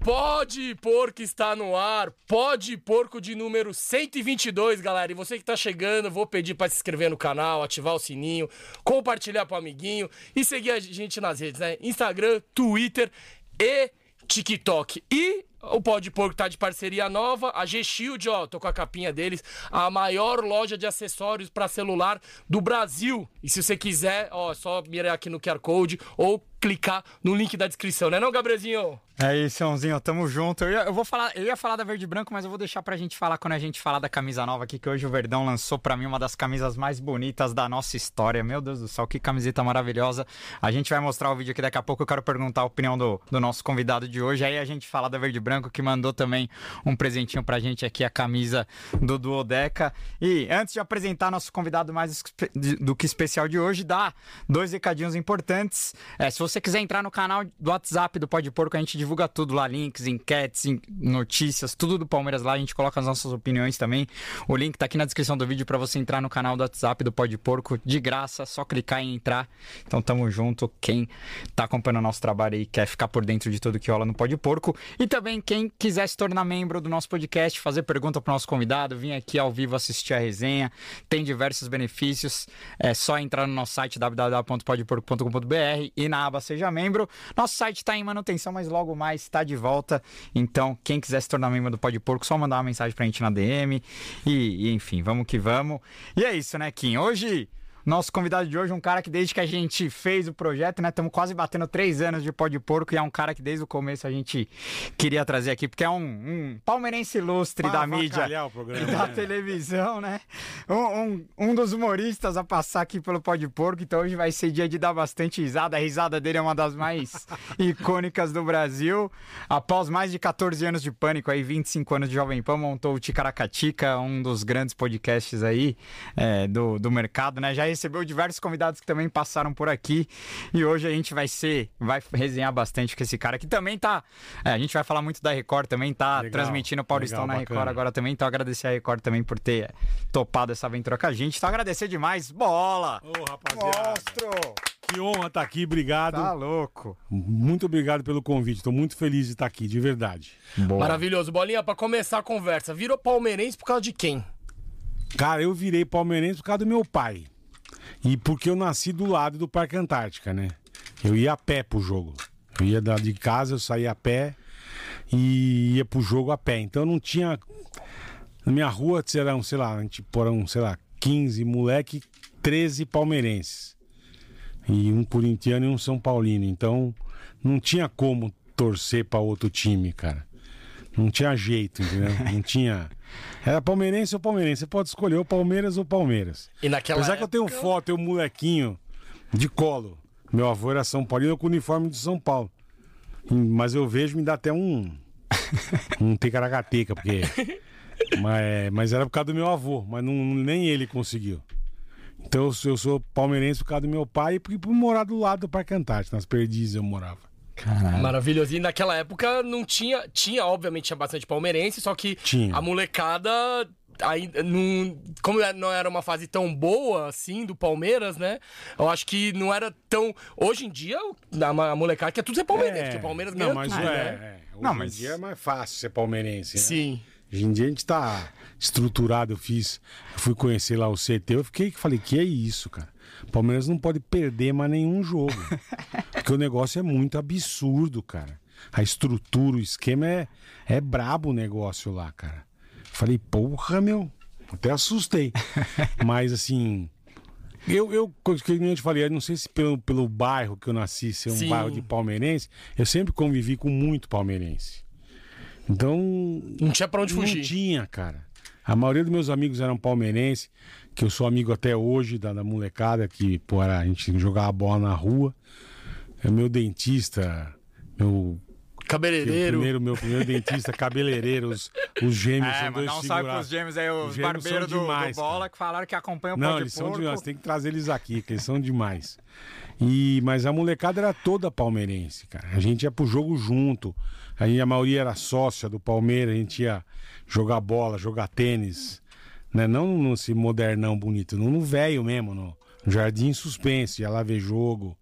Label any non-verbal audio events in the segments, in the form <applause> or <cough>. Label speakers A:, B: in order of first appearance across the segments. A: Pode Porco está no ar. Pode Porco de número 122, galera. E você que tá chegando, vou pedir para se inscrever no canal, ativar o sininho, compartilhar pro amiguinho e seguir a gente nas redes, né? Instagram, Twitter e TikTok. E o Pode Porco tá de parceria nova, a G Shield, ó, tô com a capinha deles, a maior loja de acessórios para celular do Brasil. E se você quiser, ó, é só mirar aqui no QR Code ou clicar no link da descrição, né, não, Gabrielzinho?
B: É isso, Sãozinho, tamo junto. Eu ia, eu vou falar, eu ia falar da verde e branco, mas eu vou deixar pra gente falar quando a gente falar da camisa nova aqui, que hoje o Verdão lançou pra mim uma das camisas mais bonitas da nossa história. Meu Deus do céu, que camiseta maravilhosa. A gente vai mostrar o vídeo aqui daqui a pouco, eu quero perguntar a opinião do, do nosso convidado de hoje. Aí a gente fala da verde e branco, que mandou também um presentinho pra gente aqui, a camisa do Duodeca. E antes de apresentar nosso convidado mais espe- de- do que especial de hoje, dá dois recadinhos importantes. É, se você quiser entrar no canal do WhatsApp do Pode Porco, a gente divulga tudo lá, links, enquetes, en- notícias, tudo do Palmeiras lá, a gente coloca as nossas opiniões também. O link tá aqui na descrição do vídeo pra você entrar no canal do WhatsApp do Pode Porco, de graça, só clicar e entrar. Então tamo junto, quem tá acompanhando o nosso trabalho e quer ficar por dentro de tudo que rola no Pode Porco. E também quem quiser se tornar membro do nosso podcast, fazer pergunta pro nosso convidado, vir aqui ao vivo assistir a resenha, tem diversos benefícios. É só entrar no nosso site www.podporco.com.br e na aba Seja Membro. Nosso site tá em manutenção, mas logo mais tá de volta. Então, quem quiser se tornar membro do Pode Porco, só mandar uma mensagem pra gente na DM. E, e enfim, vamos que vamos. E é isso, né, Kim? Hoje. Nosso convidado de hoje é um cara que desde que a gente fez o projeto, né? Estamos quase batendo três anos de pó de porco e é um cara que desde o começo a gente queria trazer aqui, porque é um, um palmeirense ilustre da mídia
C: avacalhar o
B: e
C: programa.
B: da
C: né?
B: televisão, né? Um, um- um dos humoristas a passar aqui pelo pó de porco, então hoje vai ser dia de dar bastante risada. A risada dele é uma das
C: <laughs>
B: mais icônicas do Brasil. Após mais de 14 anos de pânico, aí 25 anos de Jovem Pan, montou o Ticaracatica, um dos grandes podcasts aí é, do, do mercado, né? Já recebeu diversos convidados que também passaram por aqui. E hoje a gente vai ser, vai resenhar bastante com esse cara que também tá. é, a gente vai falar muito da Record também, tá
C: Legal,
B: transmitindo o Paulistão
C: legal,
B: na Record
C: bacana.
B: agora agora também. Então, agradecer a Record também por ter topado essa aventura com a gente. Então, agradecer demais. Bola!
C: Ô, rapaziada,
B: Monstro!
C: que honra estar aqui, obrigado.
B: Tá louco.
C: Muito obrigado pelo convite, estou muito feliz de estar aqui, de verdade.
A: Maravilhoso. Bolinha, pra começar a conversa, virou palmeirense por causa de quem?
C: Cara, eu virei palmeirense por causa do meu pai. E porque eu nasci do lado do Parque Antártica, né? Eu ia a pé pro jogo. Eu ia da- de casa, eu saía a pé e ia pro jogo a pé. Então não tinha. Na minha rua serão, sei lá, a gente porão, sei lá, 15 moleque, 13 palmeirenses. E um corintiano e um São Paulino. Então não tinha como torcer pra outro time, cara. Não tinha jeito, entendeu? Não tinha. Era palmeirense ou palmeirense. Você pode escolher o Palmeiras ou Palmeiras.
A: E naquela
C: Apesar que eu tenho foto, eu molequinho de colo. Meu avô era São Paulino eu com o uniforme de São Paulo. Hum, Mas eu vejo, me dá até um. Um ticaracateca, porque. Mas, é, mas era por causa do meu avô, mas não, nem ele conseguiu. Então eu sou, eu sou palmeirense por causa do meu pai e por, por morar do lado do Parque Antártico, nas Perdizes eu morava.
B: Caralho.
A: Maravilhoso. E naquela época não tinha. Tinha, obviamente, tinha bastante palmeirense, só que
C: Tinha.
A: a molecada. Ainda não, como é, não era uma fase tão boa assim do Palmeiras, né? Eu acho que não era tão. Hoje em dia, o- a ma- a molecada quer tudo ser palmeirense, porque o Palmeiras
C: É. não,
A: ganhou
C: mas
A: tudo,
C: é,
A: né?
C: é. Hoje
B: Não,
C: em
B: mas-
C: dia é mais fácil ser palmeirense, né?
A: Sim.
C: Hoje em dia a gente tá estruturado, eu fiz, eu fui conhecer lá o CT, eu fiquei falei, que é isso, cara? O Palmeiras não pode perder mais nenhum jogo. porque o negócio é muito absurdo, cara. A estrutura, o esquema é, é brabo o negócio lá, cara. Falei, porra, meu, até assustei. Mas assim. Eu, eu, como eu te falei, eu não sei se pelo, pelo bairro que eu nasci, ser um
A: Sim.
C: bairro de palmeirense, eu sempre convivi com muito palmeirense. Então,
A: Não tinha pra onde
C: não
A: fugir.
C: tinha, cara. A maioria dos meus amigos eram palmeirense, que eu sou amigo até hoje da, da molecada, que pô, era- a gente jogava bola na rua. É meu dentista, meu, meu
A: Cabeleireiro.
C: primeiro, meu primeiro dentista, cabeleireiro, os,
A: <laughs>
C: os gêmeos
B: É,
C: são dois
B: mandar um salve
C: segurados.
B: pros gêmeos aí, os,
C: Os gêmeos
B: barbeiros
C: são
B: do,
C: demais,
B: do Bola, que falaram que acompanham o
C: Não,
B: pó de
C: eles são
B: porco.
C: demais, tem que trazer eles aqui, que eles são demais. E, mas a molecada era toda palmeirense, cara. A gente ia pro jogo junto. A, gente- a maioria era sócia do Palmeiras, a gente ia jogar bola, jogar tênis. Né? Não nesse modernão bonito, no no velho mesmo, no Jardim Suspense, ia lá ver jogo.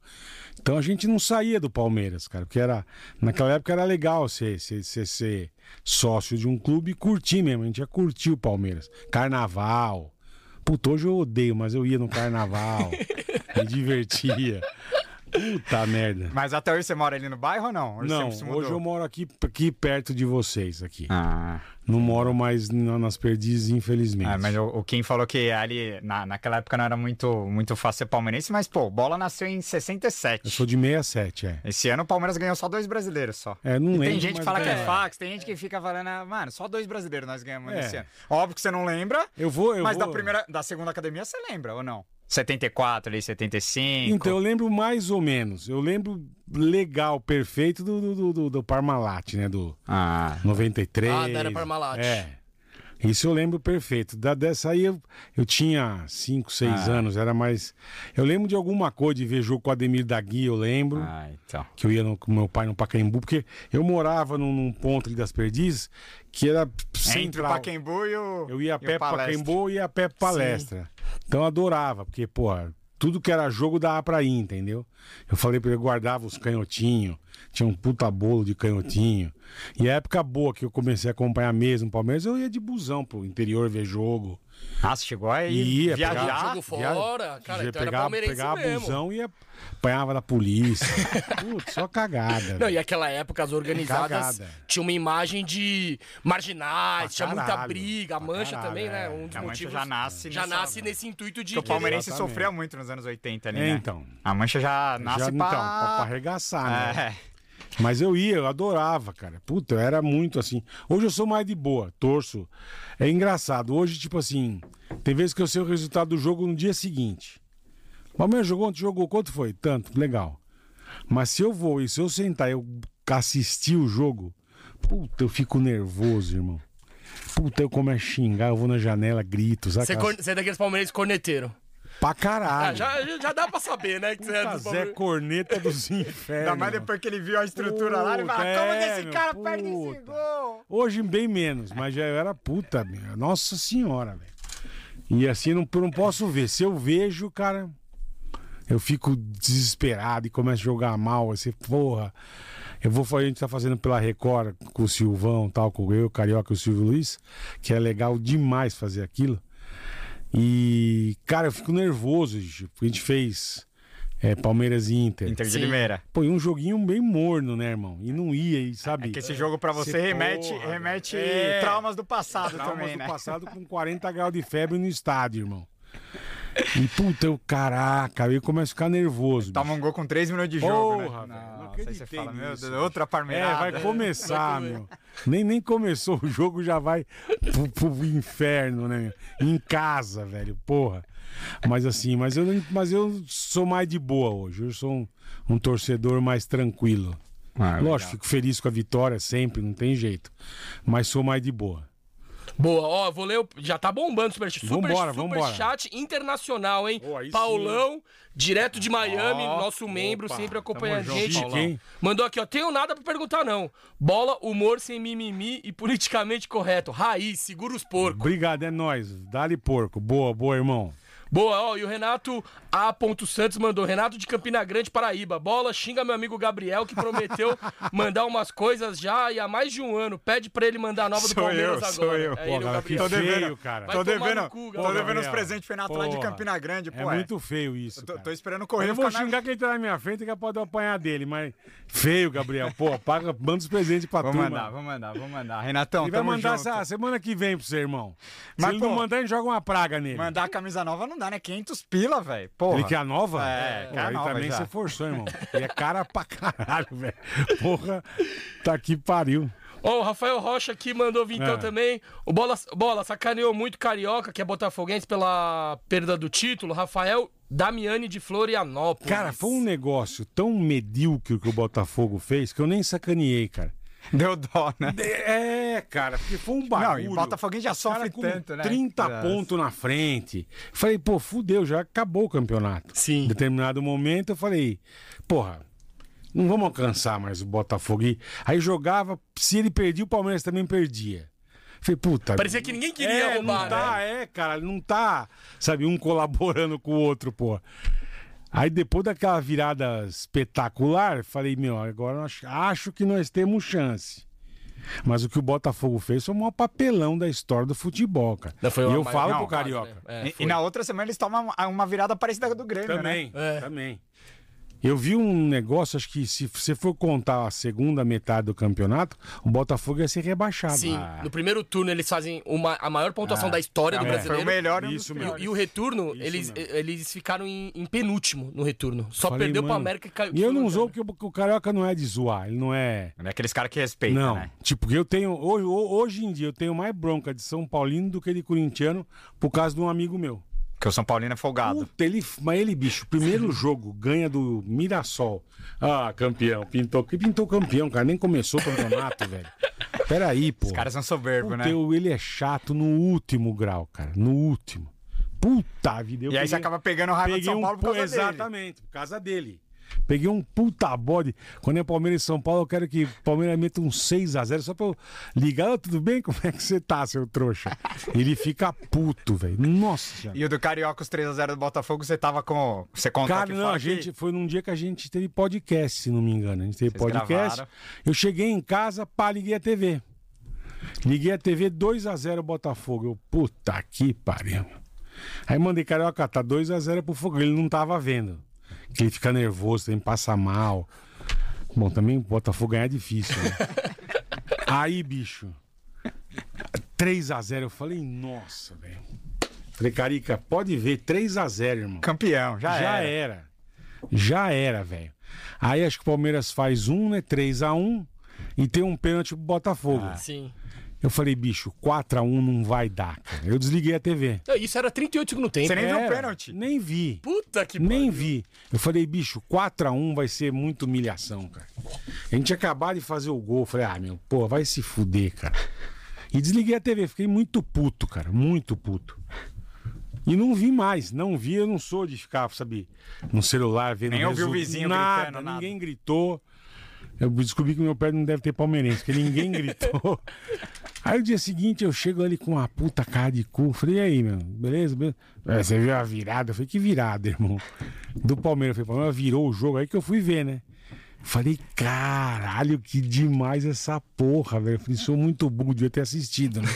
C: Então a gente não saía do Palmeiras, cara, porque era naquela época era legal ser, ser, ser, ser sócio de um clube e curtir mesmo. A gente ia curtir o Palmeiras. Carnaval. Puta, hoje eu odeio, mas eu ia no carnaval. me divertia. Puta merda.
B: Mas até hoje você mora ali no bairro ou não?
C: não,
B: você se mudou?
C: hoje eu moro aqui, aqui perto de vocês, aqui.
B: Ah,
C: Não moro mais na- nas perdizes, infelizmente.
B: ah, mas o, o Kim falou que ali, na, naquela época não era muito, muito fácil ser palmeirense, mas pô, o Bola nasceu em 67.
C: Eu sou de 67, é.
B: Esse ano o Palmeiras ganhou só dois brasileiros só.
C: É, não
B: E
C: lembro,
B: tem gente que
C: mas
B: fala que é
C: ganhou.
B: fax, tem gente que fica falando, ah, mano, só dois brasileiros nós ganhamos
C: É.
B: esse ano. Óbvio que você não lembra,
C: Eu vou, eu
B: mas
C: vou...
B: da primeira, da segunda academia você lembra ou não? 74 ali, 75.
C: Então, eu lembro mais ou menos. Eu lembro legal, perfeito do, do, do, do- do Parmalat, né? Do
B: Ah,
C: 93.
A: Ah, da era Parmalat.
C: É. Isso eu lembro perfeito. Da, dessa aí eu, eu tinha 5, 6
B: Ah.
C: anos, era mais. Eu lembro de alguma coisa de ver jogo com o Ademir da Guia, eu lembro.
B: ah, então.
C: Que eu ia no- com meu pai no Pacaembu, porque eu morava num, num ponto ali das Perdizes que era central.
B: Entre o Paquembu e o
C: Eu ia a
B: e o
C: pé pra
B: Palestra.
C: Caimbo e ia a pé pra palestra. Então eu adorava, porque, porra, tudo que era jogo dava pra ir, entendeu? Eu falei pra ele, eu guardava os canhotinhos, tinha um puta bolo de canhotinho. E a época boa que eu comecei a acompanhar mesmo o Palmeiras, eu ia de busão pro interior ver jogo.
B: Ah, você chegou aí
C: E ia
B: viajar.
C: pegar-
A: Jogo fora, cara, então era
C: pegava,
A: palmeirense
C: pegava
A: mesmo.
C: busão e ia- apanhava
A: <laughs>
C: da polícia. Putz, só cagada.
A: Não,
C: velho.
A: e aquela época as organizadas
C: Cagada.
A: tinha uma imagem de marginais,
C: Pra
A: tinha muita
C: caralho,
A: briga, a
C: pra
A: mancha
C: caralho,
A: também, né?
C: é.
A: Um dos
B: A Mancha
A: motivos
B: já nasce
A: já
B: nessa-
A: nasce nesse intuito de
B: Porque o palmeirense
C: Exatamente.
B: sofreu muito nos anos 80 ali,
C: É,
B: né?
C: então.
B: A mancha já
C: Já,
B: nasce
C: então,
B: pra...
C: pra, pra arregaçar, né?
B: É.
C: Mas eu ia, eu adorava, cara. Puta, eu era muito assim. Hoje eu sou mais de boa, torço. É engraçado. Hoje, tipo assim, tem vezes que eu sei o resultado do jogo no dia seguinte. O Palmeiras jogou ontem, jogou quanto foi? Tanto, legal. Mas se eu vou e se eu sentar e eu assistir o jogo, puta, eu fico nervoso, irmão. Puta, eu começo a xingar, eu vou na janela, grito, sabe?
A: Você,
C: aquelas-
A: corne- você é daqueles palmeirenses corneteiro.
C: Pra
A: Ah,
C: caralho.
A: já, já- já dá pra saber, né? Que você é
C: Puta,
A: dos
C: Zé
A: palmeirenses.
C: Corneta
A: <laughs>
C: dos infernos.
B: Ainda mais depois que ele viu a estrutura lá, ele fala,
C: Puta,
B: como
C: é,
B: que esse
C: meu,
B: cara perde esse
C: puta."
B: gol?
C: Hoje bem menos, mas já eu era puta, meu. Nossa senhora, velho. E assim, não, eu não posso ver. Se eu vejo, cara, eu fico desesperado e começo a jogar mal. Assim, porra, eu vou fazer, a gente tá fazendo pela Record com o Silvão, tal, com eu, Carioca e o Silvio Luiz, que é legal demais fazer aquilo. E, cara, eu fico nervoso, gente, porque a gente fez é, Palmeiras e Inter.
B: Inter de
A: Sim.
B: Limeira.
C: Pô, e um joguinho bem morno, né, irmão? E não ia, e sabe?
B: É Que esse jogo pra você
C: Cê-
B: remete,
C: porra,
B: remete
C: velho. É.
B: traumas do passado
C: Traumas
B: também,
C: do
B: né?
C: passado com 40 graus de febre no estádio, irmão. E puta, eu, caraca, eu começo a ficar nervoso.
B: Toma
C: bicho.
B: um gol com 3 minutos de jogo,
C: Porra,
B: né?
C: velho, não
B: Nossa, aí você
C: acreditei
B: fala, meu
C: nisso,
B: Deus,
C: bicho.
B: outra
C: É,
B: parmerada.
C: vai começar,
A: Vai
C: meu. Nem, nem começou o jogo, já vai pro, pro inferno, né? Em casa, velho, porra. Mas assim, mas eu, não- mas eu sou mais de boa hoje. Eu sou um, um torcedor mais tranquilo.
B: Ah,
C: Ah, é Lógico, fico feliz com a vitória sempre, não tem jeito. Mas sou mais de boa.
A: Boa, ó, vou ler. o- Já tá bombando o superchat. Super, super
C: Vambora, vambora.
A: chat internacional, hein?
C: Pô, aí sim.
A: Paulão, direto de Miami,
B: Ó,
A: nosso membro,
C: opa,
A: sempre acompanhando a
B: tamo
A: gente.
C: junto, Paulão. Chique, hein?
A: Mandou aqui, ó. Tenho nada pra perguntar, não. Bola, humor sem mimimi e politicamente correto. Raiz, segura os porcos.
C: Obrigado, é nóis. Dá-lhe porco. Boa, boa, irmão.
A: Boa, ó. E o Renato A. Santos mandou. Renato de Campina Grande, Paraíba. Bola, xinga meu amigo Gabriel, que
B: <laughs>
A: prometeu mandar umas coisas já e há mais de um ano. Pede pra ele mandar a nova do
B: Sou eu,
A: Palmeiras
B: sou
A: agora.
B: eu.
A: É
C: Pô,
A: ele, o
C: cara, que
A: Gabriel.
B: Tô devendo,
C: feio, cara.
A: Vai
B: Tô
A: tomar no
B: devendo,
A: cu,
B: tô
A: Gabriel.
B: devendo os
C: Gabriel,
B: presentes pra ir lá de
C: porra.
B: Campina Grande, pô.
C: É muito feio isso.
B: Tô,
C: cara.
B: tô esperando
C: Eu
B: correr
C: não
B: o
C: vou
B: canal-
C: xingar quem tá na minha frente que pode apanhar dele, mas. Feio, Gabriel. Pô, paga, manda os presentes pra
B: Vou
C: turma.
B: mandar, vou mandar, vou mandar. Renatão,
C: Ele vai
B: tamo
C: mandar
B: junto.
C: essa semana que vem pro seu irmão. Se
B: Mas,
C: ele
B: pô,
C: não mandar, a gente joga uma praga nele.
B: Mandar a camisa nova não dá, né? 500 pila, velho. Porra.
C: Ele quer a nova?
B: É,
C: Pô,
B: quer a
C: aí
B: nova
C: também
B: já.
C: você forçou, irmão. Ele é cara pra caralho, velho. Porra, tá que pariu.
A: Ó, o Rafael Rocha aqui mandou vir então
C: É.
A: também. O Bola, Bola sacaneou muito Carioca, que é botafoguense, pela perda do título. Rafael Damiani de Florianópolis.
C: Cara, foi um negócio tão medíocre que o Botafogo fez que eu nem sacaneei, cara.
B: Deu dó, né?
C: É, cara, porque foi um
B: Não,
C: bagulho.
B: e o Botafoguinho já
C: Cara, É,
B: sofre
C: com
B: tanto, né?
C: 30
B: Nossa.
C: pontos na frente. Falei, pô, fudeu, já acabou o campeonato.
A: Sim.
C: Em determinado momento eu falei, porra, não vamos alcançar mais o Botafogo. E Aí jogava, se ele perdia, o Palmeiras também perdia. Falei, puta.
A: Parecia que ninguém queria
C: é,
A: roubar, né?
C: tá, <laughs> Não tá, é, cara, não tá, sabe, um colaborando com o outro, pô. Aí depois daquela virada espetacular, falei, meu, agora nós- acho que nós temos chance. Mas o que o Botafogo fez foi o maior papelão da história do futebol, cara.
A: Não, foi
C: e
A: uma
C: eu
A: maior-
C: falo
A: não,
C: pro
A: quase,
C: Carioca.
A: né? É,
B: e,
A: foi.
B: e na outra semana eles tomam uma- uma virada parecida com a do Grêmio, né?
C: Também,
A: É.
C: também. Eu vi um negócio, acho que se você for contar a segunda metade do campeonato, o Botafogo ia ser rebaixado.
A: Sim,
C: Ah,
A: no primeiro turno eles fazem uma, a maior pontuação
B: Ah,
A: da história do
C: é.
B: Também. Foi
A: brasileiro.
B: o melhor e um dos
A: E
C: Isso
A: o-
B: piores.
A: E, o retorno,
C: Isso
A: eles, eh,
C: mesmo.
A: eles ficaram em, em penúltimo no retorno. Só
C: falei,
A: perdeu pra
C: mano,
A: América e caiu. né?
C: E eu não usou porque o- o Carioca não é de zoar, ele não é...
B: Não é aqueles caras que respeitam,
C: Não,
B: né?
C: tipo, eu tenho. Hoje, ho- hoje em dia eu tenho mais bronca de São Paulino do que de corintiano por causa de um amigo meu.
B: Porque o São Paulino é folgado.
C: Puta, ele, mas ele,
B: <laughs>
C: bicho, primeiro jogo ganha do Mirassol. Ah, campeão, pintou. Que pintou campeão, cara? Nem começou
B: <laughs>
C: o campeonato, velho. Peraí, pô.
B: Os caras são soberbos, né?
C: Puta, ele é chato no último grau, cara. No último. Puta vida. eu
B: E aí você
C: peguei- um
B: acaba pegando raiva de
C: peguei
B: São Paulo
C: um,
B: por causa dele.
C: Exatamente, por causa dele. Peguei um puta bode. Quando é Palmeiras e São Paulo, eu quero que o Palmeiras meta um 6x0 só pra eu ligar. "Ô, Tudo bem? Como é que você tá, seu trouxa? Ele fica puto, velho. Nossa senhora.
B: E o do Carioca, os 3x0 do Botafogo, você tava com. Você contou
C: Cara,
B: aqui
C: não,
B: fora
C: a
B: que-
C: gente foi num dia que a gente teve podcast, se não me engano. A gente teve
B: Vocês
C: podcast.
B: gravaram.
C: Eu cheguei em casa, pá, liguei a TV. Liguei a TV 2x0 Botafogo. Eu, puta que pariu. Aí mandei, carioca, tá 2x0 pro Fogo. Ele não tava vendo. Que ele fica nervoso, também passa mal. Bom, também o Botafogo ganhar é difícil,
B: <laughs>
C: né? Aí, bicho. 3x0, eu falei, nossa, velho. Falei, Carica, pode ver, 3x0, irmão.
B: Campeão, já,
C: Já é.
B: era.
C: era. Já era, velho. Aí acho que o Palmeiras faz um, né? 3x1. E tem um pênalti pro Botafogo.
A: "Ah,
B: Ah.
A: Sim.
C: Eu falei, bicho, 4x1 não vai dar, cara. Eu desliguei a TV.
A: Não, Isso era 38 no tempo.
B: Você nem viu o
C: Era,
B: pênalti.
C: Nem vi.
A: Puta que
C: Nem
A: pariu.
C: vi. Eu falei, bicho, 4x1 vai ser muita humilhação, cara. A gente acabou de fazer o gol. Eu Falei, ah, meu, pô, vai se fuder, cara. E desliguei a TV. Fiquei muito puto, cara. Muito puto. E não vi mais. Não vi. Eu não sou de ficar, sabe, no celular vendo
B: Nem ouvi o
C: resu-
B: vizinho
C: nada,
B: gritando, nada.
C: Ninguém gritou. Eu descobri que meu pé não deve ter palmeirense, porque ninguém <laughs> gritou. Aí no dia seguinte eu chego ali com uma puta cara de cu. Falei, e aí, meu? Beleza? Beleza? É, você viu a virada? Eu falei, que virada, irmão? Do Palmeiras. Eu falei, Palmeiras virou o jogo. Aí que eu fui ver, né? Falei, caralho, que demais essa porra, velho. Eu Falei, sou muito burro, devia
B: <laughs>
C: ter assistido, né?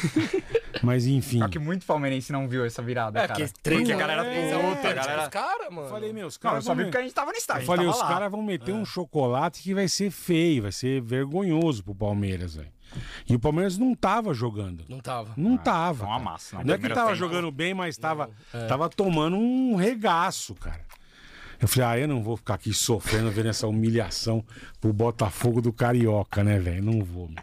C: Mas enfim.
B: Só que muito palmeirense não viu essa virada,
A: É,
B: cara.
A: porque 3
B: Porque a galera
A: fez
B: fez a
C: É.
B: outra, a galera.
A: cara, mano.
C: Falei, meu, os
B: Não, eu
C: caras.
B: só
C: vão
B: vi
C: me-
B: porque a gente tava É. no estádio.
C: Eu falei, os
B: caras.
C: caras vão meter um chocolate que vai ser feio, vai ser vergonhoso pro Palmeiras, velho. E o Palmeiras não tava jogando.
A: Não tava.
C: Não tava.
B: Não
C: cara.
B: amassa, não.
C: Não é que
B: né? Primeiro
C: tava
B: tempo.
C: jogando bem, mas tava, tava tomando um regaço, cara. Eu falei, ah, eu não vou ficar aqui sofrendo, vendo essa humilhação pro Botafogo do Carioca, né, velho? Não vou, meu.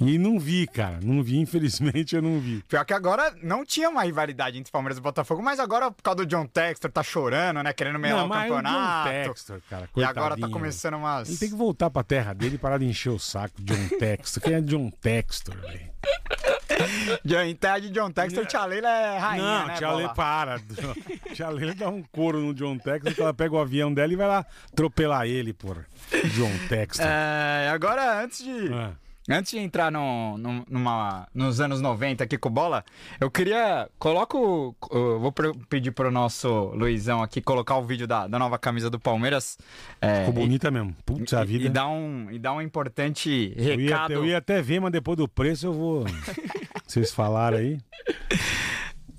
C: E não vi, cara. Não vi, infelizmente eu não vi.
B: Pior que agora não tinha uma rivalidade entre Palmeiras e Botafogo, mas agora por causa do John Textor tá chorando, né? Querendo melar
C: não,
B: o
C: mas o John
B: campeonato.
C: Textor, cara,
B: e agora tá
C: coitadinho.
B: começando umas.
C: Ele tem que voltar pra terra dele e parar de encher o saco, John Textor. Quem é John Textor, velho?
B: John Textor, John Textor, Tia Leila é rainha,
C: Não,
B: né?
C: tia Lê,
B: Bola? <laughs>
C: para. tia Lê dá um couro no John Texas que ela pega o avião dela e vai lá atropelar ele, por John Texas.
B: É, agora antes de.
C: É.
B: Antes de entrar no, no- numa- nos anos 90 aqui com bola, eu queria. Coloca o. o- vou pro- pedir pro nosso Luizão aqui colocar o vídeo da, da nova camisa do Palmeiras. É,
C: Ficou bonita mesmo. Putz, a
B: e,
C: vida. né?
B: e dar um, e dar um importante
C: eu, ia
B: recado.
C: até, eu ia até ver, mas depois do preço
B: <laughs>
C: eu vou. Vocês falaram aí.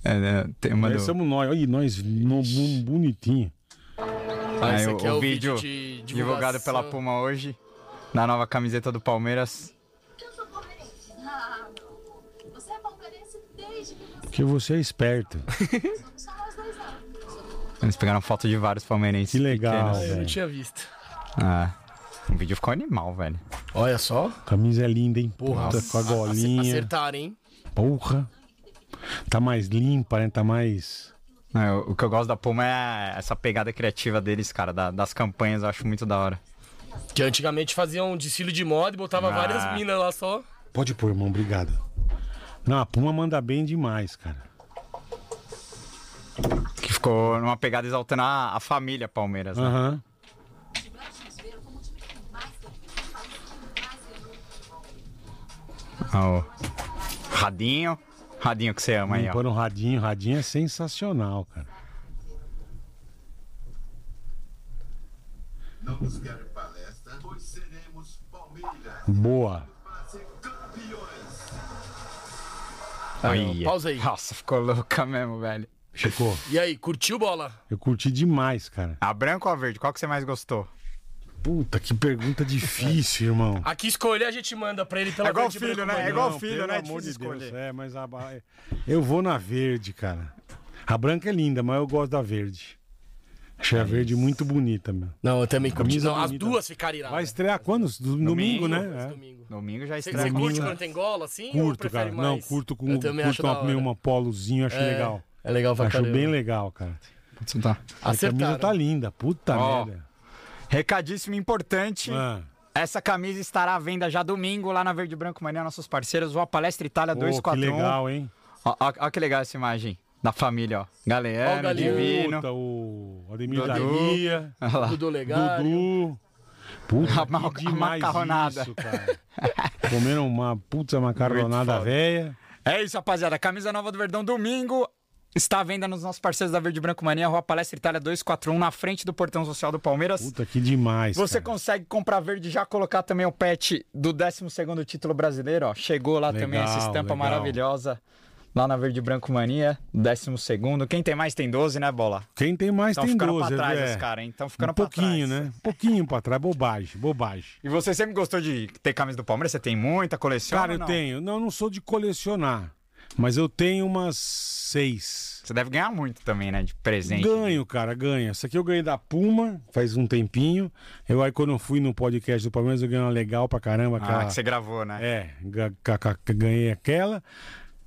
B: É, né, tem uma
C: Nós
B: do-
C: somos nós. Olha, nós no, no- bonitinho.
A: Ah,
B: Aí,
A: esse
B: o-
A: aqui é
B: o
A: o vídeo
B: vídeo
A: de divulgação.
B: divulgado pela Puma hoje, na nova camiseta do Palmeiras.
D: Eu sou palmeirense. Ah, meu amor. Você é palmeirense desde que você
C: Porque você é esperto.
B: <laughs>
D: não só nós dois não.
B: Eles pegaram foto de vários palmeirenses.
C: Que legal,
B: né?
A: Eu não
C: velho.
A: tinha visto.
B: Ah, o vídeo ficou animal, velho.
A: Olha só.
C: Camisa é linda, hein?
A: Porra,
C: Puta, com a golinha.
A: Acertaram, hein?
C: Porra. Tá mais limpa, né? Tá mais.
B: Ah, eu- o que eu gosto da Puma é essa pegada criativa deles, cara, da- das campanhas, eu acho muito da hora.
A: Que antigamente faziam um desfile de moda e botava várias minas lá só.
C: Pode pôr, irmão, obrigado. Não, a Puma manda bem demais, cara.
B: Que ficou numa pegada exaltando a, a família Palmeiras, né?
C: Aham.
B: Ah, o Radinho. Radinho que você
C: Um
B: ama aí, ó.
C: Limpando o radinho, radinho é sensacional, cara.
E: Não nos querem palestra, pois seremos Palmeiras
C: Boa.
E: para ser campeões.
B: Aí,
A: Pausa aí.
B: Nossa, ficou louca mesmo, velho.
C: Chico,
A: E aí, curtiu bola?
C: eu curti demais, cara.
B: A branca ou a verde? Qual que você mais gostou?
C: Puta, que pergunta difícil, irmão.
A: Aqui escolher a gente manda pra ele pela
B: É igual
A: frente,
B: filho,
A: branco,
B: né? É
A: branco.
B: igual
C: Não,
B: filho,
C: pelo
B: né? É
C: amor de
B: difícil
C: Deus.
B: escolher.
C: É, mas a... ba- eu vou na verde, cara. A branca é linda, mas eu gosto da verde. Achei
B: É
C: a verde muito bonita, meu.
A: Não, eu também curti.
C: Camisa
A: Não, as
C: bonita.
A: duas né? ficaram iradas.
C: Vai estrear quando? Do- Domingo,
B: Domingo,
A: Esse
C: né? É.
A: domingo.
B: Domingo já
A: Você,
B: estreia.
A: você
B: comigo.
A: curte quando tem gola, assim? ou
C: Curto,
A: prefere
C: cara.
A: mais?
C: Não, curto com
A: Eu também acho
C: curto
A: da
C: uma,
A: hora.
C: meio uma polozinho, acho
A: É,
C: legal.
A: É legal pra
C: Acho
A: caramba.
B: um-
C: bem legal, cara.
B: Então tá.
C: A camisa
A: Acertaram.
C: tá linda, puta
B: Ó.
C: merda. Ah,
B: Recadíssimo importante.
C: Mano,
B: Essa camisa estará à venda já domingo lá na Verde e Branco Mania, nossos parceiros, o Palestra Itália
C: oh, que
B: 241.
C: legal, hein?
B: Ó, ó, ó que legal essa imagem da família, ó.
A: Ó o
B: Galeano,
A: Galeano.
B: Divino,
C: Puta, o Ademir
B: Dudu.
C: da Guia,
B: olha lá.
A: Dudu Legário.
C: Dudu. Puta,
B: A ma-
C: que
B: a
C: demais
B: macarronada.
C: isso, cara. Comeram uma puta macarronada
B: foda.
C: velha.
B: É isso, rapaziada. Camisa nova do Verdão, domingo. Está à venda nos nossos parceiros da Verde e Branco Mania, Rua Palestra Itália 241, na frente do Portão Social do Palmeiras.
C: Puta, que demais,
B: Você
C: cara.
B: consegue comprar verde e já colocar também o pet do 12º título brasileiro, ó. Chegou lá também essa
C: Legal,
B: estampa
C: legal.
B: maravilhosa. Lá na Verde e Branco Mania, 12º. Quem tem mais tem 12, né, Bola?
C: Quem tem mais
B: Estão
C: tem
B: ficando
C: 12,
B: pra trás
C: é.
B: os caras, hein? Estão ficando
C: Um
B: pra
C: pouquinho,
B: trás.
C: né? Um pouquinho pra trás, bobagem, bobagem.
B: E você sempre gostou de ter camisa do Palmeiras? Você tem muita coleção?
C: Cara,
B: ou
C: eu
B: não?
C: tenho. Não, eu não sou de colecionar, mas eu tenho umas seis.
B: Você deve ganhar muito também, né? De presente.
C: Ganho, cara, ganho. Essa aqui eu ganhei da Puma faz um tempinho. Eu aí quando eu fui no podcast do Palmeiras, eu ganhei uma legal pra caramba.
B: Ah,
C: Aquela...
B: que você gravou, né?
C: É, ga- ca- ca- ca- ganhei aquela.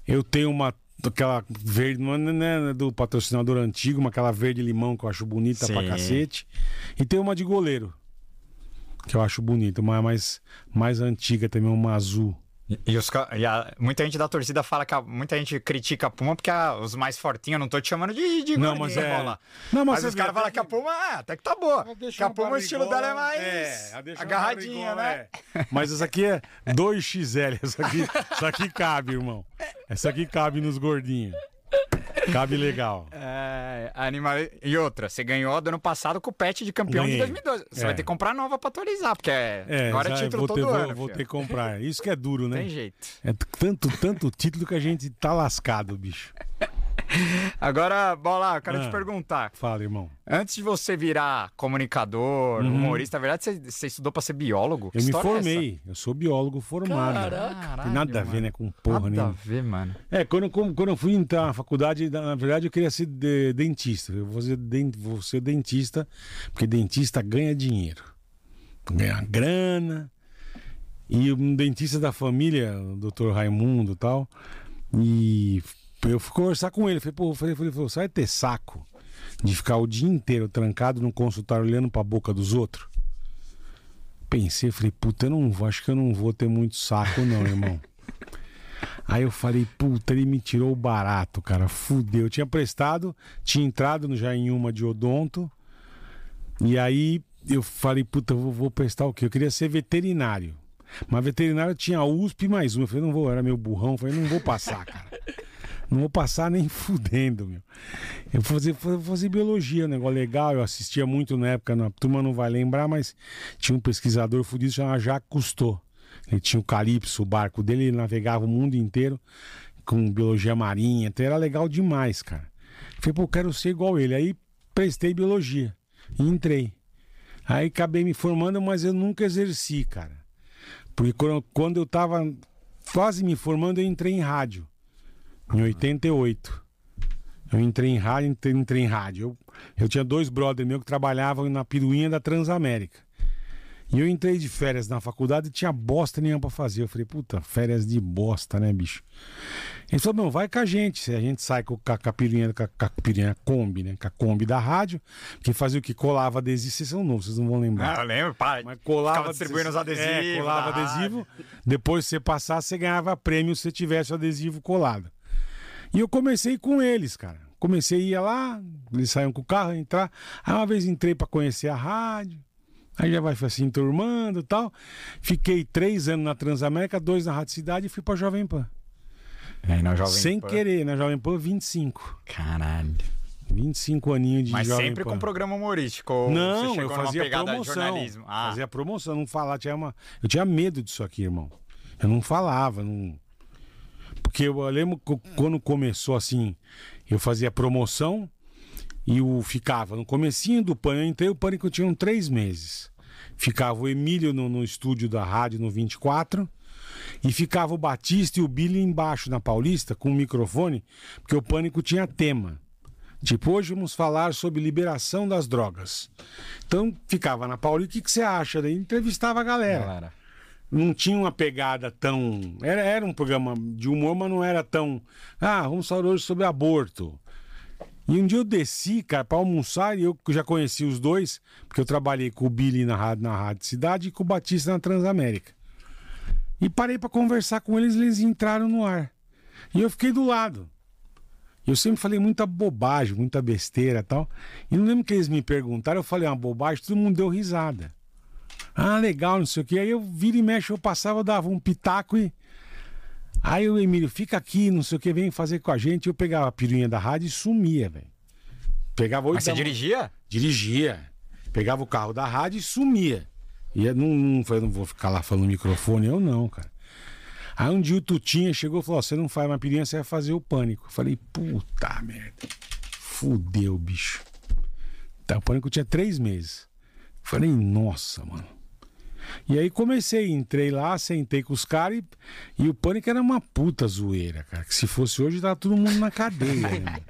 C: Eu tenho uma aquela verde, não é não é do patrocinador antigo, mas aquela verde limão que eu acho bonita pra
B: Sim.
C: cacete. E tem uma de goleiro. Que eu acho bonita, uma mais, mais antiga também, uma azul.
B: E, e os ca- e a- muita gente da torcida fala que a- muita gente critica a Puma porque a- os mais fortinhos, eu não tô te chamando de, de
C: Não,
B: gordinho,
C: mas é-
B: Bola.
C: Não, mas
B: mas
C: você
B: os
C: vê,
B: caras
C: até
B: falam que a
C: que-
B: Puma é, até que tá boa.
C: Ela
B: Que
C: deixa
B: a
C: uma
B: Puma, o estilo
C: barrigola,
B: dela é mais
C: é, ela deixa uma
B: agarradinha,
C: barrigola,
B: né?
C: é. Mas essa aqui é 2XL. Essa aqui, essa aqui cabe, irmão. Essa aqui cabe nos gordinhos. Cabe legal.
B: É, animal... E outra, você ganhou do ano passado com o pet de campeão
C: Ganhei.
B: de 2012. Você
C: É.
B: vai ter que comprar nova pra atualizar, porque é-
C: É,
B: agora é
C: já
B: título
C: vou
B: todo
C: ter, vou,
B: ano.
C: vou
B: filho.
C: ter que comprar. Isso que é duro, né?
B: Tem jeito.
C: É t- tanto, tanto título que a gente tá lascado, bicho.
B: Agora, Bola, eu quero
C: Ah.
B: te perguntar.
C: Fala, irmão.
B: Antes de você virar comunicador, humorista, na verdade, você, você estudou pra ser biólogo? Que
C: Uhum. Eu me
B: história é essa?
C: formei. eu sou biólogo formado.
A: Caraca.
C: Tem nada a ver, né? Com porra
B: Nada a
C: nenhuma.
B: ver, mano.
C: É, quando, eu- como- quando eu fui entrar na faculdade, na na verdade eu queria ser de- dentista. Eu vou ser, den- vou ser dentista, porque dentista ganha dinheiro. Ganha uma grana. E um dentista da família, o doutor Raimundo e tal. E eu fui conversar com ele. Falei, pô, falei, falei, falei, você vai ter saco de ficar o dia inteiro trancado num consultório olhando pra boca dos outros? Pensei, falei, puta, eu não vou, acho que eu não vou ter muito saco, não, irmão. Aí eu falei, puta, ele me tirou o barato, cara. Fudeu. Eu tinha prestado, tinha entrado já em uma de odonto. E aí eu falei, puta, eu vou, vou prestar o quê? Eu queria ser veterinário. Mas veterinário tinha USP mais um. Eu falei, não vou, era meu burrão. Eu falei, não vou passar, cara. Não vou passar nem <laughs> fudendo, meu. Eu vou fazer, vou fazer biologia, um negócio legal. Eu assistia muito na época, na a turma não vai lembrar, mas tinha um pesquisador fudido chamado Jacques Cousteau. Ele tinha o Calypso, o barco dele, ele navegava o mundo inteiro com biologia marinha. Então era legal demais, cara. Falei, pô, eu quero ser igual ele. Aí prestei biologia e entrei. Aí acabei me formando, mas eu nunca exerci, cara. Porque quando- quando eu tava quase me formando, eu entrei em rádio. Em 88. Eu entrei em rádio, entrei, entrei em rádio. Eu, eu tinha dois brothers meus que trabalhavam na piruinha da Transamérica. E eu entrei de férias na faculdade e tinha bosta nenhuma pra fazer. Eu falei, puta, férias de bosta, né, bicho? Ele falou, meu, vai com a gente. Se A gente sai com a capirinha, com a com a pirinha Kombi, né? Com a Kombi da rádio, que fazia o que? Colava adesivo. Vocês são novos, vocês não vão lembrar.
B: Ah, eu lembro, pá.
C: Mas colava
B: Ficava distribuindo os
C: adesivo-
B: adesivos.
C: É, colava
B: da
C: adesivo. Depois que você passasse, você ganhava prêmio se você tivesse o adesivo colado. E eu comecei com eles, cara. Comecei ia lá, eles saíam com o carro, ia entrar. Aí uma vez entrei para conhecer a rádio. Aí já vai se enturmando e tal. Fiquei três anos na Transamérica, dois na Rádio Cidade e fui pra Jovem Pan.
B: rádio. É, não, jovem
C: Sem né?
B: Pan.
C: querer, na Jovem Pan, 25.
B: Caralho.
C: 25 aninhos de
B: Mas
C: Jovem
B: sempre
C: Pan.
B: com programa humorístico. ou você
C: Não,
B: chegou
C: eu
B: numa
C: fazia
B: pegada de
C: promoção.
B: jornalismo. Ah,
C: Fazia promoção, não falar. Tinha uma... Eu tinha medo disso aqui, irmão. Eu não falava. Não... Porque eu lembro que quando começou assim, eu fazia promoção e o ficava no comecinho do pânico. Eu entrei, o pânico tinha três meses. Ficava o Emílio no, no estúdio da rádio no 24 e ficava o Batista e o Billy embaixo na Paulista com o microfone, porque o pânico tinha tema. Tipo, hoje vamos falar sobre liberação das drogas. Então, ficava na Paulista, o que, que você acha? Daí entrevistava a galera.
B: galera.
C: Não tinha uma pegada tão. Era, era um programa de humor, mas não era tão. Ah, vamos falar hoje sobre aborto. E um dia eu desci, cara, pra almoçar, e eu já conheci os dois, porque eu trabalhei com o Billy na Rádio, na rádio Cidade e com o Batista na Transamérica. E parei pra conversar com eles, eles entraram no ar. E eu fiquei do lado. E Eu sempre falei muita bobagem, muita besteira e tal. E não lembro que eles me perguntaram, eu falei uma bobagem, todo mundo deu risada. Ah, legal, não sei o quê. Aí eu vira e mexe, eu passava, eu dava um pitaco e. Aí o Emílio, fica aqui, não sei o que, vem fazer com a gente. Eu pegava a piruinha da rádio e sumia, velho. Pegava oito
B: Mas você
C: da manhã
B: dirigia?
C: dirigia, pegava o carro da rádio e sumia. E eu não, não, falei, não vou ficar lá falando no microfone, eu não, cara. Aí um dia o Tutinha chegou e falou: "Ó, você não faz uma pirinha, você vai fazer o pânico. Eu falei, puta merda. Fudeu, bicho. Tá, o pânico tinha três meses. Eu Falei, nossa, mano. E aí comecei, entrei lá, sentei com os caras e, e o pânico era uma puta zoeira, cara. Que se fosse hoje, tava todo mundo na cadeia, né, mano?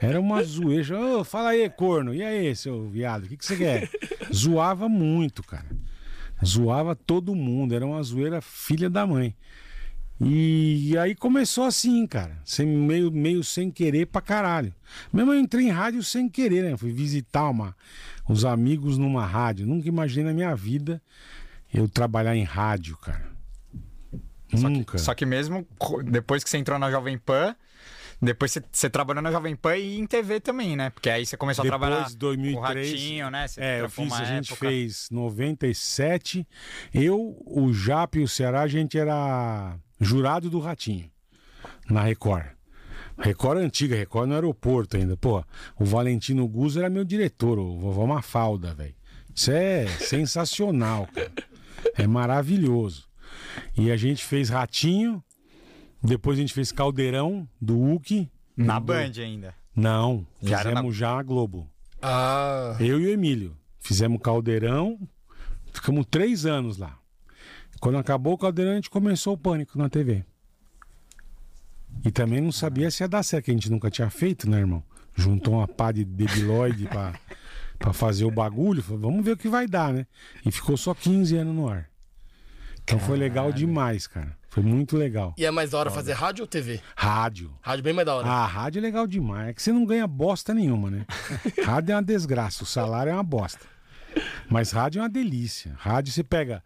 C: Era uma zoeira. Ô, fala aí, corno. E aí, seu viado, o que, que você quer? Zoava muito, cara. Zoava todo mundo. Era uma zoeira filha da mãe. E aí começou assim, cara. Sem, meio, meio sem querer pra caralho. Mesmo eu entrei em rádio sem querer, né? Fui visitar uma, os amigos numa rádio. Nunca imaginei na minha vida eu trabalhar em rádio, cara. Nunca.
B: Só que mesmo co- depois que você entrou na Jovem Pan, depois você, você trabalhou na Jovem Pan e em TV também, né? Porque aí você começou a trabalhar
C: Depois de
B: com o
C: 2003.
B: Ratinho, né? Você
C: é, eu
B: trampou
C: fiz,
B: uma
C: a gente
B: época.
C: fez 97. Eu, o Jap e o Ceará, a gente era jurado do Ratinho na Record. Record antiga, Record no aeroporto ainda. Pô, o Valentino Guzzo era meu diretor, o vovó Mafalda, velho. Isso é sensacional, cara. É maravilhoso. E a gente fez Ratinho, depois a gente fez Caldeirão do Uki.
B: Na Band ainda.
C: Não,
B: Já era na-
C: fizemos já a Globo.
A: Ah.
C: Eu e o Emílio. Fizemos caldeirão, ficamos três anos lá. Quando acabou o caldeirão, a gente começou o pânico na TV. E também não sabia se ia dar certo, que a gente nunca tinha feito, né, irmão? Juntou uma pá de debiloide pra, pra fazer o bagulho. Falou, vamos ver o que vai dar, né? E ficou só 15 anos no ar. Então foi legal demais, cara. Foi muito legal.
A: E é mais da hora fazer rádio ou TV?
C: Rádio.
A: Rádio bem mais da hora.
C: Ah, a rádio é legal demais. É que você não ganha bosta
B: <laughs>
C: nenhuma, né? rádio é uma desgraça, o salário é uma bosta. Mas rádio é uma delícia. Rádio você pega,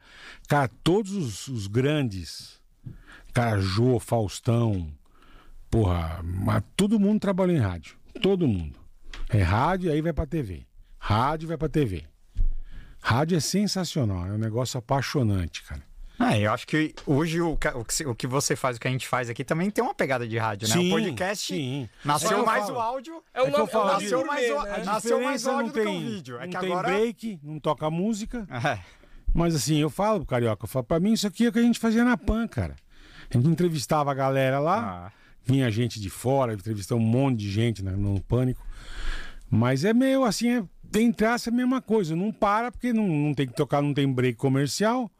C: cara, todos os, os grandes, cara, Jô, Faustão, porra, mas todo mundo trabalhou em rádio. Todo mundo. É rádio, aí vai pra TV. Rádio vai pra TV. Rádio é sensacional, é um negócio apaixonante, cara.
B: Ah, eu acho que hoje o, ca- o que, se- o que você faz, o que a gente faz aqui também tem uma pegada de rádio, né?
C: Sim,
B: o podcast
C: sim. É que
B: nasceu
C: eu
B: mais
C: falo.
B: o áudio.
A: É o
C: que eu
A: nome, é o
C: falo
A: nome
C: disso.
A: gourmet,
B: Nasceu mais
A: né?
B: o- Nasceu mais
C: diferença
B: áudio do
C: não
B: que
C: tem-
B: um vídeo. É
C: não
B: que
C: tem
B: agora-
C: break, não toca música.
B: <laughs> É.
C: Mas assim, eu falo pro Carioca, eu falo, pra mim isso aqui é o que a gente fazia na PAN, cara. A gente entrevistava a galera lá,
B: Ah,
C: vinha gente de fora, entrevistava um monte de gente na- no Pânico. Mas é meio assim, é, tem traço é a mesma coisa, não para porque não, não tem que tocar, não tem break comercial.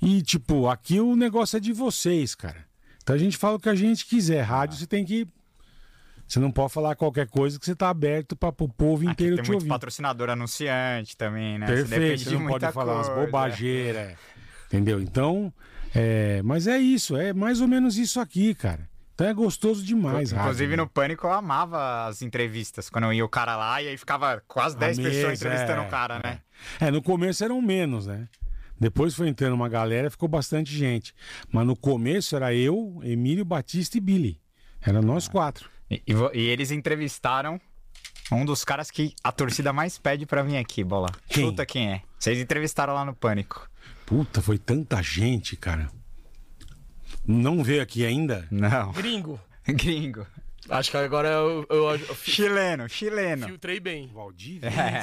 C: E tipo, aqui o negócio é de vocês, cara. Então a gente fala o que a gente quiser. Rádio
B: Ah.
C: você tem que... Você não pode falar qualquer coisa que você tá aberto para o povo
B: aqui
C: inteiro
B: tem
C: te
B: muito
C: ouvir.
B: patrocinador anunciante também, né? Você
C: Perfeito,
B: depende
C: você
B: de
C: não pode
B: muita
C: falar umas
B: coisa.
C: bobageiras. Entendeu? Então, é, mas é isso, é mais ou menos isso aqui, cara. Então é gostoso demais, rádio,
B: Inclusive
C: né?
B: no Pânico eu amava as entrevistas, quando eu ia o cara lá e aí ficava quase 10
C: mesa,
B: pessoas entrevistando
C: é,
B: o cara, né?
C: É, no começo eram menos, né? Depois foi entrando uma galera, ficou bastante gente. Mas no começo era eu, Emílio, Batista e Billy. Era
B: Ah.
C: nós quatro.
B: É. E, e vo- e eles entrevistaram um dos caras que a torcida mais pede pra vir aqui, bola.
C: Quem?
B: Chuta quem é. Vocês entrevistaram lá no Pânico.
C: Puta, foi tanta gente, cara. Não veio aqui ainda?
B: Não.
A: Ah, Gringo.
B: <laughs> Gringo.
A: Acho que agora eu, eu- eu fi-
B: Chileno, chileno.
A: filtrei bem.
C: Valdívia?
B: É.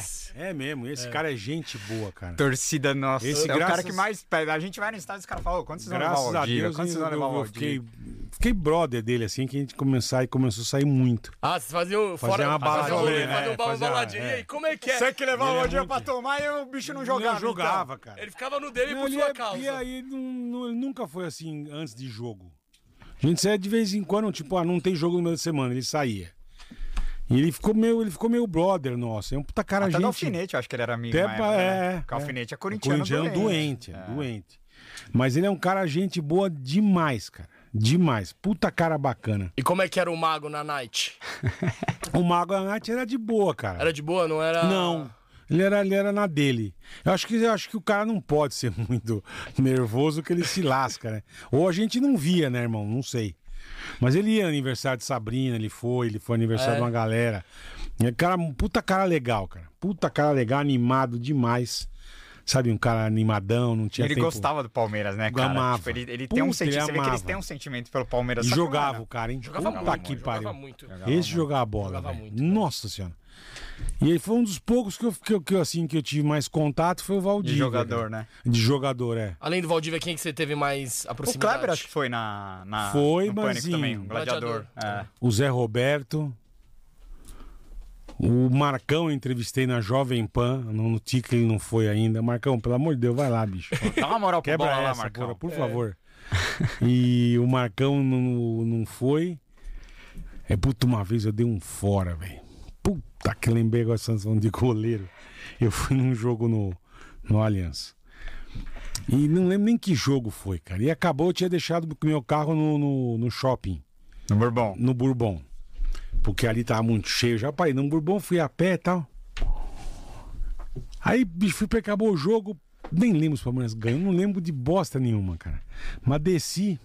C: É mesmo, esse cara é gente boa, cara.
B: Torcida nossa.
C: Esse
B: é o
C: graças-
B: cara que mais pede. A gente vai no estádio e os caras falam, "Ô, quantos anos levar o
C: Graças a
B: Valdívia?
C: Deus,
B: Quantos
C: eu,
B: anos levar o
C: eu
B: Valdívia?
C: fiquei, fiquei brother dele, assim, que a gente começar e começou a sair muito.
A: Ah, vocês faziam
C: Fazer
A: fora,
C: uma
A: fazer um
C: baladinha,
A: rolê,
C: né?
A: fazer um balão
C: Fazer uma-
A: baladinha. E aí,
C: é.
A: como é que é?
B: Você que levar
C: Ele
B: o
C: é
B: Valdívia
C: muito-
B: pra tomar e o bicho não jogava. então.
C: Não jogava, cara.
A: Ele ficava no dele
C: Não,
A: por
C: ele
A: sua
C: é-
A: causa.
C: E aí não- não- ele nunca foi assim antes de jogo. A gente saía de vez em quando, tipo, ah, não tem jogo no meio da semana, ele saía. E ele ficou meio, ele ficou meio brother nosso. É um puta cara
B: Até
C: gente.
B: do alfinete, eu acho que ele era amigo.
C: Até
B: na época,
C: pra-
B: né?
C: é,
B: Porque o
C: é.
B: alfinete é
C: O
B: corintiano,
C: doente, é, doente. Mas ele é um cara gente boa demais, cara. Demais. Puta cara bacana.
A: E como é que era o mago na night?
C: O Mago Anati era de boa, cara.
A: Era de boa, não era?
C: Não. Ele era, ele era na dele. Eu acho, que, eu acho que o cara não pode ser <laughs> muito nervoso que ele se lasca, né? Ou a gente não via, né, irmão? Não sei. Mas ele ia no aniversário de Sabrina, ele foi, ele foi aniversário
A: É.
C: de uma galera. E, cara, um puta cara legal, cara. Puta cara legal, animado demais. Sabe, um cara animadão, não tinha
B: Ele
C: tempo.
B: gostava do Palmeiras, né, cara?
C: Amava.
B: Tipo, ele, ele tem um
C: Puta, ele
B: sentimento. Você vê que eles
C: amava.
B: têm um sentimento pelo Palmeiras.
C: E
B: só que não
C: jogava
B: era.
C: o cara, hein?
A: Jogava
C: puta
A: muito,
C: que
A: jogava
C: pariu.
A: muito.
C: Esse jogava a bola.
A: Jogava
C: velho.
A: muito, né? cara.
C: Nossa senhora. E ele foi um dos poucos que eu, que eu- que eu, assim, que eu tive mais contato foi o Valdir.
B: De jogador, né?
C: De jogador, é.
A: Além do Valdívia, quem que você teve mais
B: O
A: aproximidade?
B: Kleber acho que foi na. na
C: Foi,
B: no
C: mas
B: Pânico
C: em-
B: também, um gladiador.
A: Gladiador.
B: É.
C: O Zé Roberto. O Marcão eu entrevistei na Jovem Pan, no, no Tica ele não foi ainda. Marcão, pelo amor de Deus, vai
B: <laughs>
C: lá, bicho.
B: É. Dá uma moral pro
C: Quebra
B: bola
C: essa,
B: lá,
C: porra,
B: Marcão. É. <laughs>
C: por favor. E o Marcão não, não foi. É, puta, uma vez eu dei um fora, velho. Puta que lembrei agora essa sanção de goleiro. Eu fui num jogo no, no Allianz. E não lembro nem que jogo foi, cara. E acabou, eu tinha deixado o meu carro no, no, no shopping,
B: No Bourbon.
C: no Bourbon. Porque ali tava muito cheio. Já parei no Bourbon, fui a pé e tal. Aí, bicho, fui pra acabou o jogo. Nem lembro se o Palmeiras ganhou. Não lembro de bosta nenhuma, cara. Mas desci.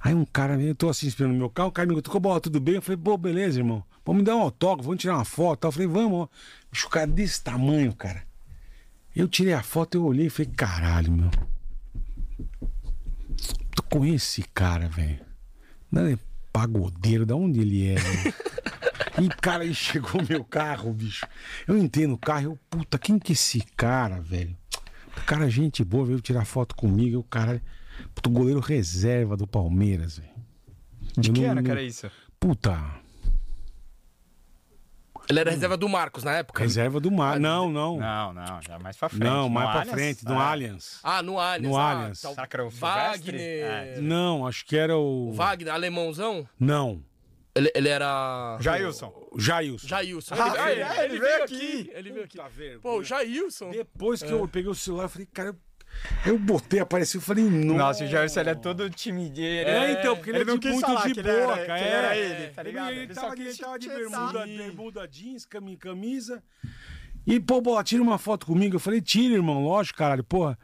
C: Aí um cara, veio, eu tô assim esperando o meu carro, o cara me perguntou, "Ô, bola, tudo bem? Eu falei, pô, beleza, irmão. Vamos me dar um autógrafo, vamos tirar uma foto. e tal." Eu falei, vamos, ó. Bicho, o cara desse tamanho, cara. Eu tirei a foto, eu olhei e falei, caralho, meu. Tô com esse cara, velho. Não, Ele é pagodeiro, da onde ele é? né? e, cara, aí chegou meu carro, bicho. Eu entrei no carro, eu, puta, quem que é esse cara, velho? Cara, é gente boa, veio tirar foto comigo, eu, caralho. Puta, goleiro reserva do Palmeiras, velho.
B: De
C: Eu
B: que
C: não-
B: ano que
C: não-
B: era isso?
C: Puta,
A: Ele era reserva do Marcos na época?
C: reserva do mar. Não, não. Não,
B: Não, não, já mais pra frente. no
C: mais pra
B: Allianz?
C: frente, do
B: Ah,
C: Allianz.
A: Ah, no Allianz.
C: No
A: ah,
C: Allianz.
A: tal-
B: Será que era o um Silvestre?
A: Wagner. Hum.
B: É.
C: Não, acho que era o.
A: Wagner, alemãozão?
C: Não.
A: Ele, ele era.
B: Jailson.
C: o Jailson.
A: Jailson.
B: Ah, ele- ele veio aqui.
A: Ele veio aqui.
C: Puta vergonha. É.
A: Pô, o Jailson.
C: Depois que eu peguei o celular, eu falei, cara, eu, eu botei, apareceu, eu falei, não.
B: Nossa, o Jailson ele é todo time dele.
C: É, então, porque ele,
B: Ele
C: é
B: não
C: de
B: quis
C: muito
B: falar
C: de
B: que ele era-
C: boa,
B: que
C: cara.
B: era
C: é.
B: ele, tá ligado?
C: Ele,
B: Ele só
C: tava, ele
B: queria te
C: tava de
B: tietar.
C: bermuda,
A: Sim.
C: bermuda jeans, cami- camisa. E, pô, bola, tira uma foto comigo. Eu falei, tira, irmão, lógico, caralho, porra.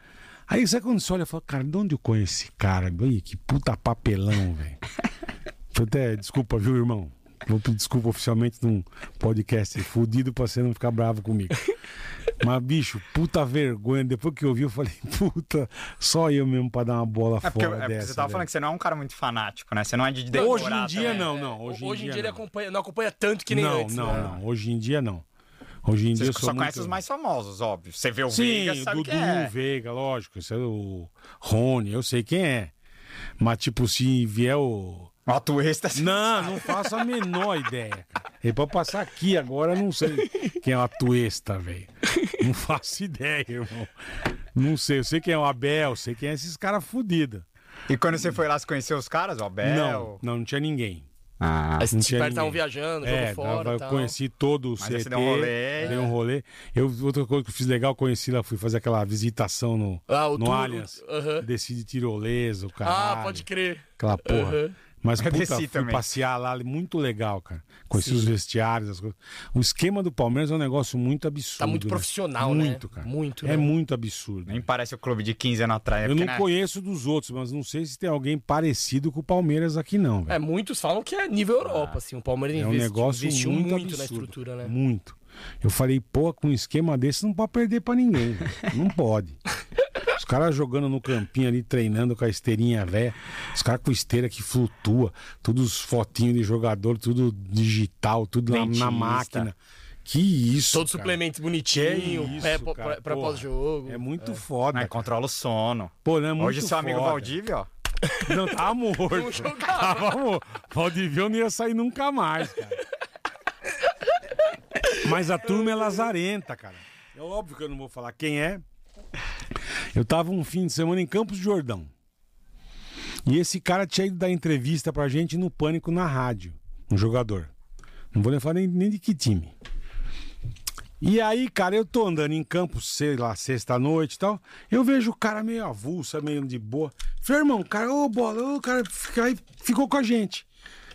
C: Aí sabe quando você olha e fala, cara, de onde eu conheci esse cara? Ih, que puta papelão, velho. Foi até, desculpa, viu, irmão? Vou pedir desculpa oficialmente num podcast fudido pra você não ficar bravo comigo. Mas, bicho, puta vergonha. Depois que eu vi, eu falei, puta, só eu mesmo pra dar uma bola
B: É porque,
C: fora
B: é porque
C: dessa.
B: você tava
C: velho.
B: falando que você não é um cara muito fanático, né? Você não é de decorar
C: Hoje em dia
B: também.
C: não, não. Hoje, em dia
A: ele
C: não.
A: acompanha, não acompanha tanto que nem
C: não,
A: antes.
C: não,
A: né?
C: não. Hoje em dia não. Hoje em
B: Você
C: dia eu
B: só
C: sou muito...
B: conhece os mais famosos, óbvio. Você vê o
C: Sim,
B: Veiga,
C: o
B: sabe
C: Dudu,
B: quem é.
C: Veiga, lógico. Esse é o Rony, eu sei quem é. Mas, tipo, se vier o...
B: O Atuesta. assim,
C: Não, não faço a menor ideia. cara. Ele pode passar aqui agora, eu não sei quem é o Atuesta, velho. Não faço ideia, irmão. Não sei, eu sei quem é o Abel, sei quem é esses caras fudidos.
B: E quando você foi lá se conhecer os caras, o Abel.
C: Não, não, não tinha ninguém.
B: Ah.
A: Aí esses
C: tinha
A: caras estavam
C: ninguém.
A: viajando, jogo
C: É,
A: fora.
C: dava- eu
A: tal.
C: conheci todo o
B: Mas aí
C: CT.
B: você deu um rolê.
C: dei um rolê. Eu, outra coisa que eu fiz legal, eu conheci lá, fui fazer aquela visitação no,
A: Ah, o
C: no
A: duro,
C: Allianz.
A: aham.
C: Desci de tirolesa, o caralho.
A: Ah, pode crer.
C: Aquela porra.
A: Aham.
C: Mas
B: Eu
C: puta,
B: desci
C: fui
B: também.
C: passear lá, muito legal, cara. Conheci os vestiários, as coisas. O esquema do Palmeiras é um negócio muito absurdo.
A: Tá muito
C: né?
A: profissional, né?
C: Muito, cara.
A: Muito,
C: É
A: né?
C: muito absurdo.
B: Nem parece o clube de 15 anos atrás. é
C: Eu
B: porque,
C: não
B: né?
C: conheço dos outros, mas não sei se tem alguém parecido com o Palmeiras aqui, não, velho.
A: É, muitos falam que é nível Europa, assim. O Palmeiras
C: Ah, É um
A: investi-
C: negócio
A: investiu
C: muito,
A: muito,
C: absurdo,
A: na estrutura, né?
C: Muito.
A: <laughs>
C: Eu falei, pô, com um esquema desse não pode perder pra ninguém. velho. não pode. Os caras jogando no campinho ali, treinando com a esteirinha velha. Os caras com esteira que flutua. Todos fotinhos de jogador, tudo digital, tudo na, na
B: Dentista.
C: máquina. Que isso.
A: Todo
C: cara.
A: suplemento
C: Que
A: bonitinho,
C: isso,
A: pé pra-
C: cara.
A: pra, pra
C: Porra,
A: pós-jogo.
C: É muito foda.
B: Mas né, controla o sono.
C: Pô, não é muito
B: Hoje seu amigo
C: foda.
B: Valdívia, ó.
C: <laughs> Não, tá
A: Não
C: morto. Tá,
A: jogava.
C: Tava morto. Valdivião não ia sair nunca mais, cara. Mas a turma é lazarenta, cara. É óbvio que eu não vou falar quem é. Eu tava um fim de semana em Campos de Jordão. E esse cara tinha ido dar entrevista pra gente no Pânico na rádio. Um jogador. Não vou nem falar nem, nem de que time. E aí, cara, eu tô andando em campo, sei lá, sexta-noite e tal. Eu vejo o cara meio avulso, meio de boa. Falei, irmão, cara, ô bola, ô cara, fica aí ficou com a gente.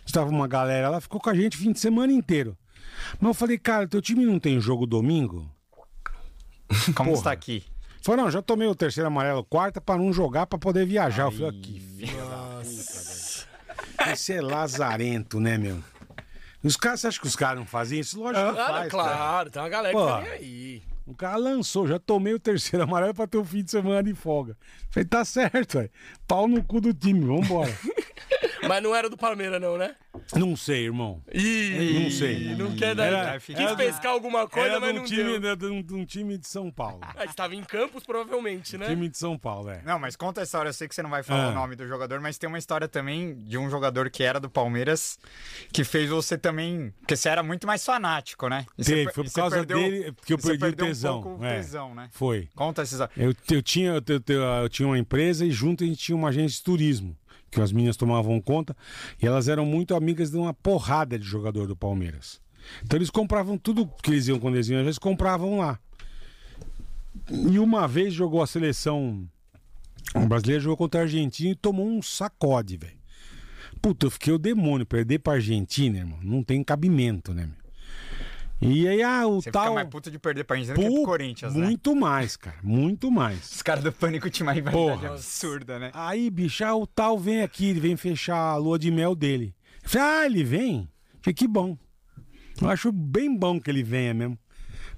C: Estava uma galera lá, ficou com a gente o fim de semana inteiro. Mas eu falei, cara, teu time não tem jogo domingo?
B: Como
C: Porra.
B: está aqui?
C: Falei, não, já tomei o terceiro amarelo, quarta, pra não jogar, pra poder viajar. Eu falei, "Ah, aqui, Isso é lazarento, né, meu? Os caras, você acha que os caras não faziam isso? Lógico que
A: Ah,
C: faz, cara.
A: claro, tem uma galera que
C: Pô.
A: tá nem aí.
C: O cara lançou, já tomei o terceiro amarelo pra ter o fim de semana de folga. Falei, tá certo, velho. Pau no cu do time,
B: <laughs>
C: vambora.
A: Mas não era do Palmeiras, não, né?
C: não sei, irmão.
A: Ih,
C: Não sei.
A: Não quer dar.
C: Era-
A: Quis
B: era-
A: pescar alguma coisa,
C: Era
A: mas
C: de um,
A: não
C: time,
A: deu.
C: de, de um- de um time de São Paulo.
A: Ah, estava em Campos, provavelmente, né?
C: Time de São Paulo, é.
B: Não, mas conta a história. Eu sei que você não vai falar
C: Ah.
B: o nome do jogador, mas tem uma história também de um jogador que era do Palmeiras que fez você também. Porque você era muito mais fanático, né? E
C: Teve,
B: per-
C: foi
B: e
C: por causa
B: perdeu-
C: dele que eu
B: e você
C: perdi o
B: perdeu um
C: tesão,
B: pouco o
C: é.
B: tesão, né?
C: Foi.
B: Conta essa história.
C: Eu, eu tinha, eu, eu- eu- eu tinha uma empresa e junto a gente tinha uma agência de turismo, que as meninas tomavam conta, e elas eram muito amigas de uma porrada de jogador do Palmeiras. Então eles compravam tudo que eles iam quando eles iam, eles compravam lá. E uma vez jogou a seleção brasileira, jogou contra a Argentina e tomou um sacode, velho. Puta, eu fiquei o demônio, perder pra Argentina, irmão, não tem cabimento, né, meu? E aí, ah, o
B: Você fica
C: tal.
B: mais puto de perder pra gente do que pro
C: Pu-
B: Corinthians, né?
C: muito mais, cara, muito mais.
B: Os caras do Pânico tinham uma rivalidade
C: Porra.
B: absurda, né?
C: Aí, bicho, ah, o tal vem aqui, ele vem fechar a lua de mel dele. Eu falei, ah, ele vem? Falei, que bom. Eu acho bem bom que ele venha mesmo.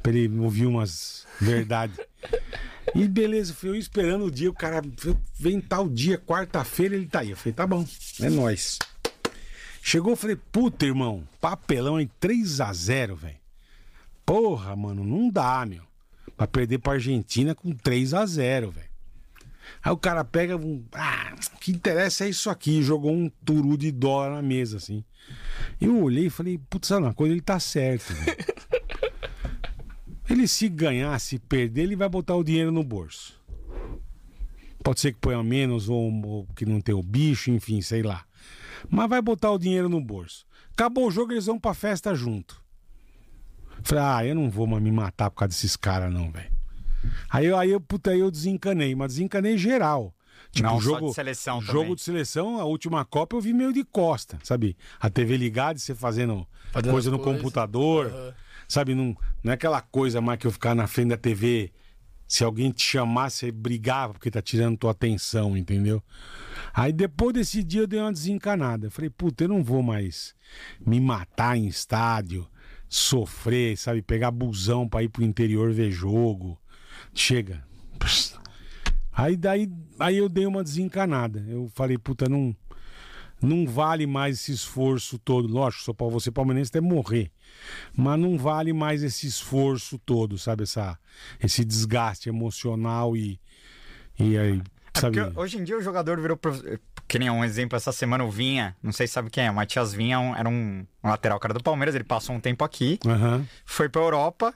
C: Pra ele ouvir umas verdades. <laughs> e beleza, eu falei, eu esperando o dia, o cara falou, vem tal dia, quarta-feira, ele tá aí. Eu falei, tá bom, é nóis. Chegou, eu falei, puta, irmão, papelão em 3x0, velho. Porra, mano, não dá, meu. Pra perder pra Argentina com 3x0, velho. Aí o cara pega um. Ah, o que interessa é isso aqui. e Jogou um turu de dólar na mesa, assim. Eu olhei e falei, putz, sabe uma coisa, ele tá certo. velho. ele se ganhar, se perder, ele vai botar o dinheiro no bolso. Pode ser que ponha menos ou, ou que não tenha o bicho, enfim, sei lá. Mas vai botar o dinheiro no bolso. Acabou o jogo, eles vão pra festa junto. Falei, ah, eu não vou mais me matar por causa desses caras, não, velho. Aí, eu- aí, eu, puta, aí eu desencanei, mas desencanei geral. Tipo,
B: Não, só
C: jogo,
B: de seleção
C: Jogo
B: também.
C: de seleção, a última Copa eu vi meio de costa, sabe? A TV ligada e você fazendo,
A: Fazendo
C: coisa no
A: coisa.
C: computador,
A: Aham.
C: sabe? Não, não é aquela coisa mais que eu ficar na frente da TV. Se alguém te chamasse, você brigava porque tá tirando tua atenção, entendeu? Aí depois desse dia eu dei uma desencanada. Eu falei, puta, eu não vou mais me matar em estádio, sofrer, sabe? Pegar busão pra ir pro interior ver jogo. Chega. Pss. Aí daí aí eu dei uma desencanada. Eu falei, puta, não não vale mais esse esforço todo. Lógico, sou para você palmeirense até morrer. Mas não vale mais esse esforço todo, sabe? Essa, esse desgaste emocional e. E aí.
B: É
C: Sabe?
B: porque hoje em dia o jogador virou. prof- Que nem um exemplo, essa semana o Vinha, não sei se sabe quem é, o Matias Vinha é um- era um um lateral cara do Palmeiras, ele passou um tempo aqui,
C: Aham.
B: foi pra Europa.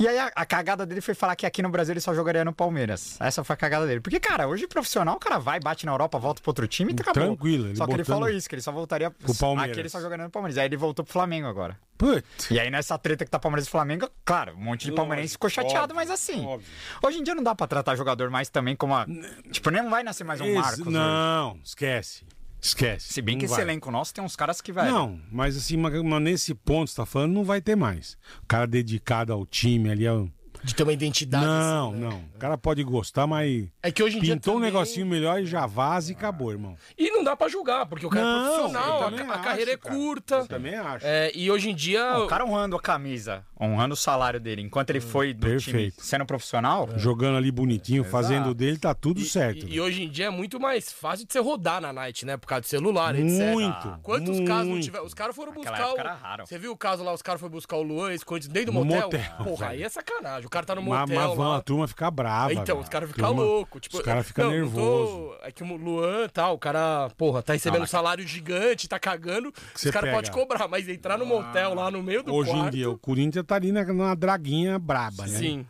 B: E aí a, a cagada dele foi falar que aqui no Brasil ele só jogaria no Palmeiras. Essa foi a cagada dele. Porque, cara, hoje profissional, o cara vai, bate na Europa, volta pro outro time e tá acabou.
C: Tranquilo, ele
B: Só que ele
C: botando-
B: falou isso, que ele só voltaria
C: Pro Palmeiras.
B: Aqui ele só jogaria no Palmeiras. Aí ele voltou pro Flamengo agora.
C: Putz.
B: E aí nessa treta que tá Palmeiras e Flamengo, claro, um monte de palmeirense ficou chateado,
C: óbvio,
B: mas assim.
C: óbvio.
B: Hoje em dia não dá pra tratar jogador mais também como a. Tipo, nem vai nascer mais um Marcos.
C: Esse-
B: hoje.
C: não, esquece. Esquece.
B: Se bem que
C: Não
B: esse
C: vai.
B: elenco nosso tem uns caras que, velho.
C: Não, mas assim, mas mas nesse ponto, você tá falando, não vai ter mais. O cara dedicado ao time ali. Ao...
A: De ter uma identidade.
C: Não,
A: assim, né?
C: não. O cara pode gostar, mas.
A: É que hoje em dia.
C: Pintou um
A: também-
C: negocinho melhor e já vaza e acabou, irmão.
A: E não dá pra julgar, porque o cara
C: Não,
A: é profissional,
C: eu
A: a,
C: também
A: a carreira
C: acho,
A: é
C: cara.
A: curta.
C: Eu também acho.
A: É, e hoje em dia.
B: O cara honrando a camisa, honrando o salário dele. Enquanto ele foi do time
C: Hum, perfeito. É.
B: sendo profissional,
C: Jogando ali bonitinho, fazendo o dele, tá tudo
A: E-
C: certo.
A: E, e hoje em dia é muito mais fácil de você rodar na night, né? Por causa do celular, etc.
C: Muito,
A: Quantos casos não
C: muito.
A: tiver? Os caras foram
B: Naquela
A: buscar.
B: época era
A: O...
B: raro.
A: Você viu o caso lá, os caras foram buscar o Luan, escondido dentro do
C: No
A: motel?
C: motel,
A: Porra,
C: velho.
A: aí é sacanagem. O cara tá no
C: Mas-
A: motel.
C: mas vão,
A: lá.
C: a turma fica brava.
A: Então,
C: velho.
A: os caras
C: A
A: ficam
C: turma-
A: loucos. Tipo,
C: os caras ficam
A: não, não
C: nervosos.
A: tô- É que o Luan tal, o cara, porra, tá recebendo um salário gigante, tá cagando.
C: você
A: os caras
C: pega.
A: podem cobrar, mas entrar no motel lá no meio do
C: Hoje
A: quarto.
C: em dia, o Corinthians tá ali na, na draguinha braba, né?
A: Sim.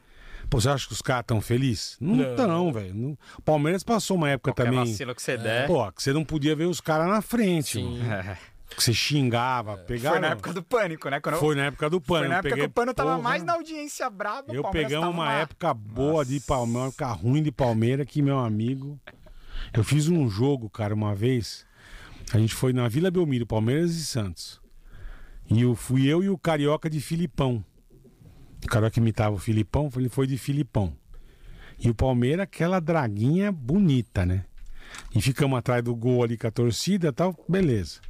C: Pô, você acha que os caras estão felizes? Não
A: Não.
C: estão, velho. Não- O Palmeiras passou uma época
B: qualquer né?
C: também. É.
B: vacilo que você der. <laughs>
C: Pô, que você não podia ver os caras na frente. mano.
B: É.
C: Que você xingava, pegava.
B: Foi na época do pânico, né? Quando eu-
C: Foi na época do pano.
B: Foi na época
C: peguei-
B: que o Pano tava
C: Porra.
B: mais na audiência braba. o
C: Eu
B: Palmeiras
C: pegamos
B: tava
C: uma
B: na-
C: época boa de Palmeiras, uma época ruim de Palmeiras, que meu amigo. Eu fiz um jogo, cara, uma vez. A gente foi na Vila Belmiro, Palmeiras e Santos. E eu fui eu e o Carioca de Filipão. O Carioca imitava o Filipão, ele foi de Filipão. E o Palmeiras, aquela draguinha bonita, né? E ficamos atrás do gol ali com a torcida e tal, beleza.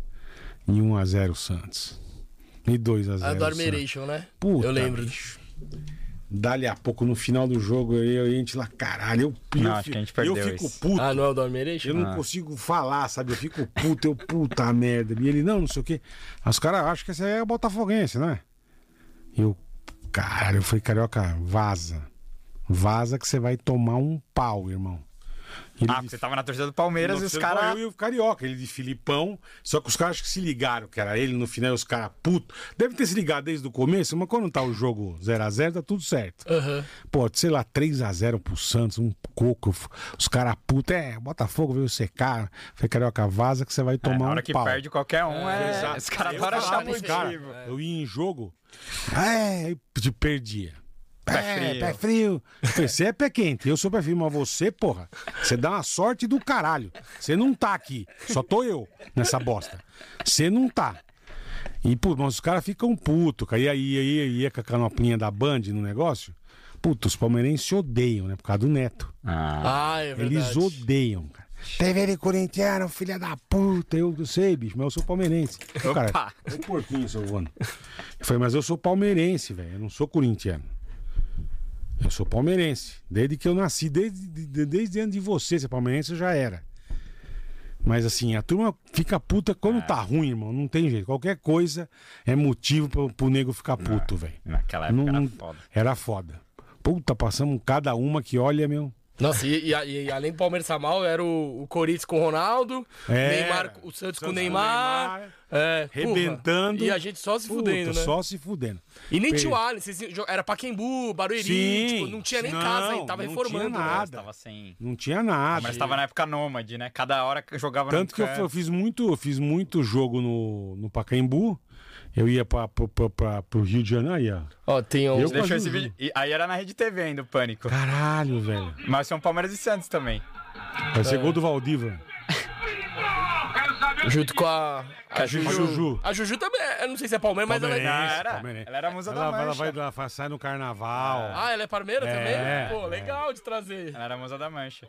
C: E 1x0 Santos. E 2x0.
A: A do Armeration, né?
C: Puta,
A: eu lembro.
C: Dali a pouco, no final do jogo, eu, eu- a gente lá, caralho, eu, eu,
B: Não, acho
C: fi-
B: que a gente perdeu
C: eu fico
B: esse.
C: puto.
A: Ah, não é o do
C: Eu
A: Armeration?
C: não consigo falar, sabe? Eu fico puto, eu puta merda. E ele, não, não sei o quê. Aí Os caras acham que esse aí é o Botafoguense, né? E eu, caralho, eu falei, carioca, vaza. Vaza que você vai tomar um pau, irmão. E ele
B: Ah, porque você tava na torcida do Palmeiras e os
C: Nossa,
B: caras.
C: Eu e o Carioca, ele de Filipão. Só que os caras acho que se ligaram, que era ele no final, e os caras putos. Deve ter se ligado desde o começo, mas quando tá o jogo 0x0, tá tudo certo.
A: Aham.
C: Pô, sei lá, 3x0 pro Santos, um coco. f- Os caras putos, é, Botafogo veio secar. Falei, Carioca, vaza que você vai
B: É,
C: tomar
B: na
C: um
B: hora que
C: pau.
B: perde qualquer um, é.
C: Exato.
B: Os caras
C: Eu assim,
B: adoram achar
C: falava pros
B: motivo.
C: cara, Eu ia em jogo, é, eu perdia. Pé
B: frio.
C: Pé frio. Eu falei, Você é pé quente, eu sou pé frio, mas você, porra, você dá uma sorte do caralho. Você não tá aqui, só tô eu nessa bosta. Você não tá. E, pô, mas os caras ficam putos, cara. E aí, aí, aí, aí, com a canopinha da Band no negócio. Puta, os palmeirenses se odeiam, né? Por causa do Neto.
A: Ah, é verdade.
C: Eles odeiam, cara. TV de corintiano, filha da puta. Eu não sei, bicho, mas eu sou palmeirense. Eu, Cara,
B: Opa.
C: ô porquinho, seu voando. Eu falei, mas eu sou palmeirense, velho. Eu não sou corintiano. Eu sou palmeirense. Desde que eu nasci, desde, de- desde antes de você ser palmeirense, eu já era. Mas assim, a turma fica puta
B: É.
C: quando tá ruim, irmão. Não tem jeito. Qualquer coisa é motivo pro, pro nego ficar puto,
B: É.
C: velho.
B: Naquela época
C: Não-
B: era foda.
C: Era foda. Puta, passamos cada uma que olha, meu.
A: Nossa, e, e- e- e além do Palmeiras estar mal, era o, o Corinthians com o Ronaldo,
C: É.
A: Neymar, o Santos com o
C: Santos
A: Neymar.
C: Neymar,
A: é, porra.
C: rebentando.
A: E a gente só se
C: Puta,
A: fudendo, né?
C: Só se fudendo.
A: E nem
C: Pe-
A: tio Allen, vocês iam jo- era Paquembu, Barueri, tipo, não tinha nem
C: Não,
A: casa ainda, tava
C: não
A: reformando.
C: tinha
A: né?
C: nada.
B: Tava sem.
C: Não tinha nada.
B: Ah, Mas tava na época nômade, né? Cada hora que é. eu jogava
C: Tanto que eu, eu fiz muito, eu fiz muito jogo no, no Pacaembu. Eu ia pra, pra, pra, pra- pro Rio de Janeiro. Aí, ó.
A: Ó, tem um.
C: Eu-
B: Deixou
C: quase
B: esse
C: não
B: vídeo. E aí era na Rede TV ainda, o pânico.
C: Caralho, velho.
B: Mas são Palmeiras e Santos também.
C: Vai ser gol do Valdiva.
A: Junto com a. A
C: A Juju.
A: A Juju também, é- eu não sei se é Palmeiras, mas ela é.
B: Palmeirense. era.
C: Palmeirense.
B: Ela era a musa
C: ela,
B: da
C: Ela
B: Mancha.
C: vai ela fa- sai no carnaval.
A: Ah, ela é Palmeira
C: É,
A: também? Pô, legal de trazer.
B: Ela era a moça da mancha.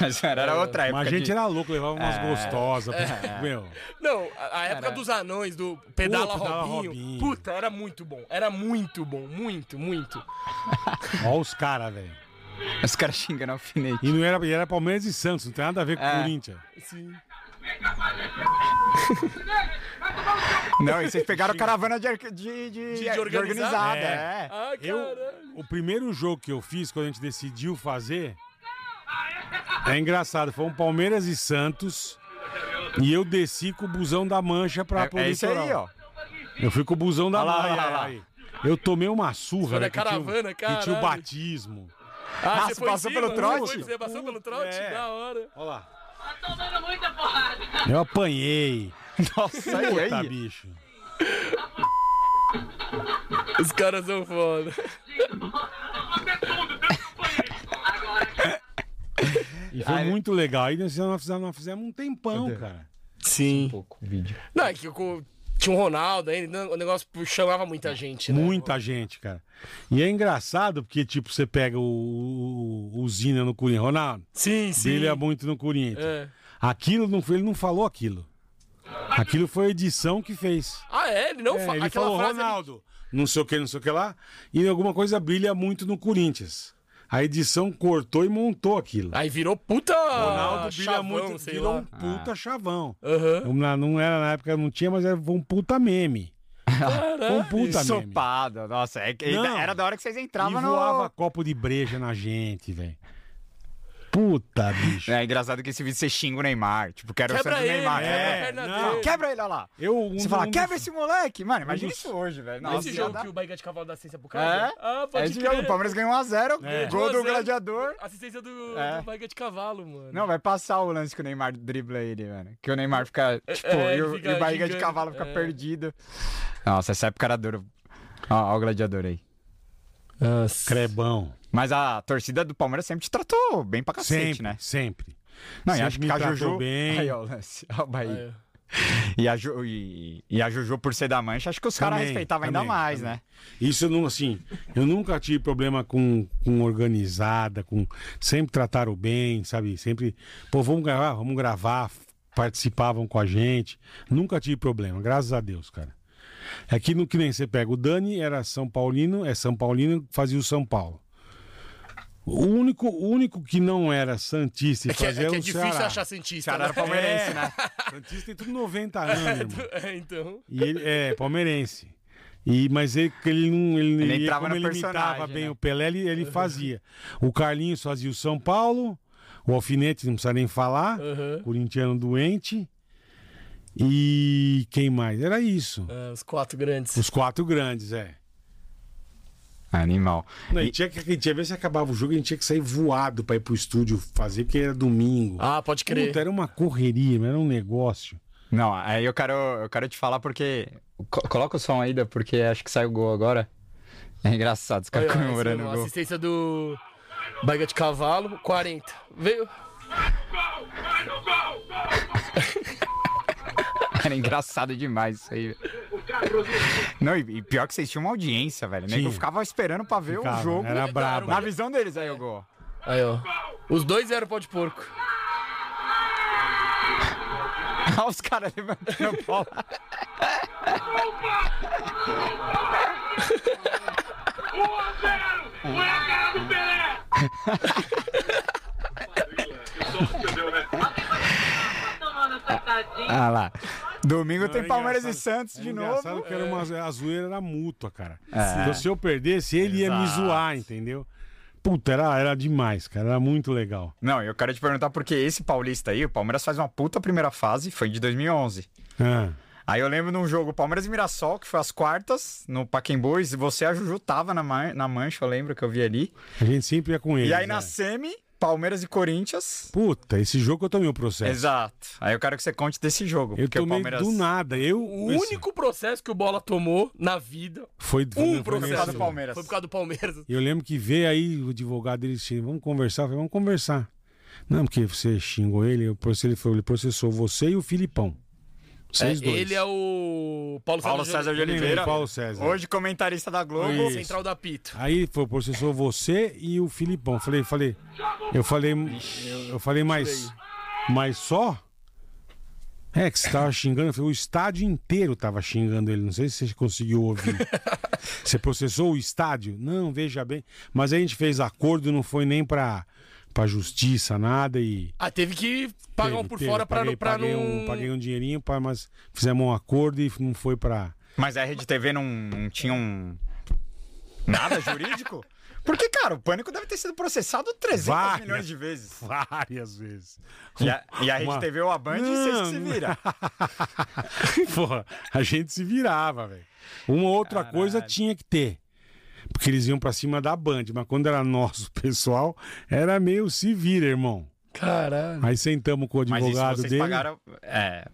B: Mas <laughs> era, era outra época.
C: Mas a gente
B: é, de- É.
C: era louco, levava umas gostosas. Meu,
A: Não, a, a época dos anões, do Pedala,
C: Pô, Pedala
A: Robinho.
C: Robinho.
A: Puta, era muito bom. Era muito bom. Muito, muito.
C: ó os caras, velho.
B: Os caras xingando alfinete.
C: E não era, e era Palmeiras e Santos, não tem nada a ver com o
B: É.
C: Corinthians.
A: Sim.
B: Não, e vocês
A: <laughs>
B: pegaram caravana de, arque- de, de,
A: de organizada.
B: É.
A: Ah,
C: Eu,
A: caralho.
C: o primeiro jogo que eu fiz, quando a gente decidiu fazer, é engraçado, foi um Palmeiras e Santos. E eu desci com o busão da mancha pra pro
B: É, é isso
C: litoral.
B: aí, ó.
C: Eu fui com o busão da
B: Olha lá,
C: mancha.
B: olha lá.
C: aí. Eu tomei uma surra,
A: Foi
C: né,
A: na
C: que tinha o-
A: caravana,
C: que tinha o
A: caralho.
C: batismo.
A: Ah,
B: você passou pelo trote?
A: Você passou pelo trote?
C: É.
A: Da hora.
C: Olha lá.
D: Tomando muita porrada.
C: Eu apanhei.
B: Nossa, aí,
C: Tá,
B: aí.
C: bicho.
A: Os caras são foda.
C: E foi muito legal. Aí nós fizemos, nós fizemos- nós fizemos um tempão, cara.
A: Sim. Não, é que o- tinha um Ronaldo ainda, o negócio chamava muita gente, né?
C: Muita gente, cara. E é engraçado porque, tipo, você pega o, o, o Zina no Corinthians. Ronaldo,
B: é
A: Sim, sim.
C: brilha muito no é Corinthians.
A: É.
C: Aquilo não foi, ele não falou aquilo. Aquilo foi a edição que fez.
A: Ah, é? Ele não
C: É,
A: fa-
C: ele
A: aquela
C: falou
A: frase ele-
C: Ronaldo, não sei o que, não sei o que lá, e alguma coisa brilha muito no Corinthians. A edição cortou e montou aquilo.
A: Aí virou puta
C: Ronaldo brilha
A: chavão,
C: muito,
A: sei
C: virou
A: lá.
C: um puta chavão.
A: Aham.
C: Na- Não era na época, não tinha, mas era um puta meme. Foi um puta meme.
B: Ensopado. Nossa, é que-
C: Não.
B: era da hora que vocês
C: e
B: entravam
C: voava
B: no...
C: copo de breja na gente, velho. Puta, bicho.
B: É engraçado que esse vídeo você xinga o Neymar. Tipo, quero
A: Quebra
B: o Santos do
A: ele,
B: Neymar.
A: quebra
B: quebra
A: a
B: ele.
A: perna
C: não.
A: dele.
B: Quebra ele, olha lá.
C: Eu, um-
B: Você fala,
C: um-
B: quebra esse moleque. Mano, imagina
C: dos-
B: isso hoje, velho.
A: Esse
B: Nossa, já
A: jogo
B: dá-
A: que o Barriga de Cavalo dá assistência pro cara?
B: É?
A: Ah,
B: É
A: pode
B: esse
A: crer.
B: jogo, o Palmeiras ganhou 1x0,
C: É.
B: gol
A: 1 a 0.
B: do gladiador.
A: Assistência do,
B: É.
A: do Barriga de Cavalo, mano.
B: Não, vai passar o lance que o Neymar dribla ele, mano. Que o Neymar fica, tipo,
A: é,
B: e,
A: ele
B: o,
A: fica
B: e o barriga de
A: gigante,
B: cavalo fica
A: é.
B: perdido. Nossa, essa época era dura. Ó, ó o gladiador aí.
C: Crebão.
B: Mas a torcida do Palmeiras sempre te tratou bem pra cacete,
C: Sempre,
B: né?
C: sempre.
B: Não, e
C: Sempre
B: acho
C: me
B: que a
C: tratou
B: Juju...
C: bem.
B: Aí, ó, o lance. Ó, o Bahia.
A: É.
B: E, a Ju... e... e a Juju, por ser da mancha, acho que os caras
C: Também,
B: respeitavam ainda
C: também,
B: mais,
C: também.
B: né?
C: Isso eu não, assim, eu nunca tive problema com, com organizada, com sempre trataram bem, sabe? Sempre, pô, vamos gravar, vamos gravar, f- participavam com a gente. Nunca tive problema, graças a Deus, cara. É que no que nem você pega, o Dani era São Paulino, é São Paulino, fazia o São Paulo. O único, o único que não era Santista e
A: É que, é,
C: fazia
A: que é
C: o
A: difícil
C: Ceará. É.
A: achar cientista.
B: um
A: Né?
B: Ceará era palmeirense, né?
C: Santista tem tudo
A: <laughs>
C: 90 anos, irmão.
A: É, então.
C: E ele é palmeirense. E, mas ele, que ele não. Ele,
B: Ele
C: ele-
B: entrava no
C: como ele imitava
B: personagem,
C: bem
B: né?
C: o Pelé, ele, ele fazia. O Carlinhos fazia o São Paulo, o Alfinete, não precisa nem falar,
A: Aham.
C: corintiano doente. E quem mais? Era isso.
A: Ah, os quatro grandes.
C: Os quatro grandes, é.
B: Animal.
C: Não, e
B: E-
C: tinha que, a gente ia ver se acabava o jogo, a gente tinha que sair voado pra ir pro estúdio fazer, porque era domingo.
A: Ah, pode crer.
C: Puta, era uma correria, mas era um negócio.
B: Não, aí eu quero, eu quero te falar porque. co- coloca o som ainda, porque acho que saiu o gol agora. É engraçado, os
A: Aí,
B: caras
A: ó, essa-
B: comemorando
A: é
B: o
A: a
B: gol.
A: Assistência do Barriga de Cavalo, 40. Veio.
B: Era é engraçado demais isso aí. velho. Não, e, e pior que vocês tinham uma audiência, velho. Né? Eu
C: Tinha.
B: ficava esperando pra ver
C: Ficava,
B: o um jogo. um
C: era brabo.
B: Na visão deles aí o gol.
A: Aí, ó. Os dois eram pau de porco.
B: Olha Ah, os caras levantando a bola. Ah lá. Domingo tem
C: Era
B: Palmeiras e
C: é engraçado-
B: Santos de
C: era
B: novo.
C: engraçado que era uma, a zoeira era mútua, cara.
B: É.
C: Então, se eu perdesse, ele ia me
B: Exato.
C: zoar, entendeu? Puta, era, era demais, cara. Era muito legal.
B: Não, eu quero te perguntar porque esse paulista aí, o Palmeiras faz uma puta primeira fase, foi de 2011.
C: Ah,
B: Aí eu lembro de um jogo Palmeiras e Mirassol, que foi às quartas, no Pacaembu, e você, a Juju, tava na, man- na mancha, eu lembro que eu vi ali.
C: a gente sempre ia com ele. né?
B: e aí na semi, Palmeiras e Corinthians.
C: Puta, esse jogo eu tomei o processo.
B: Exato. Aí eu quero que você conte desse jogo,
C: Eu
B: porque o
C: tomei
B: Palmeiras...
C: do nada. Eu,
A: O
C: esse-
A: único processo que o Bola tomou na vida
C: Foi, foi,
A: Um
C: foi nesse
A: processo.
B: do Palmeiras.
A: Foi por causa do Palmeiras.
C: E eu lembro que veio aí o advogado dele disse, vamos conversar, eu falei, vamos conversar. Não, porque você xingou ele, eu processei- ele, foi, ele processou você e o Filipão. Vocês
A: É,
C: dois.
A: ele é o Paulo,
B: Paulo César de Oliveira,
C: Paulo César.
B: hoje comentarista da Globo.
C: Isso.
A: Central da Pito.
C: Aí foi, processou você e o Filipão. Falei, falei, eu falei, eu, eu falei, mas, mas só? É, que você tava xingando, eu falei, o estádio inteiro tava xingando ele, não sei se você conseguiu
A: <laughs>
C: ouvir. Você processou o estádio? Não, veja bem. Mas aí a gente fez acordo, não foi nem pra, pra justiça, nada e...
A: Ah, teve que pagar um
C: teve-
A: por
C: teve,
A: fora pra,
C: paguei,
A: não- pra
C: paguei
A: não.
C: Um, paguei um dinheirinho, pra, mas fizemos um acordo e não foi
A: <laughs>
C: pra...
B: Mas a Rede TV não, não tinha um. Nada
C: <laughs>
B: jurídico? Porque, cara, o pânico deve ter sido processado 300
C: Várias.
B: milhões de vezes.
C: Várias vezes.
B: E a, e a Rede
C: Uma-
B: TV ou a Band, vocês que se
C: Não, é.
B: vira.
C: <laughs> Porra, a gente se virava, velho. Uma outra coisa tinha que ter. Porque eles iam pra cima da Band, mas quando era nosso <laughs> pessoal, era meio se vira, irmão.
A: Caralho.
C: Aí sentamos com o
B: Mas isso
C: advogado
B: vocês
C: dele.
B: pagaram. É,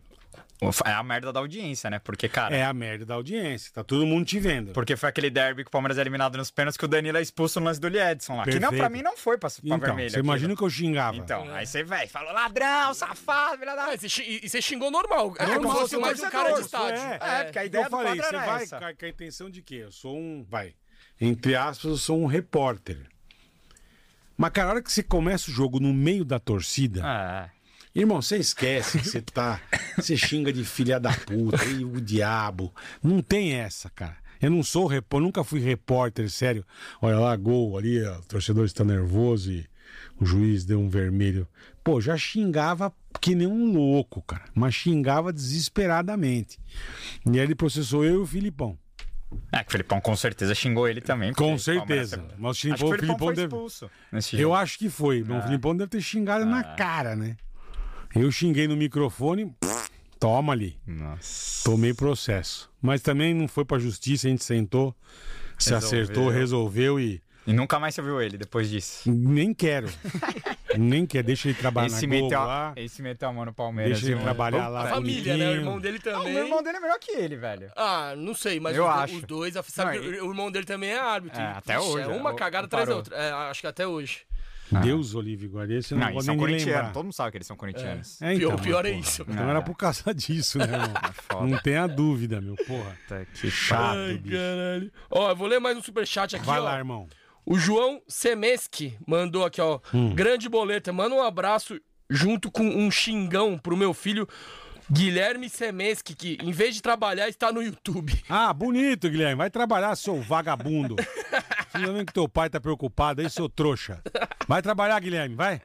B: é a merda da audiência, né? Porque, cara.
C: É a merda da audiência, tá todo mundo te vendo.
B: Porque foi aquele derby que o Palmeiras é eliminado nos pênaltis que o Danilo é expulso no lance do Liedson lá. Que não, pra
C: Perfeito.
B: mim não foi pra, pra
C: Então,
B: vermelho.
C: você
B: aquilo.
C: imagina o que eu xingava.
B: né? Então, aí você, velho, falou ladrão, safado, filha da.
A: Ah, e você xi- e você xingou normal. É
B: Normal,
A: como se fosse
B: seu
A: mais um
B: torcedor,
A: cara de
B: isso
A: estádio.
B: É, porque a
C: Então
B: ideia
C: eu
B: do
C: falei,
B: quadro
C: você
B: era
C: vai
B: essa.
C: com a- com a intenção de quê? Eu sou um, vai, entre aspas, eu sou um repórter. Mas cara, a hora que você começa o jogo no meio da torcida,
B: Ah,
C: Irmão, você esquece que você tá. Você xinga de filha da puta e o diabo. Não tem essa, cara. Eu não sou repórter, nunca fui repórter, sério. Olha lá, gol ali, ó, o torcedor está nervoso e o juiz deu um vermelho. Pô, já xingava que nem um louco, cara. Mas xingava desesperadamente. E aí ele processou eu e o Filipão.
B: É, que o Felipão com certeza xingou ele também.
C: Com
B: porque o Palmeiras-
C: certeza. Mas
B: Acho que
C: xingou
B: o Felipão
C: o Filipão
B: foi
C: deve-
B: expulso. Nesse
C: Eu
B: jogo.
C: acho que foi. Mas O Filipão deve ter xingado na cara, né? Eu xinguei no microfone, toma ali.
B: Nossa.
C: Tomei processo. Mas também não foi pra justiça, a gente sentou, se
B: Resolveu.
C: acertou, resolveu e
B: E nunca mais você viu ele depois disso.
C: nem quero. nem quer, deixa ele trabalhar
B: Esse é
C: na Globo
B: meteu,
C: lá.
B: esse meteu a mão no Palmeiras.
C: Deixa ele
B: viu, mano?
C: trabalhar lá.
A: A família, né? O
C: bonitinho.
A: irmão dele
B: Ah, O
A: também.
B: irmão dele é melhor que ele, velho.
A: Ah, não sei, mas
B: Eu
A: os, do-
B: acho.
A: os dois, sabe
B: Não,
A: que
B: e-
A: o irmão dele também é árbitro.
B: É,
A: E,
B: até
A: puxa,
B: hoje,
A: É uma
B: o-
A: cagada atrás da
B: parou.
A: outra. É, acho que até hoje.
C: Deus, Olívio Guardia, você não,
B: Não, e
C: pode
B: são
C: nem
B: corintianos.
C: lembrar.
B: Todo mundo sabe que eles são corintianos.
C: É,
A: pior
C: então,
A: pior é
C: porra.
A: isso.
C: Então era por causa disso, né, irmão?
B: foda. Tá.
C: Não tenha dúvida, meu, porra.
B: Puta que
C: Chato,
A: Ai,
C: bicho.
A: caralho. Ó, eu vou ler mais um superchat aqui,
C: Vai
A: ó.
C: lá, irmão.
A: O João Semeski mandou aqui, ó.
C: Hum.
A: Grande boleta. Manda um abraço junto com um xingão pro meu filho Guilherme Semeski, que em vez de trabalhar está no YouTube. <laughs>
C: Ah, bonito, Guilherme. Vai trabalhar, seu vagabundo. Você não vê que teu pai tá preocupado aí, seu trouxa. Vai trabalhar, Guilherme, vai.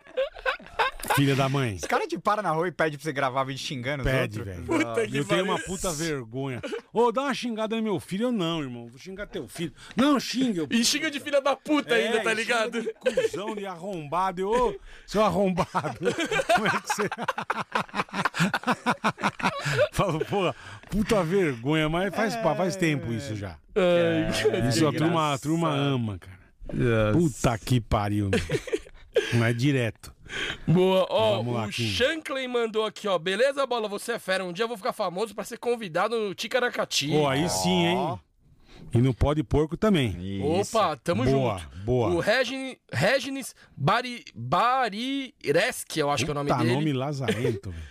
C: Filha da mãe.
B: Os caras te param na rua e pedem pra você gravar vídeo xingando os
C: Pede,
B: outros.
C: velho.
A: Puta que
C: Eu tenho uma
A: pariu.
C: puta vergonha. Ô, dá uma xingada no meu filho. Eu não, irmão. Vou xingar teu filho. Não, xingue. Eu...
A: E xinga de filha da puta
C: É,
A: ainda, tá
C: xinga
A: ligado?
C: De cuzão, de arrombado. Eu, ô, seu arrombado. Como é que você... <laughs> Falo, porra, puta vergonha. Mas faz, pá, faz tempo
A: É.
C: isso já.
A: <laughs> Ai,
C: É, Isso a
B: engraçado.
C: turma, a turma ama, cara. Puta que pariu, meu. Não é direto.
A: Boa, ó,
C: Vamos lá,
A: o
C: Kim.
A: Shanklin mandou aqui, ó. Beleza, bola, você é fera. Um dia eu vou ficar famoso pra ser convidado no Ticaracati.
C: Pô, aí sim, hein? E não pode porco também.
B: Isso.
A: Opa, tamo
C: boa,
A: junto. O
C: boa.
A: Regin, Regines Bari, Barireski, eu acho que é o nome
C: Tá
A: dele.
C: nome lazarento.
A: <laughs>
C: velho.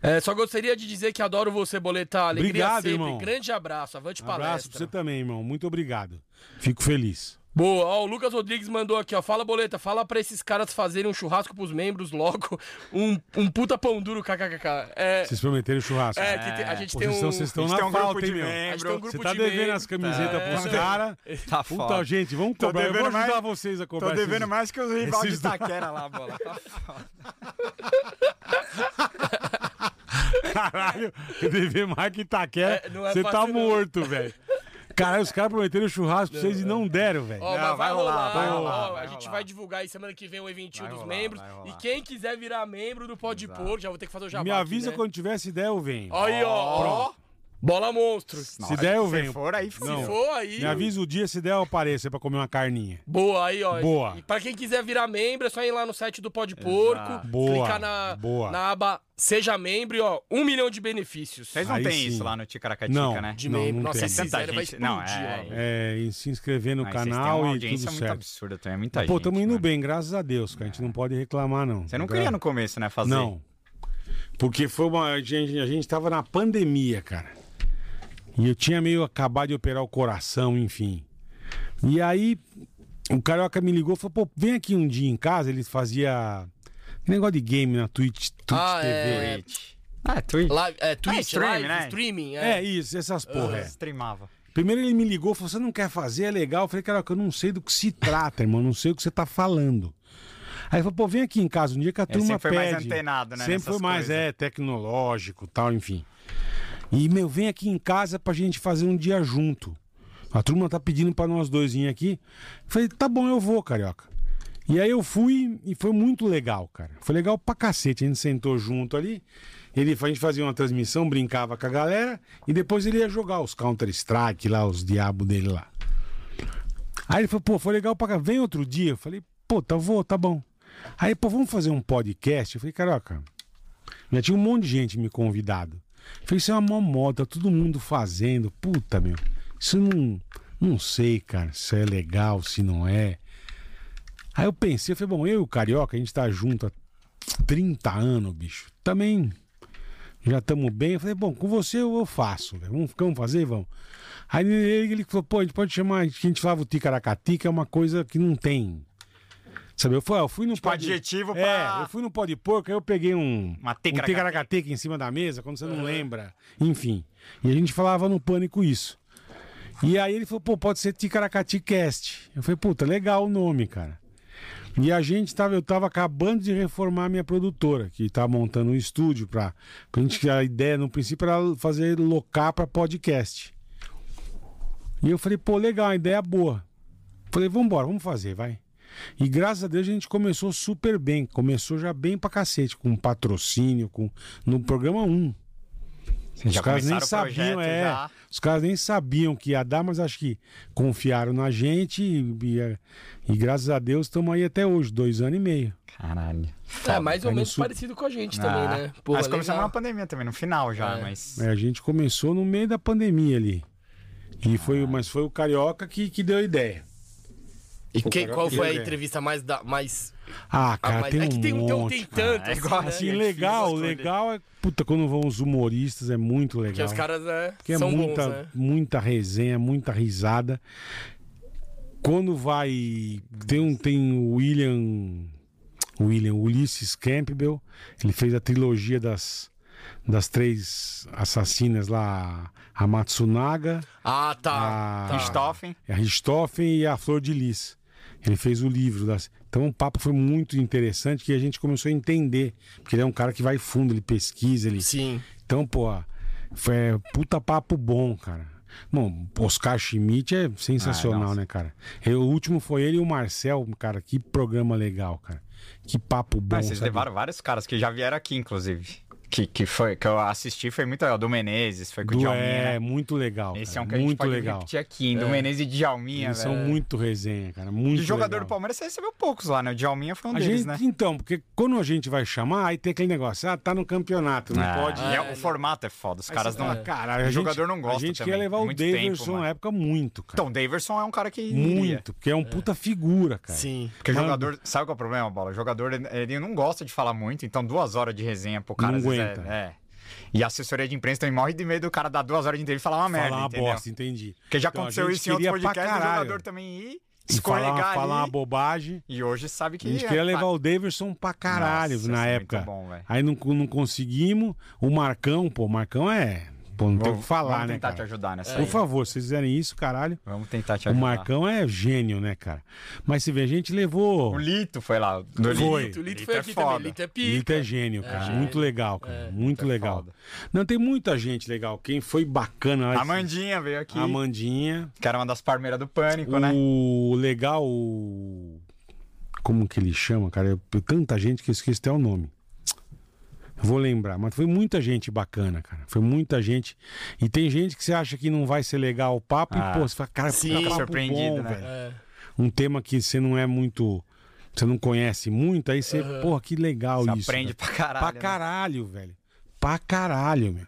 A: É, só gostaria de dizer que adoro você, Boletar. Alegria
C: Obrigado,
A: sempre.
C: irmão.
A: Grande abraço. Avante
C: Abraço pra
A: palestra.
C: você também, irmão. Muito obrigado. Fico feliz.
A: Boa. Ó, o Lucas Rodrigues mandou aqui, ó. Fala, Boleta. Fala pra esses caras fazerem um churrasco pros membros logo. <laughs> Um, um puta pão duro, kkkk. É,
C: Vocês prometeram churrasco.
A: é, que te- a gente
C: Pô,
A: tem
C: vocês
A: um...
C: estão- vocês estão
B: A gente
C: na
B: tem um
C: falta,
B: grupo
C: hein,
B: de
C: meu?
A: a gente tem um
B: membros.
A: grupo
C: Você tá
A: de É.
C: devendo
A: membros.
C: as camisetas pros
A: <laughs>
C: caras.
B: Tá
C: Puta,
B: foda.
C: gente, vamos
B: Tô
C: cobrar. Eu vou
B: devendo
C: ajudar
B: mais-
C: vocês a
B: Tô
C: cobrar
B: devendo
C: esses-
B: mais que os rival
C: esses
B: de
C: dois.
B: Taquera lá, bola. Tá foda.
C: <laughs> Caralho, dever mais que Itaquera,
A: É, não é
C: você tá
A: fácil, não.
C: morto, velho. Caralho, os caras prometeram churrasco pra vocês e não deram, velho.
A: Ó,
B: Não,
A: mas vai,
B: vai
A: rolar,
B: rolar, vai
A: ó,
B: rolar,
A: a
B: vai
A: gente
B: rolar.
A: vai divulgar aí semana que vem o eventinho
B: Vai
A: dos
B: rolar,
A: membros.
B: vai rolar.
A: E quem quiser virar membro do Pode Pôr, já vou ter que fazer o jabá
C: Me
A: aqui,
C: avisa
A: né?
C: quando tivesse ideia, eu venho.
A: Aí, ó, ó. Bola monstro. Se
C: Se der, eu venho.
B: Se for aí, fica.
C: Não.
A: for aí.
C: Me avisa o dia, se der, eu apareço aí pra comer uma carninha.
A: Boa, aí, ó.
C: Boa.
A: E pra quem quiser virar membro, é só ir lá no site do Pode Porco,
C: Boa,
A: clicar na,
C: boa.
A: na aba Seja Membro e, ó, um milhão de benefícios.
B: Vocês não
C: Aí
B: têm
C: sim.
B: isso lá no Ticaracatica,
C: Não.
B: né?
A: De
C: Não,
A: membro.
C: não
A: Nossa,
C: tem.
A: esse
B: Tanta
A: zero vai
B: gente-
A: explodir,
B: não,
A: ó.
B: é,
C: É, e se inscrever no
B: Aí vocês têm
C: canal
B: uma
C: e tudo
B: audiência muito
C: certo.
B: absurda também, muita
C: Pô,
B: gente.
C: tamo indo
B: mano.
C: bem, graças a Deus, cara. A gente não pode reclamar, não.
B: Você não queria no começo, né, fazer?
C: Não. Porque foi uma. A gente, a gente tava na pandemia, cara. E eu tinha meio acabado de operar o coração, enfim. E aí, o Carioca me ligou e falou: pô, vem aqui um dia em casa. Ele fazia negócio de game na Twitch, Twitch
A: Ah,
C: TV.
A: é.
B: Twitch. Ah, Twitch.
A: Live, é, Twitch,
B: streaming,
A: live,
B: né?
A: streaming. É.
C: É isso, essas porra. é.
B: Streamava.
C: Primeiro ele me ligou, falou: você não quer fazer, é legal. Eu falei, cara, eu não sei do que se trata, irmão, não sei o que você tá falando. Aí ele falou, pô, vem aqui em casa um dia que a
B: Ele
C: turma
B: sempre foi mais
C: pede.
B: antenado, né,
C: Sempre
B: nessas
C: foi mais,
B: coisas.
C: é, tecnológico tal, enfim. E, meu, vem aqui em casa pra gente fazer um dia junto. A turma tá pedindo pra nós dois ir aqui. Eu falei, tá bom, eu vou, carioca. E aí eu fui e foi muito legal, cara. Foi legal pra cacete. A gente sentou junto ali. Ele, a gente fazia uma transmissão, brincava com a galera. E depois ele ia jogar os Counter-Strike lá, os diabos dele lá. Aí ele falou, pô, foi legal pra cá. Vem outro dia. Eu falei, pô, tá, vou, tá bom. Aí, pô, vamos fazer um podcast? Eu falei, caraca, já tinha um monte de gente me convidado. Eu falei, isso é uma mó moda, todo mundo fazendo. Puta, meu, isso não. Não sei, cara, se é legal, se não é. Aí eu pensei, eu falei, bom, eu e o Carioca, a gente tá junto há 30 anos, bicho. Também já estamos bem. Eu falei, bom, com você eu eu faço. velho. Vamos, vamos fazer? Vamos. Aí ele, ele falou, pô, a gente pode chamar, a gente falava o ticaracatica, é uma coisa que não tem. Sabe, eu fui, eu fui no
B: Tipo, adjetivo pra-
C: É, eu fui no pó de porco, aí eu peguei um...
B: Uma
C: um tecaracateca em cima da mesa, quando você não lembra. Enfim. E a gente falava no pânico isso. E aí ele falou, pô, pode ser Ticaracati Cast. Eu falei, puta, legal o nome, cara. E a gente tava, eu tava acabando de reformar a minha produtora, que tá montando um estúdio pra, pra gente, a ideia no princípio era fazer locar pra podcast. E eu falei, pô, legal, uma ideia é boa. Falei, vambora, vamos fazer, vai. E graças a Deus a gente começou super bem. Começou já bem pra cacete, com patrocínio, com no programa 1. Os
B: Já
C: caras nem
B: começaram o projeto,
C: sabiam, é.
B: já.
C: Os caras nem sabiam que ia dar, mas acho que confiaram na gente e, e- é, e graças a Deus estamos aí até hoje, dois anos e meio.
B: Caralho.
A: É, mais ou
C: Aí no
A: menos
C: sul-
A: parecido com a gente também,
B: Ah,
A: né? Pô,
B: mas começamos
A: legal.
B: na pandemia também, no final já,
A: É.
B: mas.
C: É, a gente começou no meio da pandemia ali. E foi, mas foi o Carioca que, que deu a ideia.
A: E quem-
C: cara,
A: qual
C: que
A: foi a
C: legal.
A: entrevista mais. Da, mais,
C: Ah,
A: a
C: cara,
A: mais-
C: tem um
A: é que tem, um- tem, um-
C: monte,
A: tem
C: cara.
A: tanto.
B: É
A: assim,
B: igual
A: né?
B: assim,
C: Assim,
B: é
C: legal,
B: difícil escolher.
C: legal é... Puta, quando vão os humoristas é muito legal.
A: Que os caras né,
C: Porque
A: são
C: é muita,
A: bons, né?
C: muita resenha, muita risada. Quando vai. Tem, um, tem o William. William Ulisses Campbell. Ele fez a trilogia das, das três assassinas lá: a Matsunaga,
A: Ah, tá.
C: Ah,
A: tá.
B: Christoffen.
C: a Richthofen e a Flor de Lis. Ele fez o livro. Das... Então o papo foi muito interessante que a gente começou a entender. Porque ele é um cara que vai fundo, ele pesquisa, ele.
A: Sim.
C: Então, pô, foi é puta papo bom, cara. Bom, Oscar Schmidt é
B: Ah,
C: sensacional,
B: nossa.
C: né, cara? E o último foi ele e o Marcel, cara. Que programa legal, cara. Que papo bom.
B: Mas Ah, vocês
C: sabe?
B: levaram vários caras que já vieram aqui, inclusive. Que, que, foi, que eu assisti, foi muito legal. Do Menezes, foi com o
C: Do,
B: um Djalminha. né?
C: é, muito legal.
B: Esse é
C: cara,
B: um que a gente
C: muito
B: pode
C: legal. É.
B: repetir aqui, hein? Do Menezes e Djalminha,
C: Eles
B: velho.
C: são muito resenha, cara. Muito
B: De jogador
C: legal.
B: do Palmeiras, você recebeu poucos lá, né? O Djalminha foi um
C: A
B: deles,
C: gente,
B: né?
C: então, porque quando a gente vai chamar, aí tem aquele negócio, ah, tá no campeonato, não
B: Ah,
C: pode.
B: e é-
A: é.
B: o formato é foda, os caras não...
C: Ah, caralho,
B: o
C: a gente-
B: jogador não gosta
C: A gente
B: também.
C: quer levar o
B: Muito tempo,
C: Davidson
B: mano.
C: na época muito, cara.
B: Então, o Daverson é um cara que... iria.
C: muito, porque é um puta figura, cara.
A: Sim.
B: Porque o
C: Mano.
B: jogador... Sabe qual é o problema, Bola? O jogador, ele- ele não gosta de falar muito, então duas horas de resenha pro cara...
C: Não
B: às vezes, é-
C: aguenta.
B: É, E a assessoria de imprensa também morre de medo do cara dar duas horas de entrevista e falar é uma
C: Falar
B: merda,
C: uma
B: entendeu?
C: bosta, entendi.
B: Porque já
C: Então, a
B: aconteceu
C: gente
B: isso em outros
C: queria pra
B: podcasts, o
C: caralho.
B: jogador também ir
C: E falar,
B: escorregar
C: falar uma
B: ali.
C: bobagem.
B: E hoje sabe que... é
C: A gente queria levar o Davidson pra caralho
B: Nossa,
C: na
B: isso é muito
C: época.
B: bom, velho.
C: Aí não, não conseguimos. O Marcão, pô, o Marcão é. Pô, não tem o que falar,
B: Vamos
C: né?
B: tentar te
C: cara?
B: ajudar nessa
C: Por
B: aí.
C: favor, se vocês fizerem isso, caralho.
B: Vamos tentar te
C: O
B: ajudar.
C: Marcão é gênio, né, cara? Mas se vê, a gente levou.
B: O Lito foi lá. Do
C: Foi.
A: Lito, Lito
B: Lito
A: foi
B: é
A: aqui
B: foda.
A: também. Lito é pica.
C: Lito é gênio, cara.
A: gênio.
C: Muito legal, cara. Muito
B: Lito é
C: legal.
B: foda.
C: Não, tem muita gente legal. Quem foi bacana
A: é-
C: lá.
B: A Mandinha veio aqui.
C: A Mandinha.
B: Que era uma das parmeiras do Pânico, né?
C: O legal. o- Como que ele chama, cara? Eu- eu- Tanta gente que eu esqueci até o nome. Eu Vou lembrar, mas foi muita gente bacana, cara. Foi muita gente. E tem gente que você acha que não vai ser legal o papo,
B: Ah.
C: e pô, você fala, cara,
A: Sim.
C: puta papo
B: Surpreendido,
C: bom,
B: né?
C: velho.
A: É.
C: Um tema que você não é muito. Você não conhece muito, aí você, porra, que legal
B: Você
C: isso.
B: aprende
C: cara.
B: pra caralho. né?
C: Pra caralho, velho. Pra caralho, meu.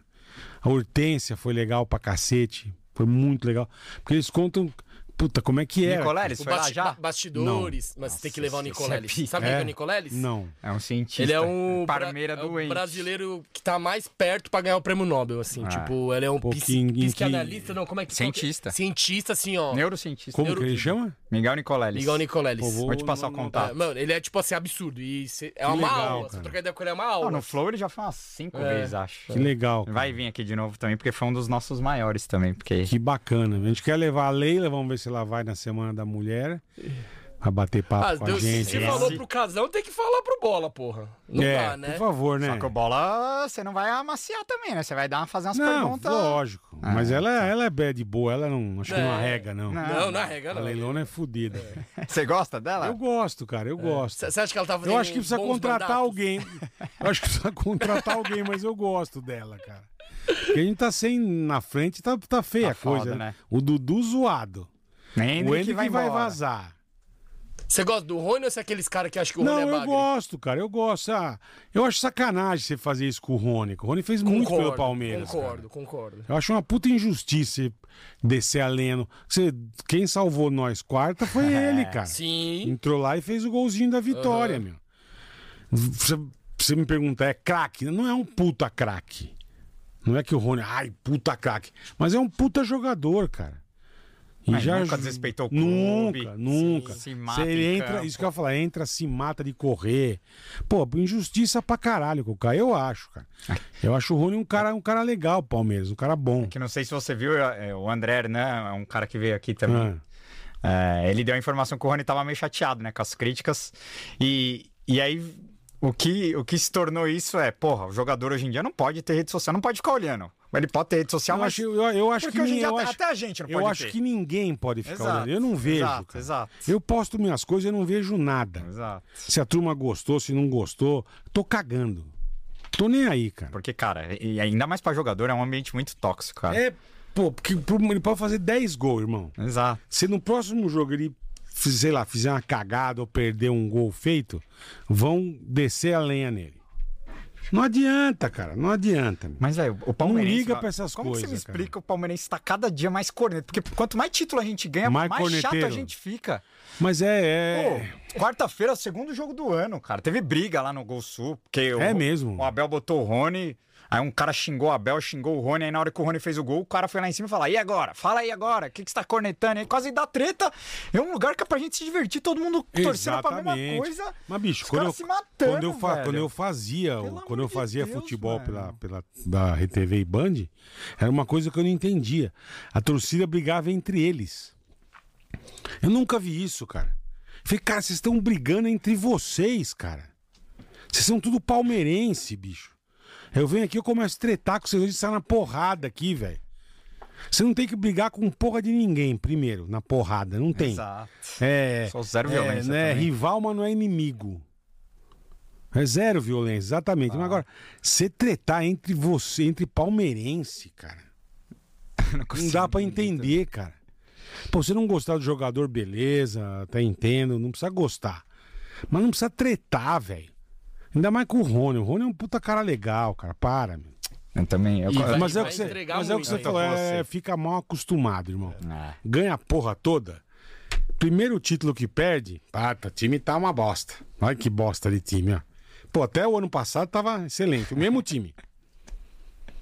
C: A Hortência foi legal pra cacete. Foi muito legal. Porque eles contam. Puta, como é que
B: Né?
C: era?
B: Nicoleles
A: O
B: foi lá
A: basti-
B: já?
A: ba- bastidores. Mas
B: Nossa,
A: tem que levar o
B: esse é
A: Nicoleles.
B: pica.
A: Sabe quem é o
C: É?
A: Nicoleles?
C: Não.
B: É um cientista.
A: Ele é um
B: Parmeira
A: bra- é o
B: doente.
A: brasileiro que tá mais perto pra ganhar o prêmio Nobel, assim.
B: Ah.
A: Tipo, ele é um
C: Pô,
A: pis-
C: que- em que-
A: psicanalista, não, como é que
B: Cientista.
A: Cientista, assim, ó.
B: Neurocientista.
C: Como
A: Neuro-
C: que ele chama?
B: Miguel Nicoleles.
A: Miguel Nicoleles.
C: Pô, vou-
B: Vou te passar o
C: não- não-
B: contato.
A: É, mano, ele é tipo assim, absurdo. E cê- é uma
C: legal,
A: aula. Você
C: cara.
A: trocar ideia com ele é uma
B: Ah,
A: aula.
B: no Flow ele já foi umas cinco
A: É.
B: vezes, acho.
C: Que legal. cara.
B: Vai vir aqui de novo também, porque foi um dos nossos maiores também. Porque...
C: Que bacana. A gente quer levar a Leila, vamos ver se ela vai na Semana da Mulher. Vai bater papo
A: Ah,
C: com
A: Deus,
C: a gente.
A: se
B: né?
A: falou pro casão, tem que falar pro bola, porra. Não
C: é,
A: dá, né?
C: por favor, né?
B: Só que o Bola, você não vai amaciar também, né? Você vai dar, fazer umas
C: Não,
B: perguntas...
C: lógico. Mas ela, ela é bad boa, ela não. Acho que não
A: É.
C: arrega, não.
B: Não.
A: Não, na regra
C: A
A: não.
C: leilona é fodida.
B: <laughs> Você gosta dela?
C: Eu gosto, cara, eu gosto.
A: Você acha que ela tá fazendo
C: Eu acho que precisa
A: bons
C: contratar
A: mandatos?
C: alguém. Eu acho que precisa
A: <laughs>
C: contratar alguém, mas eu gosto dela, cara. Porque a gente tá sem na frente, tá, tá feia
B: Tá
C: a coisa.
B: foda,
C: né?
B: né?
C: O Dudu zoado.
B: Nem
C: o Henrique vai, vazar.
A: Você gosta do Rony ou você é aqueles caras que acham que o
C: Não,
A: Rony é
C: eu
A: bagre?
C: gosto, cara. Eu gosto. Ah, eu acho sacanagem você fazer isso com o Rony. que O Rony fez muito
A: Concordo,
C: pelo Palmeiras. cara.
A: Concordo, concordo.
C: Eu acho uma puta injustiça você descer a Leno. Você, quem salvou nós
B: <laughs>
C: quarta foi ele, cara.
A: Sim.
C: Entrou lá e fez o golzinho da vitória, meu. Você, você me perguntar, é craque? Não é um puta craque. Não é que o Rony, ai, puta craque. Mas é um puta jogador, cara. E
B: Mas nunca desrespeitou o clube.
C: Nunca, nunca.
B: Se- se mata
C: Você
B: em
C: entra,
B: campo.
C: isso que eu ia falar, entra, se mata de correr. Pô, injustiça pra caralho com o cara, eu acho, cara. Eu acho o Rony um cara, um cara legal, Palmeiras, um cara bom.
B: Que não sei se você viu, é, o André Hernan, é um cara que veio aqui também.
C: Ah.
B: É, ele deu a informação que o Rony tava meio chateado, né, com as críticas. E, e aí, o que, o que se tornou isso é, porra, o jogador hoje em dia não pode ter rede social, não pode ficar olhando. Ele pode ter rede social,
C: Eu
B: Tá, mas...
C: acho, eu, eu acho
B: porque
C: que
B: hoje em
C: nem-
B: dia
C: eu
B: até,
C: acho-
B: até a gente não
C: Eu
B: pode
C: acho
B: ter.
C: que ninguém pode ficar
B: Exato,
C: olhando. Eu não vejo.
B: exato,
C: cara.
B: exato.
C: Eu posto minhas coisas, eu não vejo nada.
B: Exato.
C: Se a turma gostou, se não gostou, tô cagando. Tô nem aí, cara.
B: Porque, cara, e ainda mais pra jogador, é um ambiente muito tóxico, cara.
C: É, pô, porque pro- ele pode fazer 10 gols, irmão.
B: Exato.
C: Se no próximo jogo ele, fiz- sei lá, fizer uma cagada ou perder um gol feito, vão descer a lenha nele. Não adianta, cara. Não adianta. meu.
B: Mas, velho, o Palmeirense.
C: liga pra essas
B: como que
C: coisas,
B: você me
C: cara.
B: explica o Palmeirense tá cada dia mais corneto? Porque quanto mais título a gente ganha,
C: Mais
B: mais, chato a
C: corneteiro.
B: gente fica.
C: Mas é. é...
B: Pô, quarta-feira, é o segundo jogo do ano, cara. Teve briga lá no Gol Sul. Porque o,
C: É mesmo.
B: O Abel botou o Rony. Aí um cara xingou o Abel, xingou o Rony. Aí na hora que o Rony fez o gol, o cara foi lá em cima e falou: E agora? Fala aí agora. O que, que você tá cornetando? Aí quase dá treta. É um lugar que é pra gente se divertir, todo mundo torcendo pra mesma
C: Exatamente.
B: coisa.
C: Mas, bicho,
B: os
C: quando eu,
B: caras se matando,
C: quando, eu fa-
B: velho.
C: quando eu fazia, o-
B: Pelo
C: quando eu
B: amor de
C: fazia
B: Deus,
C: futebol
B: velho.
C: pela, pela da RTV e Band, era uma coisa que eu não entendia. A torcida brigava entre eles. Eu nunca vi isso, cara. Falei, cara, vocês estão brigando entre vocês, cara. Vocês são tudo palmeirense, bicho. Eu venho aqui, eu começo a tretar com vocês, hoje sai na porrada aqui, velho. Você não tem que brigar com porra de ninguém, primeiro, na porrada, não tem.
B: Exato.
C: É,
B: Só zero
C: é,
B: violência
C: Né?
B: também.
C: Rival, mas não é inimigo. É zero violência, exatamente.
B: Ah.
C: Mas agora, você tretar entre você, entre palmeirense, cara,
B: <laughs> Não
C: não
B: consigo
C: dá pra entender, cara. Pô, você não gostar do jogador, beleza, até entendo, não precisa gostar. Mas não precisa tretar, velho. Ainda mais com o Rony. O Rony é um puta cara legal, cara. Para, meu.
B: Eu também. Eu,
A: E vai-
C: Mas é o que
A: vai
C: você,
A: entregar
C: mas é o que
A: muito, né? É.
C: você
A: hein?
B: Eu tô
C: falou,
B: Então, com
C: é,
B: você.
C: fica mal acostumado, irmão
B: Ah,
C: ganha a porra toda. Primeiro título que perde, pata, time tá uma bosta. Olha que bosta de time, ó. Pô, até o ano passado tava excelente, o mesmo time.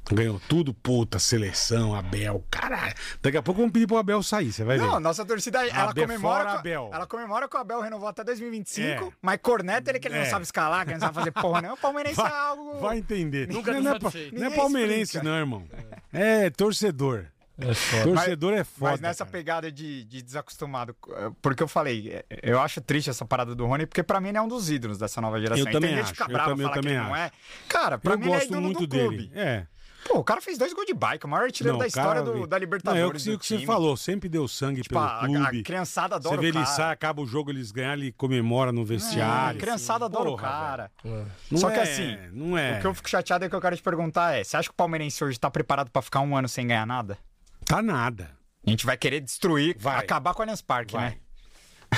C: Ganhou tudo, puta, seleção, Abel, caralho. Daqui a pouco vamos pedir pro Abel sair, você vai ver.
B: Não, nossa torcida, ela
C: Ah, Abel,
B: comemora,
C: fora
B: com-
C: Abel.
B: ela comemora que o Abel renovou até 2025,
C: É.
B: mas corneta ele que ele
C: É.
B: não sabe escalar, que ele não sabe fazer porra não, o palmeirense é algo...
C: vai entender.
A: Nunca
C: não,
A: tá
C: não é, pa-
A: satisfeito.
C: não é
B: Ninguém
C: palmeirense,
B: explica.
C: não, irmão. É torcedor.
A: É foda.
C: Torcedor é foda.
B: mas nessa
C: cara.
B: pegada de, de desacostumado, eh, porque eu falei, é, eu acho triste essa parada do Rony, porque pra mim ele é um dos ídolos dessa nova geração.
C: Eu
B: E
C: também
B: Tem gente
C: acho,
B: que fica
C: eu
B: brava
C: também- eu
B: falar que
C: também
B: ele não é.
C: acho.
B: Cara, pra
C: Eu
B: mim ele é
C: gosto
B: ídolo
C: muito
B: do clube.
C: dele. É.
B: Pô, o cara fez dois gols de bike, o maior artilheiro
C: Não,
B: da
C: o
B: história
C: cara-
B: do- da Libertadores
C: Não, é o que,
B: do
C: o que você
B: time.
C: falou, sempre deu sangue
B: Tipo, a, a
C: pelo clube.
B: criançada adora
C: Você vê
B: o cara.
C: ele sai, acaba o jogo, eles ganham, ele comemora no
B: Ah,
C: vestiário.
B: a criançada adora
C: Porra,
B: o cara.
C: Não
B: Só que
C: é,
B: assim,
C: não é.
B: o que eu fico chateado é que eu quero te perguntar é: você acha que o palmeirense hoje tá preparado pra ficar um ano sem ganhar nada?
C: Tá nada.
B: A gente vai querer destruir,
C: Vai.
B: acabar com o Allianz Parque,
C: Vai.
B: né?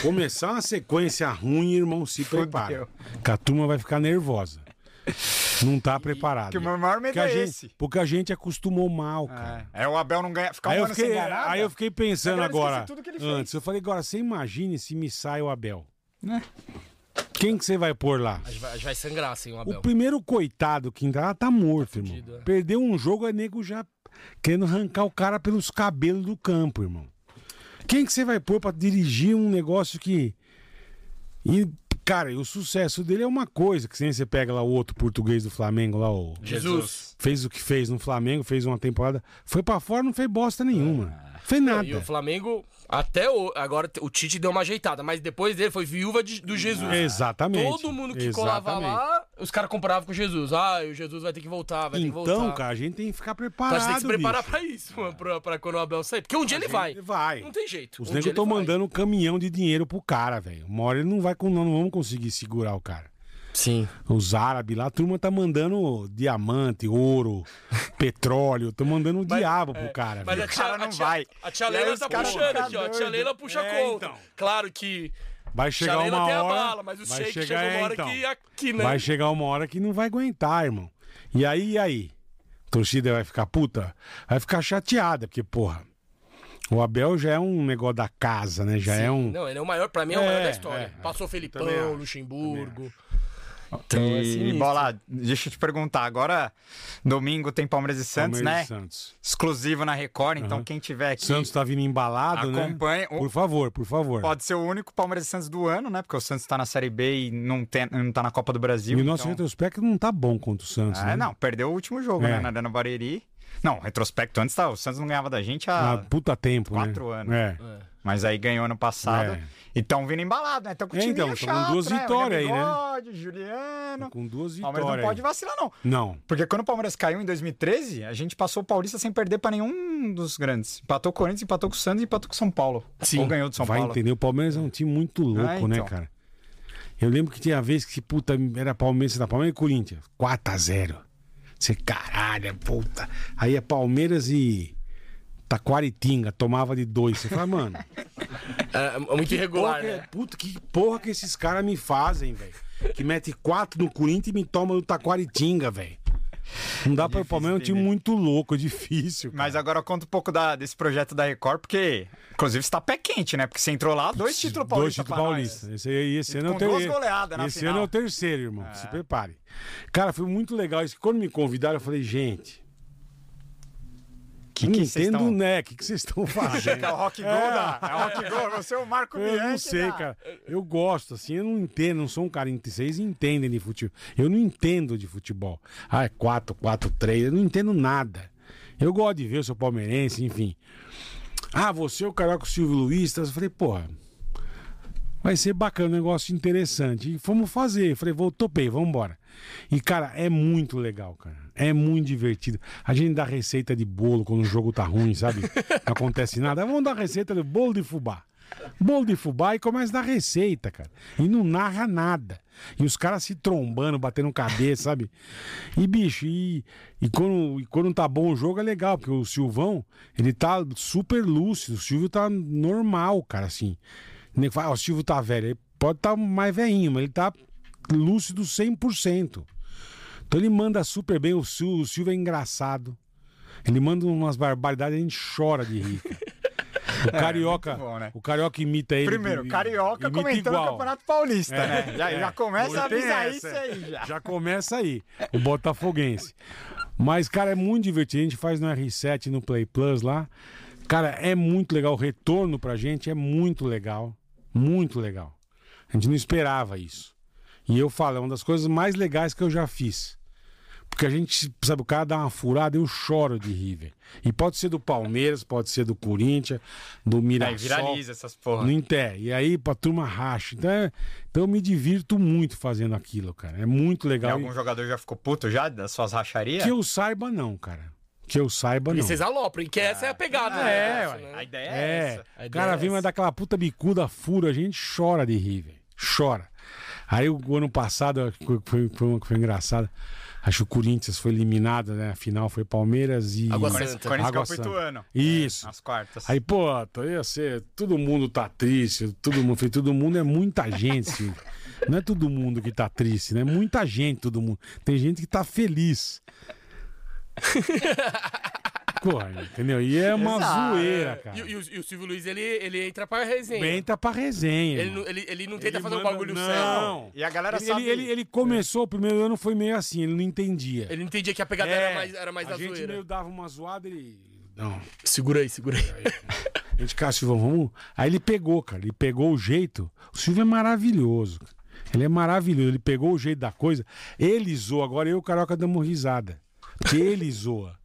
C: Começar uma sequência ruim, irmão, se prepara.
B: Fudeu.
C: Que a turma vai ficar nervosa. Não tá preparado.
B: que o meu maior medo
C: a
B: é
C: gente,
B: esse.
C: Porque a gente acostumou mal, cara.
B: É. Aí o Abel não ganha, ficar um
C: Aí, eu
B: ano sem
C: fiquei,
B: ganhar nada.
C: aí eu fiquei pensando
B: Agora eu esqueci
C: agora.
B: tudo que ele fez.
C: Antes, eu falei, agora você imagine se me sai o Abel.
B: Né?
C: Quem que você vai pôr lá?
A: A gente vai, a gente vai sangrar, sim, o
C: O
A: Abel.
C: primeiro coitado que entrar lá tá morto,
A: fudido,
C: irmão.
A: é.
C: Perdeu um jogo, é nego já querendo arrancar o cara pelos cabelos do campo, irmão. Quem que você vai pôr pra dirigir um negócio que. E, cara, e o sucesso dele é uma coisa, que se nem você pega lá o outro português do Flamengo lá, o.
A: Jesus.
C: Fez o que fez no Flamengo, fez uma temporada. Foi pra fora, não fez bosta nenhuma.
A: Ah.
C: Fez
A: E o
C: nada.
A: Flamengo, até o, agora, o Tite deu uma ajeitada, mas depois dele foi viúva de- do Jesus.
C: Ah, Exatamente.
A: Todo mundo que colava
C: Exatamente.
A: lá, os caras compravam com o Jesus. Ah, o Jesus vai ter que voltar, vai ter que voltar.
C: Então, cara, a gente tem que ficar
A: Então, a
C: preparado.
A: gente tem que se preparar
C: bicho.
A: pra isso, mano, pra, pra quando o Abel sair. Porque um dia ele vai.
C: Ele vai.
A: Não tem jeito.
C: Os
A: um
C: negros
A: dia
C: estão
A: ele vai.
C: mandando um caminhão de dinheiro pro cara, velho. Uma hora ele não vai, com- não vamos conseguir segurar o cara.
A: Sim.
C: Os árabes lá, a turma tá mandando diamante,
A: <laughs>
C: ouro, petróleo, estão mandando o diabo pro cara,
A: É, Mas
C: velho.
A: a tia,
B: cara
A: a
B: não
A: tia-
B: vai.
A: A tia
B: E aí
A: Leila
B: os
A: tá
B: caras
A: puxando
B: ficam
A: aqui, ó. A tia
B: doidos.
A: Leila puxa
C: É,
A: conta.
C: então.
A: Claro que.
C: Vai
A: a
C: chegar
A: tia Leila
C: uma
A: tem
C: hora.
A: a bala, mas o
C: vai
A: shake
C: chegar,
A: chegou uma
C: é,
A: hora
C: então.
A: que aqui, né?
C: Vai chegar uma hora que não vai aguentar, irmão. E aí, e aí? A torcida vai ficar puta? Vai ficar chateada, porque, porra, o Abel já é um negócio da casa, né? Já é um.
A: Não, ele é o maior, pra mim é o maior
C: É,
A: da história.
C: é.
A: Passou
C: Também
A: Felipão,
C: acho,
A: Luxemburgo. Então é
B: e,
A: sinistro.
B: bola, deixa eu te perguntar. Agora, domingo tem Palmeiras e Santos,
C: Palmeiras e
B: né?
C: Santos.
B: Exclusivo na Record, então
C: Aham.
B: quem tiver aqui.
C: Santos tá vindo embalado,
B: Acompanhe-
C: né? Por favor, por favor.
B: Pode ser o único Palmeiras e Santos do ano, né? Porque o Santos tá na Série B e não, tem, não tá na Copa do Brasil.
C: E o nosso
B: então-
C: retrospecto não tá bom contra o Santos,
B: Ah,
C: né?
B: não, perdeu o último jogo,
C: É.
B: né? Na Arena Bareri. Não, retrospecto antes, tá? O Santos não ganhava da gente há.
C: Há puta tempo, né?
B: tá quatro anos.
C: É.
B: Mas aí ganhou ano passado.
C: É.
B: E tão vindo embalado, né? Tão com o
C: É,
B: time
C: então,
B: meio
C: tão com
B: chato,
C: duas
B: né?
C: vitórias aí, né?
B: Gabigode, Juliano.
C: tá Com duas
B: O Palmeiras não
C: vitórias.
B: pode vacilar, não.
C: Não.
B: Porque quando o Palmeiras caiu em 2013, a gente passou o Paulista sem perder pra nenhum dos grandes. Empatou com o Corinthians, empatou com o Santos e empatou com o São Paulo.
A: Sim.
B: Ou ganhou do São
C: Vai
B: Paulo.
C: entender, o Palmeiras é um time muito louco,
B: Ah, então.
C: né, cara? Eu lembro que tinha vez que, puta, era Palmeiras da Palmeiras e Corinthians. 4x0. Você, caralho, puta. Aí é Palmeiras e Taquaritinga, tomava de dois. Você fala, mano,
A: É, é muito
C: porra,
A: irregular,
C: que- é-
A: né?
C: puta, que porra que esses caras me fazem, velho. Que mete quatro no Corinthians e me toma no Taquaritinga, velho. Não dá pra. O Palmeiras é um time
B: entender.
C: muito louco, é difícil. cara.
B: Mas agora conta um pouco da- desse projeto da Record, porque, inclusive, está pé quente, né? Porque você entrou lá, dois títulos
C: Dois
B: paulistas. pra
C: títulos
B: nós.
C: paulistas. Esse, aí- esse
B: E
C: ano é o
B: com
C: ter-
B: duas goleadas na
C: Esse
B: final.
C: ano é o terceiro, irmão. Se prepare. Cara, foi muito legal isso. Quando me convidaram, eu falei, gente.
B: Que
C: não
B: que vocês
C: entendo,
B: tão-
C: né? O que que
B: <laughs>
C: vocês estão
B: É o
C: fazendo?
B: Rock Go, da- é o Rock Go, você é o Marco
C: Eu
B: Bianchi.
C: não sei,
B: da-
C: cara. Eu gosto, assim, eu não entendo, não sou um cara. ent- Vocês entendem de futebol. Eu não entendo de futebol. Ah, é 4, 4, 3. Eu não entendo nada. Eu gosto de ver, eu sou palmeirense, enfim. Ah, você, o Carioca, o Silvio Luiz. tá? Eu falei, porra, vai ser bacana, um negócio interessante. E fomos fazer. Falei, vou, topei, vamos embora. E, cara, é muito legal, cara. É muito divertido. A gente dá receita de bolo quando o jogo tá ruim, sabe? Não acontece nada. Ah, Vamos dar receita de bolo de fubá. Bolo de fubá e começa a dar receita, cara. E não narra nada. E os caras se trombando, batendo cabeça, sabe? E, bicho, e, e, quando, e quando tá bom o jogo é legal, porque o Silvão, ele tá super lúcido. O Silvio tá normal, cara, assim. O nego fala, "Ah, o Silvio tá velho. Ele pode estar mais velhinho, mas ele tá lúcido 100%. Então ele manda super bem. O Silvio, o Silvio é engraçado. Ele manda umas barbaridades e a gente chora de rir.
B: <laughs>
C: cara. O carioca,
B: muito bom, né?
C: o carioca imita ele.
B: Primeiro,
C: i-
B: Carioca
C: imita
B: comentando o
C: igual.
B: Campeonato Paulista,
C: É,
B: né? Já,
C: é.
B: já começa a
C: Tem
B: avisar
C: essa,
B: isso
C: é.
B: aí, já.
C: Já começa aí, o Botafoguense. Mas, cara, é muito divertido. A gente faz no R7, no Play Plus lá. Cara, é muito legal. O retorno pra gente é muito legal. Muito legal. A gente não esperava isso. E eu falo, é uma das coisas mais legais que eu já fiz. Porque a gente, sabe, o cara dá uma furada, eu choro de rir, velho. E pode ser do Palmeiras, pode ser do Corinthians, do Mirassol.
B: Aí viraliza essas porra.
C: Tá No Inté. E aí, pra turma racha. Então, é- então eu me divirto muito fazendo aquilo, cara. É muito
B: E
C: legal.
B: algum jogador já ficou puto já das suas racharias?
C: Que eu saiba, não, cara. Que eu saiba,
A: E
C: não.
A: vocês alopram, que essa é a pegada.
B: Ah,
A: né,
B: é,
A: do
B: ué.
A: negócio,
B: A
A: né?
B: ideia é,
C: É,
A: A
B: essa.
C: o
A: ideia
C: cara
A: é
C: vem,
A: essa.
C: mas dá aquela puta bicuda fura, a gente chora de rir, velho. Chora. Aí o ano passado eu acho que foi, foi uma que foi engraçada. Acho que o Corinthians foi eliminado, né? A final foi Palmeiras e.
A: Água Santa.
B: Corinthians Corinthians
C: Água
A: é
B: Campo
C: Santa.
B: Ituano.
C: Isso.
B: Nas quartas.
C: Aí, pô, tô- ia ser. Todo mundo tá triste, todo mundo. Falei, todo mundo é muita gente, Silvio. Não é todo mundo que tá triste, né? Muita gente, todo mundo. Tem gente que tá feliz. Corre, entendeu? E é uma
B: Exato.
C: zoeira, cara.
A: E, o- e o, e o Silvio Luiz, ele, ele entra pra resenha.
C: Bem, tá pra resenha.
A: ele,
C: irmão.
A: não- ele, ele não tenta
C: Ele
A: fazer um
C: manda-
A: bagulho
C: não.
A: sério.
B: E a galera
C: Ele,
B: sabe...
C: ele, ele- ele começou, o primeiro ano foi meio assim, ele não entendia.
A: Ele não entendia que a pegada
C: É,
A: era mais, era mais
C: a
A: da
C: gente
A: zoeira.
C: meio dava uma zoada e. Não,
A: Segura aí, segura
C: É,
A: aí.
C: A gente, cara, Silvão, vamos. Aí ele pegou, cara. Ele pegou o jeito. O Silvio é maravilhoso. cara. Ele é maravilhoso. Ele pegou o jeito da coisa. Ele zoa. Agora eu e o Carioca damos risada. Porque ele zoa.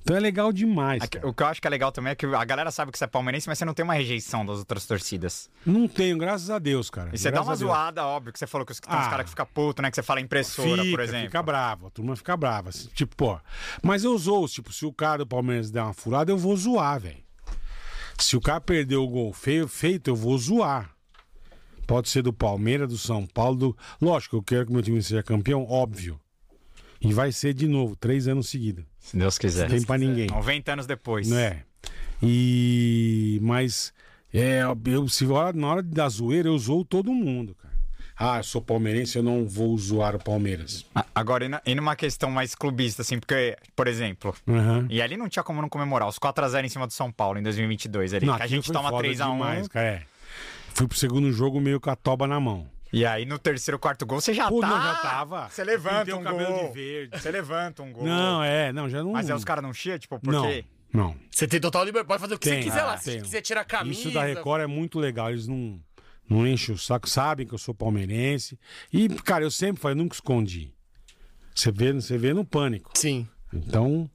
C: Então é legal demais.
B: Aqui-
C: cara.
B: O que eu acho que é legal também é que a galera sabe que você é palmeirense, mas você não tem uma rejeição das outras torcidas.
C: Não tenho, graças a Deus, cara.
B: E você dá
C: Graças
B: uma
C: a Deus.
B: zoada, óbvio, que você falou que os- tem uns
C: Ah.
B: caras que ficam puto, né? Que você fala impressora,
C: fica,
B: por exemplo.
C: Fica bravo, a turma fica brava. assim, Tipo, pô. Mas eu zoo, tipo, se o cara do Palmeiras der uma furada, eu vou zoar, velho. Se o cara perdeu o gol feio, feito, eu vou zoar. Pode ser do Palmeiras, do São Paulo. Do... Lógico, eu quero que meu time seja campeão, óbvio. E vai ser de novo, três anos seguidos.
B: Se Deus quiser.
C: Tem pra ninguém.
B: 90 anos depois.
C: Não é. E. Mas. É, eu, se, hora- na hora da zoeira, eu zoo todo mundo, cara. Ah, eu sou palmeirense, eu não vou zoar o Palmeiras.
B: A- Agora, e na- e numa questão mais clubista, assim, porque, por exemplo,
C: Aham.
B: e ali não tinha como não comemorar os 4x0 em cima do São Paulo em 2022 ali. que a
C: aquilo
B: gente
C: foi
B: toma
C: foda
B: 3x1.
C: demais, cara, é. Fui pro segundo jogo meio com a toba na mão.
B: E aí no terceiro, quarto gol você já
C: Pô,
B: tá.
C: não, já tava.
B: Você levanta
C: Pintei o
B: um
C: cabelo
B: gol.
C: de verde.
B: Você levanta um gol.
C: Não, é, não, já não.
B: Mas aí os caras não chia, tipo, porque.
C: Não, não.
A: Você tem total liberdade. Pode fazer o que
C: Tem,
A: você quiser
C: ah,
A: lá. Se
C: tem.
A: quiser tirar a camisa.
C: Isso da Record é muito legal. Eles não, não enchem o saco, sabem que eu sou palmeirense. E, cara, eu sempre falei, nunca escondi. Você vê, você vê no pânico.
A: Sim.
C: Então,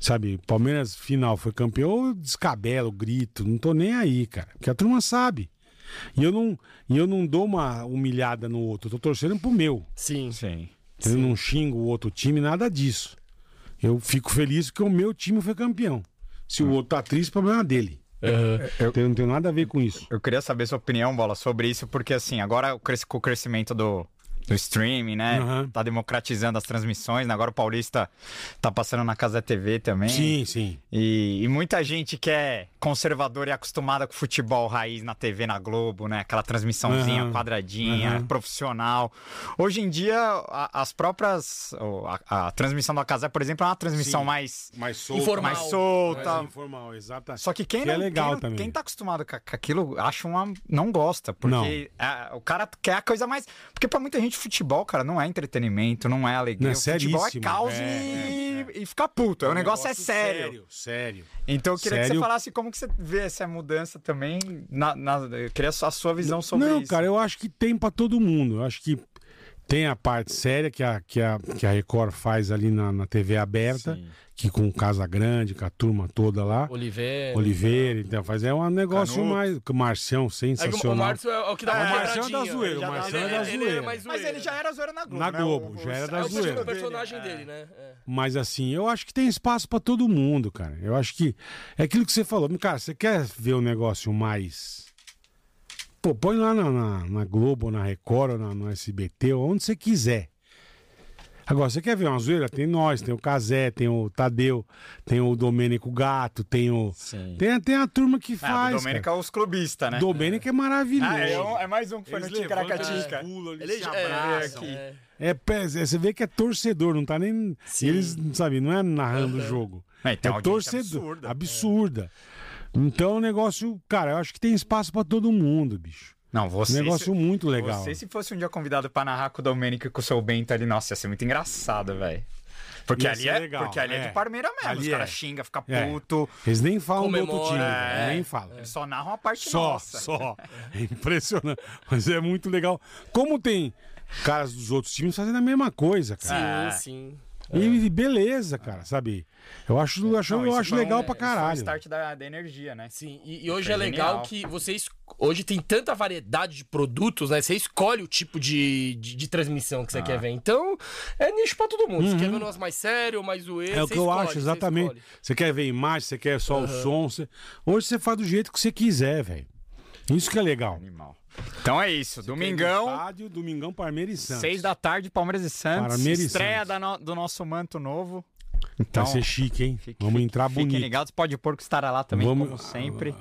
C: sabe, Palmeiras final foi campeão, eu descabelo, grito, não tô nem aí, cara. Porque a turma sabe. E eu não, e eu não dou uma humilhada no outro, eu tô torcendo pro meu.
A: Sim.
B: Sim.
C: Eu não xingo o outro time, nada disso. Eu fico feliz que o meu time foi campeão. Se o outro tá triste, problema dele.
B: É,
C: Eu não tenho nada a ver com isso.
B: Eu queria saber sua opinião, Bola, sobre isso, porque assim, agora o cres- com o crescimento do, do streaming, né?
C: Uhum.
B: Tá democratizando as transmissões, né? agora o Paulista tá passando na Casa TV também.
C: Sim, sim.
B: E, e muita gente que é conservadora e acostumada com futebol raiz na TV, na Globo, né? Aquela transmissãozinha
C: Aham.
B: quadradinha,
C: Aham.
B: profissional. Hoje em dia, a- as próprias. o- A, a transmissão da Casa, por exemplo, é uma transmissão
C: Sim. É,
B: mais,
C: Mais
A: solto,
B: mais
A: Informal.
B: solta,
C: informal, exatamente.
B: só que quem
C: Que é
B: não,
C: legal
B: quem, não-
C: também.
B: quem tá acostumado com com aquilo, acha uma não gosta, porque ah, o cara quer a coisa mais, porque pra muita gente futebol, cara, não é entretenimento, não é alegria,
C: Não,
B: o
C: é
B: futebol é
C: seríssimo.
B: caos
C: É,
B: e, e ficar puto,
A: Um
B: o, negócio, é sério.
C: Sério, sério.
B: Então eu queria que você
C: Sério.
B: falasse como que você vê essa mudança também na, na- eu queria só a sua visão sobre
C: não,
B: isso.
C: cara, eu acho que tem pra todo mundo. Eu acho que tem a parte séria que a, que a, que a Record faz ali na, na TV aberta,
B: Sim.
C: que com Casa Grande, com a turma toda lá.
A: Oliveira.
C: Oliveira, então, faz é um negócio
B: Canuto. É
C: mais. Marcião,
A: Aí o- o
C: sensacional.
A: Márcio é o que dá
C: É,
A: uma
C: o Marcião é da
A: quebradinha.
C: zoeira, o
A: Ele-
C: Marcião é
A: ele-
C: da
A: ele
C: zoeira.
A: mais
B: Mas ele já era zoeira na Globo,
C: Na
B: né?
C: Globo,
B: O-
C: já era
B: o-
C: é da
A: É o
C: zoeira.
A: perfil- o
C: dele,
A: personagem dele, né? É.
C: Mas assim, eu acho que tem espaço pra todo mundo, cara. Eu acho que é aquilo que você falou. Cara, você quer ver um negócio mais. Pô, põe lá na, na, na Globo, na Record, ou na, no SBT, ou onde você quiser. Agora, você quer ver uma zoeira? Tem nós, tem o Casé, tem o Tadeu, tem o Domênico Gato, tem o.
B: Sim.
C: Tem, tem a turma que
B: Ah, do
C: faz.
B: Domênico
C: cara.
B: é os clubistas, né?
C: Domênico é maravilhoso.
B: Ah, é, um- é mais um que foi no Ticaracatica.
A: Ele já é.
C: É, pé- você vê que é torcedor, não tá nem.
A: Sim.
C: Eles, sabe, não é narrando o jogo.
B: É, então,
C: é
B: audiência
C: torcedor.
B: absurda.
C: Absurda. Então o negócio, cara, eu acho que tem espaço pra todo mundo, bicho.
B: Não,
C: Um
B: você
C: negócio muito legal.
B: Você, se fosse um dia convidado pra narrar com o Domênico e com o seu Bento ali, nossa, ia ser muito engraçado, velho. Porque
C: Ia
B: ali,
C: ser
B: é,
C: legal,
B: porque ali é,
C: é.
B: de Parmeira mesmo.
C: Ali
B: Os
C: é.
B: caras xingam, ficam
C: É.
B: puto.
C: Eles nem falam do outro
A: Comemora,
C: time,
A: é,
C: velho, nem falam.
B: Eles só narram a parte
C: Só,
B: nossa.
C: só. É impressionante. Mas é muito legal. Como tem caras dos outros times fazendo a mesma coisa, cara.
A: Sim, sim.
C: E beleza, cara, sabe? Eu acho, eu acho,
B: Não,
C: eu
B: isso
C: acho
B: foi um-
C: legal
B: é,
C: pra
B: isso foi um
C: caralho.
B: start da, da energia, né?
A: Sim, e, e hoje
B: Foi
A: é legal
B: genial.
A: que vocês. Hoje tem tanta variedade de produtos, né? Você escolhe o tipo de, de, de transmissão que você
C: Ah.
A: quer ver. Então, é nicho pra todo mundo. Você quer ver um negócio mais sério, mais zoeiro?
C: Uhum. É o
A: você
C: que eu
A: escolhe,
C: acho,
A: você
C: exatamente.
A: escolhe.
C: Você quer ver imagem, você quer só o som. você- Hoje você faz do jeito que você quiser, velho. Isso que é legal.
B: Animal. Então é isso. Domingão,
C: Estádio, Domingão, Parmeira e Santos.
B: seis da tarde, Palmeiras e Santos.
C: Palmeiras e
B: estreia
C: Santos.
B: da no- do nosso manto novo. Então,
C: Vai ser Tá, é chique, hein?
B: fique-
C: Vamos entrar
B: fiquem
C: bonito.
B: ligados. Pode pôr que estará lá também,
C: Vamos- Ah.
B: como sempre.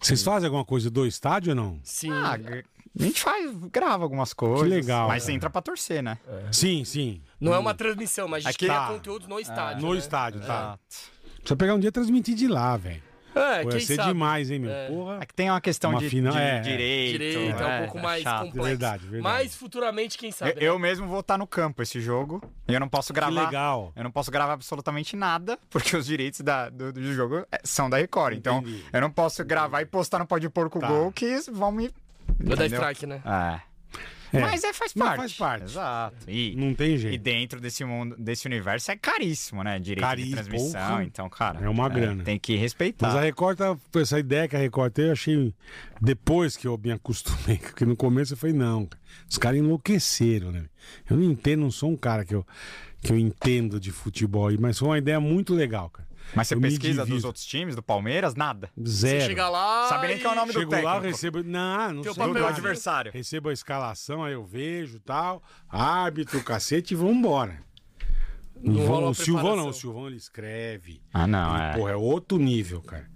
C: Vocês fazem alguma coisa do estádio ou não?
A: Sim.
B: Ah, gra- a gente faz, grava algumas coisas.
C: legal, é.
B: Mas você
C: cara.
B: entra pra torcer, né?
A: É.
C: Sim, sim.
A: não é uma transmissão, mas a gente
C: hum. Aqui-
A: cria
C: Tá.
A: conteúdo no estádio.
C: No
A: né?
C: estádio, tá.
B: Exato.
C: Precisa pegar um dia e transmitir de lá, velho.
A: É,
C: Vai
A: quem
C: ser
A: sabe?
C: demais, hein, meu?
A: É.
C: Porra.
B: É que tem uma questão
C: Uma
B: de,
C: final-
B: de
C: é, é.
B: direito.
A: Direito, é um pouco
B: tá
A: mais
B: chato.
A: complexo.
C: Verdade, verdade. É,
A: Mas futuramente, quem
B: Eu,
A: sabe? né?
B: eu mesmo vou estar no campo esse jogo e eu não posso
A: tá
C: Que
B: gravar.
C: legal.
B: Eu não posso gravar absolutamente nada, <laughs> porque os direitos da- do, do jogo é, são da Record. Então,
C: Entendi.
B: eu não posso gravar e postar no Pode Porco
C: Tá.
B: Gol, que vão me.
A: Vai dar
B: entendeu?
A: strike, né?
B: É.
C: É.
B: Mas é, faz
C: Não,
B: parte.
C: faz parte.
B: Exato. E,
C: Não tem
B: e
C: jeito.
B: dentro desse mundo, desse universo, é caríssimo, né? Direito
C: Caríssimo,
B: de transmissão.
C: porra.
B: Então, cara.
C: É uma grana.
B: Tem que respeitar.
C: Mas a Record, tá- essa ideia que a Record teve, eu achei. Depois que eu me acostumei, <laughs> porque no começo eu falei, não, cara, os caras enlouqueceram, né? Eu não entendo, não sou um cara que eu, que eu entendo de futebol, aí, mas foi uma ideia muito legal, cara.
B: Mas você
C: eu me
B: pesquisa dos
C: divido.
B: outros times, do Palmeiras, nada.
A: Você
C: Zero.
A: chega lá.
B: Sabe nem que é o
A: <laughs>
B: nome
C: Chego
B: do técnico.
C: lá, eu recebo. Não, não
A: Teu é
B: do, do
C: sei.
A: papelzinho.
C: nada.
B: adversário.
C: Recebo a escalação, aí eu vejo tal. Árbitro, cacete, e vambora.
A: Não
C: E vão-
A: rola a
C: o Silvão não,
A: preparação.
C: o Silvão ele escreve.
B: Ah, não,
C: Ele,
B: é.
C: Porra, é outro nível, cara.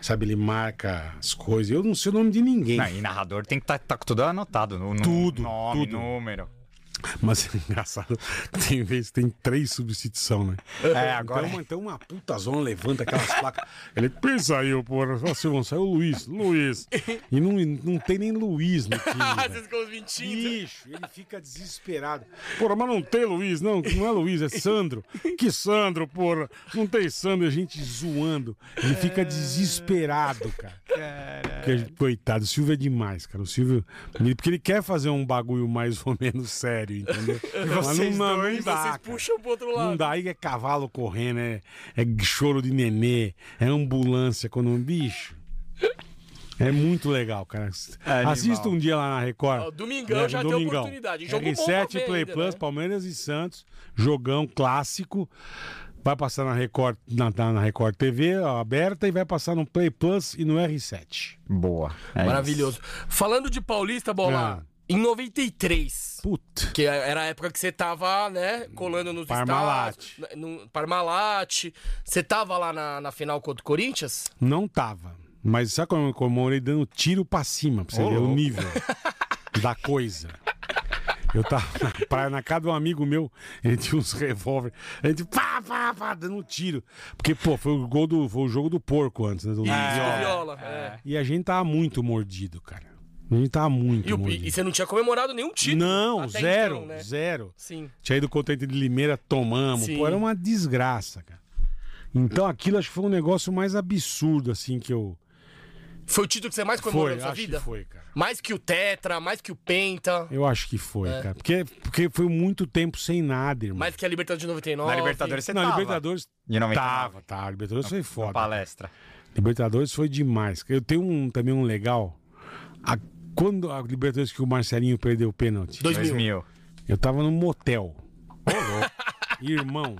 C: Sabe, ele marca as coisas. Eu não sei o nome de ninguém.
B: tá, Não, e narrador tem que estar com tudo anotado. No, no-
C: Tudo,
B: Nome,
C: tudo.
B: número.
C: Mas é engraçado, tem vezes que tem três substituição, né?
B: É, agora.
C: Então, uma- então uma puta zona levanta aquelas placas. Ele pensa aí, ô, porra, só se vão sair o Luiz, Luiz. E não, não tem nem Luiz no
B: <laughs>
C: time. velho.
A: Vocês ficam mentindo.
C: Bicho, ele fica desesperado. Porra, mas não tem Luiz, não. Não é <laughs> Luiz, é Sandro. Que Sandro, porra. Não tem Sandro, a gente zoando. Ele fica desesperado, cara. Porque, coitado, o Silvio é demais, cara. O Silvio. ele- Porque ele quer fazer um bagulho mais ou menos sério, entendeu? E
B: vocês
C: não,
B: dois,
C: não dá,
A: Vocês
C: cara.
A: puxam pro outro
C: Não
A: lado.
C: dá, aí é cavalo correndo, é, é choro de nenê, é ambulância quando um bicho. É muito legal, cara.
B: animal.
C: Assista um dia lá na Record.
A: É Ó, Domingão já tem oportunidade. Jogo bom pra
C: R7,
A: ver
C: Play
A: ainda,
C: Plus,
A: né?
C: Palmeiras e Santos. Jogão clássico. Vai passar na Record, na, na- na Record TV ó, aberta e vai passar no Play Plus e no R7.
B: Boa. É
A: Maravilhoso. Falando de Paulista,
C: Ah.
A: Bola, em 93.
C: Puta.
A: Que é, era a época que você tava, né, colando nos
C: Parmalat.
A: estados. No Parmalat. Você tava lá na, na final contra o Corinthians?
C: Não tava. Mas sabe como eu comemorei dando tiro pra cima, pra você
B: Ô,
C: ver o
B: louco.
C: nível
A: <laughs>
C: da coisa. Eu tava na praia, na casa de um amigo meu, ele tinha uns revólver, a gente pá, pá, pá, dando tiro. Porque, pô, foi o, gol do, foi o jogo do porco antes, né? Do
A: Do
C: Viola.
A: Ah, Viola. é.
C: E a gente tava muito mordido, cara. A gente tava muito
A: E, o-
C: mordido.
A: e- e você não tinha comemorado nenhum título.
C: Não,
A: até
C: zero,
A: então, né?
C: zero.
A: Sim.
C: Tinha ido contra a Inter de Limeira, tomamos.
A: Sim.
C: Pô, era uma desgraça, cara. Então aquilo acho que foi um negócio mais absurdo, assim, que eu.
A: Foi o título que você mais comemorou
C: Foi,
A: na sua
C: acho
A: vida?
C: que foi, cara.
A: Mais que o Tetra, mais que o Penta,
C: Eu acho que foi,
A: É.
C: cara. Porque, porque foi muito tempo sem nada, irmão.
A: mais que a Libertadores de 99.
B: Na Libertadores você
C: não,
B: tava.
C: Libertadores.
B: E 99.
C: Tava, tava. Libertadores foi foda.
B: Palestra.
C: Libertadores foi demais. Eu tenho um, também um legal. A- quando a Libertadores que o Marcelinho perdeu o pênalti,
A: 2000.
B: 2000.
C: eu tava num motel.
B: <laughs>
C: Irmão.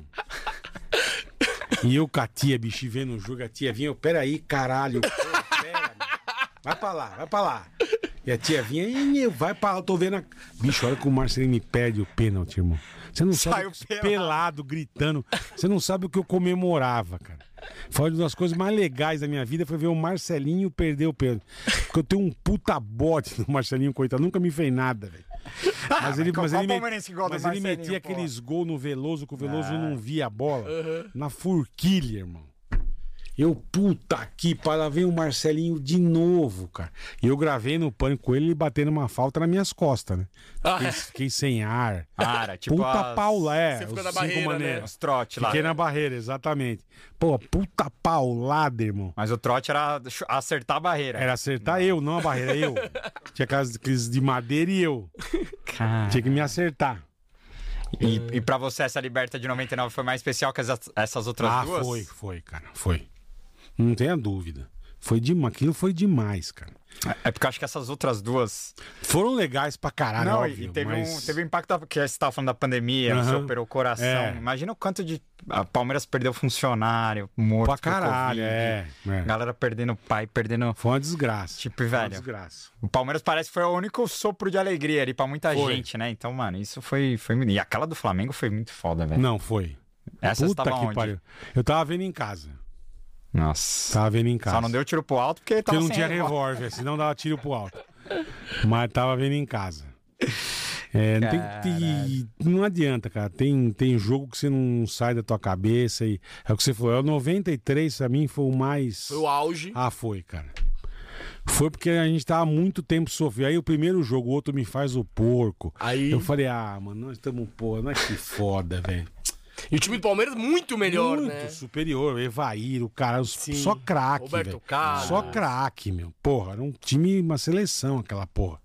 C: E eu com a tia, bicho, vendo o jogo, a tia vinha, eu, peraí, caralho. Pô, pera, meu. vai pra lá, vai pra lá. E a tia vinha, "Ih, meu, vai pra lá, eu tô vendo. A... Bicho, olha que o Marcelinho me perde o pênalti, irmão. Você não sabe,
B: Saiu pelado.
C: pelado, gritando. Você não sabe o que eu comemorava, cara. Foi uma das coisas mais legais da minha vida, foi ver o Marcelinho perder o pênalti. Porque eu tenho um puta bote no Marcelinho, coitado, nunca me fez nada, velho. <laughs> Mas ele,
B: qual-
C: mas
B: qual
C: ele, me-
B: palmeirense gosta do
C: mas ele
B: Marcelinho,
C: metia
B: pô?
C: aqueles gol no Veloso, que o
A: Ah.
C: Veloso não via a bola. Na forquilha, irmão. Eu, puta que para vem o Marcelinho de novo, cara. E eu gravei no pânico com ele, ele batendo uma falta nas minhas costas, né?
A: Ah,
C: Fiquei,
A: é.
C: fiquei sem ar.
B: Cara, tipo
C: puta
B: as-
C: paula, é.
A: Você ficou
C: os
A: na
C: cinco
A: barreira, né?
C: maneiras.
B: Os trote lá.
C: Fiquei na barreira, exatamente. Pô, puta paulada, irmão.
B: Mas o trote era chu- acertar a barreira.
C: Era acertar eu, não a
A: <laughs>
C: barreira, eu. Tinha aquelas aqueles de madeira e eu.
B: Cara.
C: Tinha que me acertar.
B: E, e pra você, essa liberta de 99 foi mais especial que essas, essas outras
C: ah,
B: duas?
C: foi, foi, cara, foi. Não tenha dúvida. Foi demais, aquilo foi demais, cara.
B: É porque eu acho que essas outras duas.
C: Foram legais pra caralho,
B: Ah, não,
C: óbvio,
B: e teve,
C: mas...
B: um, teve um impacto da- que você tava falando da pandemia,
C: Aham.
B: você operou o coração.
C: É.
B: Imagina o quanto de. A Palmeiras perdeu funcionário, morto.
C: Pra
B: por Covid.
C: caralho, é. é.
B: Galera perdendo pai, perdendo.
C: Foi uma desgraça.
B: Tipo,
C: Foi Uma
B: velho.
C: desgraça.
B: O Palmeiras parece que foi o único sopro de alegria ali pra muita
C: Foi.
B: gente, né? Então, mano, isso foi, foi. E aquela do Flamengo foi muito foda, velho.
C: Não, foi.
B: Essa
C: Puta
B: tava
C: que
B: onde?
C: pariu. Eu tava vendo em casa.
B: Nossa.
C: Tava vendo em casa.
B: Só não deu tiro pro alto porque tava
C: Porque não
B: sem
C: tinha
B: revólver.
C: um revólver, senão dava tiro pro alto. Mas tava vendo em casa. É, não, tem, tem- não adianta, cara. Tem, tem jogo que você não sai da tua cabeça. E, é o que você falou. É o 93, pra mim, foi o mais.
A: Foi o auge.
C: Ah, foi, cara. Foi porque a gente tava há muito tempo sofrendo. Aí o primeiro jogo, o outro me faz o porco.
A: Aí-
C: Eu falei, ah, mano, nós estamos porra, nós que foda, velho.
A: E o time do Palmeiras muito melhor,
C: Muito
A: né?
C: superior, Evair, o cara, os- só craque,
A: Roberto
C: velho.
A: Carlos.
C: Só craque, meu. Porra, era um time, uma seleção aquela porra.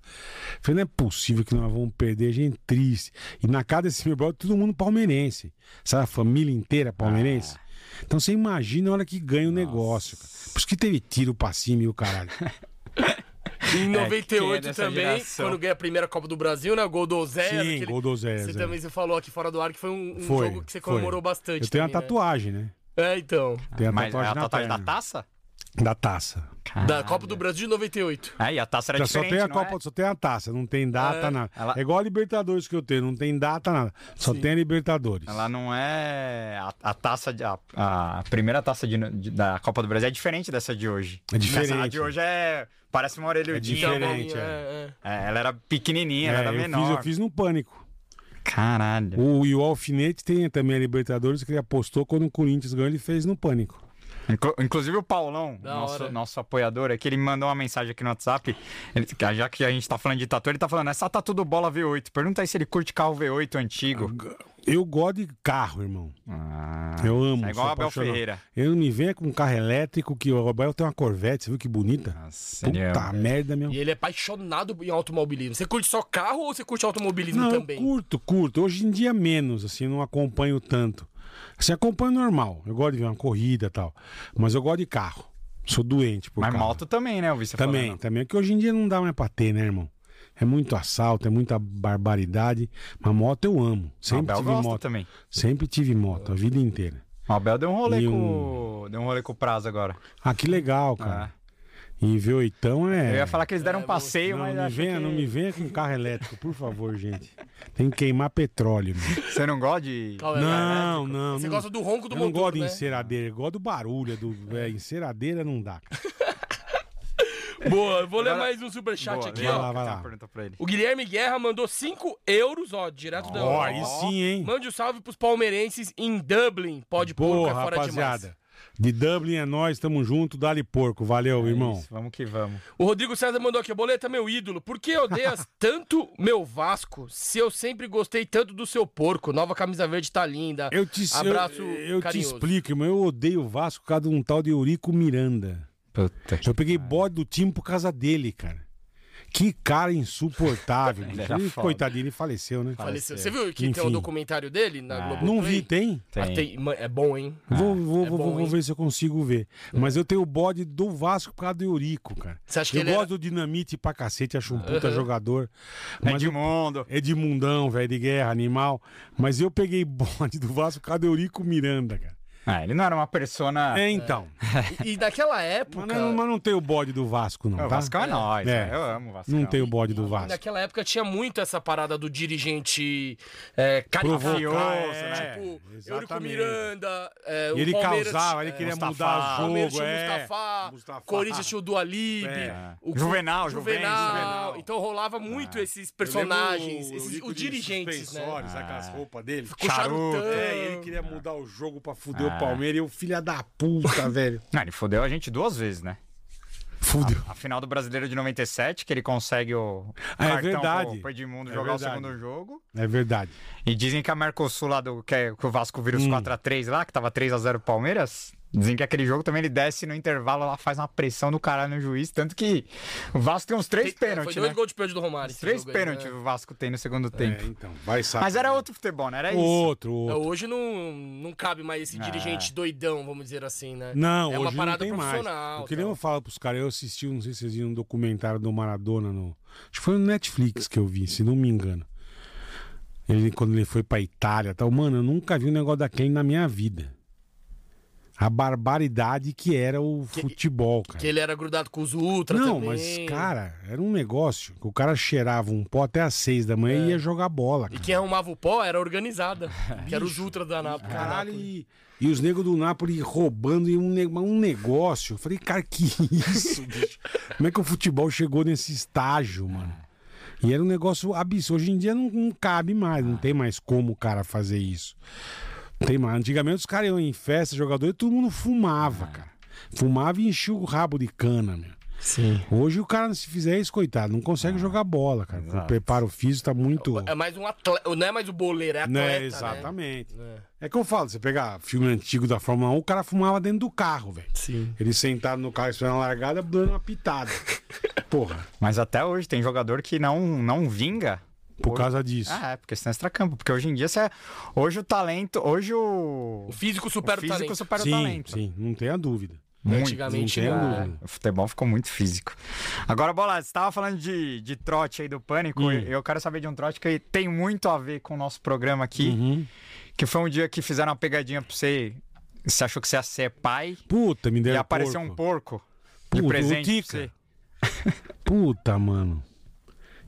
C: Falei, não é possível que nós vamos perder, é gente triste. E na casa desse meu brother, todo mundo palmeirense. Sabe, a família inteira palmeirense.
A: Ah.
C: Então você imagina a hora que ganha o negócio, cara. Por isso que teve tiro pra cima e o caralho.
A: Em
B: quem é
A: 98
B: dessa
A: também,
B: geração?
A: quando ganha a primeira Copa do Brasil, né? Gol do Zé.
C: Sim, gol do Zé,
A: Você
C: Zé.
A: também você falou aqui fora do ar que foi <laughs> um, um
C: Foi,
A: jogo que você
C: foi.
A: comemorou bastante.
C: Eu tenho a
A: também, né?
C: tatuagem, né?
A: É, então.
C: Tem a
B: Ah, Mas é
C: tatuagem,
B: a
C: na
B: tatuagem da
C: perna.
B: taça?
C: da taça.
A: Da
C: Ah, é.
A: Copa do Brasil de 98.
B: É, e a taça era
C: Já só
B: diferente,
C: tem a
B: não
C: Copa,
B: é?
C: só tem a taça, não tem data, nada.
B: Ela-
C: É igual a Libertadores que eu tenho, não tem data, nada. Só tem a Libertadores.
B: Ela não é... A, a taça, de, a, a primeira taça de- de- da Copa do Brasil é diferente dessa de hoje.
C: É diferente.
B: Essa, a de hoje é... Parece uma orelhudinha.
C: É diferente.
A: Então, É, é.
B: É, ela era pequenininha, ela
C: É,
B: era
C: eu,
B: menor.
C: Fiz, eu fiz no pânico.
B: Caralho.
C: O, e o Alfinete tem também a Libertadores que ele apostou quando o Corinthians ganhou, ele fez no pânico.
B: Inclu- inclusive o Paulão,
A: Da hora.
B: nosso, nosso apoiador, é que ele me mandou uma mensagem aqui no WhatsApp. Ele, já que a gente tá falando de tatu, ele tá falando, essa tatu do Bola V8. Pergunta aí se ele curte carro V8 antigo.
C: Eu gosto de carro, irmão.
B: Ah,
C: Eu amo.
B: é igual
C: sou
B: o Abel
C: apaixonado.
B: Ferreira.
C: Eu não me venha com um carro elétrico que o Abel tem uma Corvette, você viu que bonita?
B: Nossa, ele é-
C: Puta merda, meu.
A: E ele é apaixonado em automobilismo. Você curte só carro ou você curte automobilismo
C: Não, eu
A: também?
C: curto, curto. Hoje em dia menos, assim, não acompanho tanto. Assim, acompanho normal. Eu gosto de ver uma corrida e tal. Mas eu gosto de carro. Sou doente por
B: Mas
C: carro.
B: moto também, né? Eu vi você
C: Também,
B: falando.
C: também. Porque hoje em dia não dá mais pra ter, né, irmão? É muito assalto, é muita barbaridade. Mas moto eu amo.
B: O
C: Sempre
B: Abel
C: tive
B: gosta
C: moto.
B: também.
C: Sempre tive moto, a vida inteira.
B: O Abel deu um rolê
C: E
B: com. Deu um rolê com o prazo agora.
C: Ah, que legal, cara. E ver oitão é.
B: Ah. Eu ia falar que eles deram um passeio,
C: Não,
B: mas
C: me
B: acho
C: venha,
B: que...
C: não me venha com carro elétrico, por favor, gente. Tem que queimar petróleo. Mano.
B: Você não gosta de.
A: Qual é, né?
C: Não, não.
A: Você
C: não-
A: gosta do ronco do
C: Eu não
A: motor,
C: gosto de
A: né?
C: enceradeira, eu gosto do barulho. é Do, é, enceradeira não dá. cara.
A: Boa, eu vou ler
B: Agora-
A: mais um superchat
B: Boa,
A: aqui,
B: vai
A: ó.
B: lá, vai
C: Tem
B: lá.
C: uma
B: pergunta pra ele.
A: O Guilherme Guerra mandou 5 euros, ó, direto da Europa.
C: Ó, aí sim, hein?
A: Mande um salve pros palmeirenses em Dublin. Pode pôr,
C: Boa,
A: é fora
C: rapaziada.
A: demais.
C: De Dublin é nós, tamo junto, dá-lhe porco.
A: É
C: Valeu, irmão.
B: vamos que vamos.
A: O Rodrigo César mandou aqui, boleta, é meu ídolo. Por que odeias tanto meu Vasco se eu sempre gostei tanto do seu porco? Nova camisa verde tá linda.
C: Eu te, eu-
A: Abraço
C: eu, te
A: carinhoso.
C: explico, irmão. Eu odeio o Vasco por causa de um tal de Eurico Miranda.
B: Puta que
C: Eu peguei bode do time por causa dele, cara. Que cara
A: <laughs>
C: insuportável.
B: Ele
C: bicho.
B: era
C: Ele,
B: foda.
C: coitadinho, ele faleceu, né?
A: Faleceu.
B: Faleceu.
A: Você viu que tem um
C: Enfim.
A: documentário dele na
B: Ah.
A: Globo?
C: Não vi, tem?
A: Ah, tem- man- É bom, hein?
C: Vou, vou,
A: é
C: vou,
A: bom,
C: vou
A: hein?
C: ver se eu consigo ver. Mas eu tenho o bode do Vasco por causa do Eurico, cara.
A: Você acha que
C: eu
A: ele é
C: gosto
A: era-
C: do Dinamite pra cacete, acho um puta jogador.
B: É
C: Mas eu-
B: Edmundo.
C: Edmundão, velho, de guerra, animal. Mas eu peguei <laughs> bode do Vasco por causa do Eurico Miranda, cara.
B: Ah, ele não era uma persona.
C: É, então.
A: E, e naquela
C: Mas,
A: época.
C: não, mas não tem o bode do Vasco, não,
B: O
C: tá?
B: Vasco é nóis.
C: É.
B: cara. Eu amo o Vasco. né? um
C: Não tem o bode do Vasco.
A: Naquela época tinha muito essa parada do dirigente é, caricato,
C: Provocar,
A: né?
C: é,
A: tipo, Eurico
C: exatamente.
A: Miranda, é, o
C: E ele
A: Palmeiras,
C: causava, ele
A: é,
C: queria
B: Mustafa.
C: mudar o
A: Palmeiras
C: jogo.
A: tinha o
C: É.
A: Mustafa,
C: Mustafa.
A: Corinthians tinha um o Dualib,
C: É.
A: o
B: Juvenal,
A: Juvenal.
B: Juvenal.
A: Então rolava
C: Ah.
A: muito esses personagens, esses, os dirigentes, né?
C: Aquelas roupas dele.
A: Com
B: Charuto.
A: charutão.
C: É, e ele queria mudar o jogo pra fuder o Palmeiras e o filho da
A: <laughs>
C: puta, velho.
B: Não, ele fodeu a gente duas vezes, né?
C: Fudeu.
B: A final do Brasileiro de 97, que ele consegue o
C: Ah, é
B: cartão
C: verdade.
B: pro- pro Edmundo
C: É
B: jogar o
C: verdade.
B: segundo jogo.
C: É verdade.
B: E dizem que a Mercosul lá do que, é- que o Vasco vira os
C: Hum.
B: 4x3 lá, que tava 3x0 pro Palmeiras. Dizem que aquele jogo também ele desce no intervalo lá, faz uma pressão do caralho no juiz. Tanto que o Vasco tem uns três
A: é, Foi
B: pênaltis,
A: dois
B: né?
A: gols de pênalti do Romário. esse
B: Três
A: jogo aí, né?
B: pênaltis o Vasco tem no segundo tempo.
C: É, então, vai saber.
B: Mas era outro futebol, não era isso?
C: Outro,
A: É,
C: outro.
A: Hoje não, não cabe mais esse dirigente doidão, vamos dizer assim, né?
C: Não,
A: é
C: hoje
A: uma parada
C: não tem
A: profissional.
C: mais. O que nem
A: tal.
C: eu falo pros caras, eu assisti, não sei se vocês viram um documentário do Maradona no. Acho que foi no Netflix que eu vi, se não me engano. Ele, quando ele foi pra Itália e tal, mano, eu nunca vi um negócio daquele na minha vida. A barbaridade que era o futebol, cara.
A: Que ele era grudado com os ultras
C: um Não,
A: também.
C: mas, cara, era um negócio que o cara cheirava um pó até às seis da manhã e ia jogar bola,
A: E
C: cara.
A: quem arrumava o pó era a
C: <laughs>
A: organizada. que era os ultras da Nápoles.
C: Caralho, e, e os negros do Napoli roubando e um, ne- um negócio. Eu falei, cara, que isso, bicho? Como é que o futebol chegou nesse estágio, mano? E era um negócio absurdo. Hoje em dia não, não cabe mais, não tem mais como o cara fazer isso. Não Tem mais. Antigamente os caras iam em festa, jogador, e todo mundo fumava, cara. Fumava e enchia o rabo de cana, meu.
A: Sim.
C: Hoje o cara, se fizer isso, coitado, não consegue jogar bola, cara. O
B: Ah, exato.
C: preparo físico tá muito.
A: É mais um atleta. Não é mais o boleiro, é atleta.
C: né?
A: né?
C: Exatamente. É que eu falo, você pegar filme antigo da Fórmula 1, o cara fumava dentro do carro, velho.
A: Sim.
C: Ele sentado no carro esperando a largada, dando
B: <laughs>
C: uma pitada. Porra,
B: Mas até hoje tem jogador que não, não vinga.
C: por causa disso.
B: Ah, é, porque senão é extracampo. Porque hoje em dia você é. Hoje o talento. Hoje o.
A: O físico supera o,
B: físico
A: talento.
B: supera o
C: sim,
B: talento.
C: sim, não tenha dúvida.
B: Muito.
A: Antigamente
C: não tem
A: não.
C: dúvida.
B: O futebol ficou muito físico. Agora, Bola, você estava falando de, de trote aí do Pânico.
C: Hum.
B: Eu quero saber de um trote que tem muito a ver com o nosso programa aqui.
C: Uhum.
B: Que foi um dia que fizeram uma pegadinha pra você. Você achou que você ia ser pai
C: Puta, me
B: e
C: deram
B: apareceu um porco de
C: Puta, o
B: presente pra
C: Tica.
B: você.
C: Puta, mano.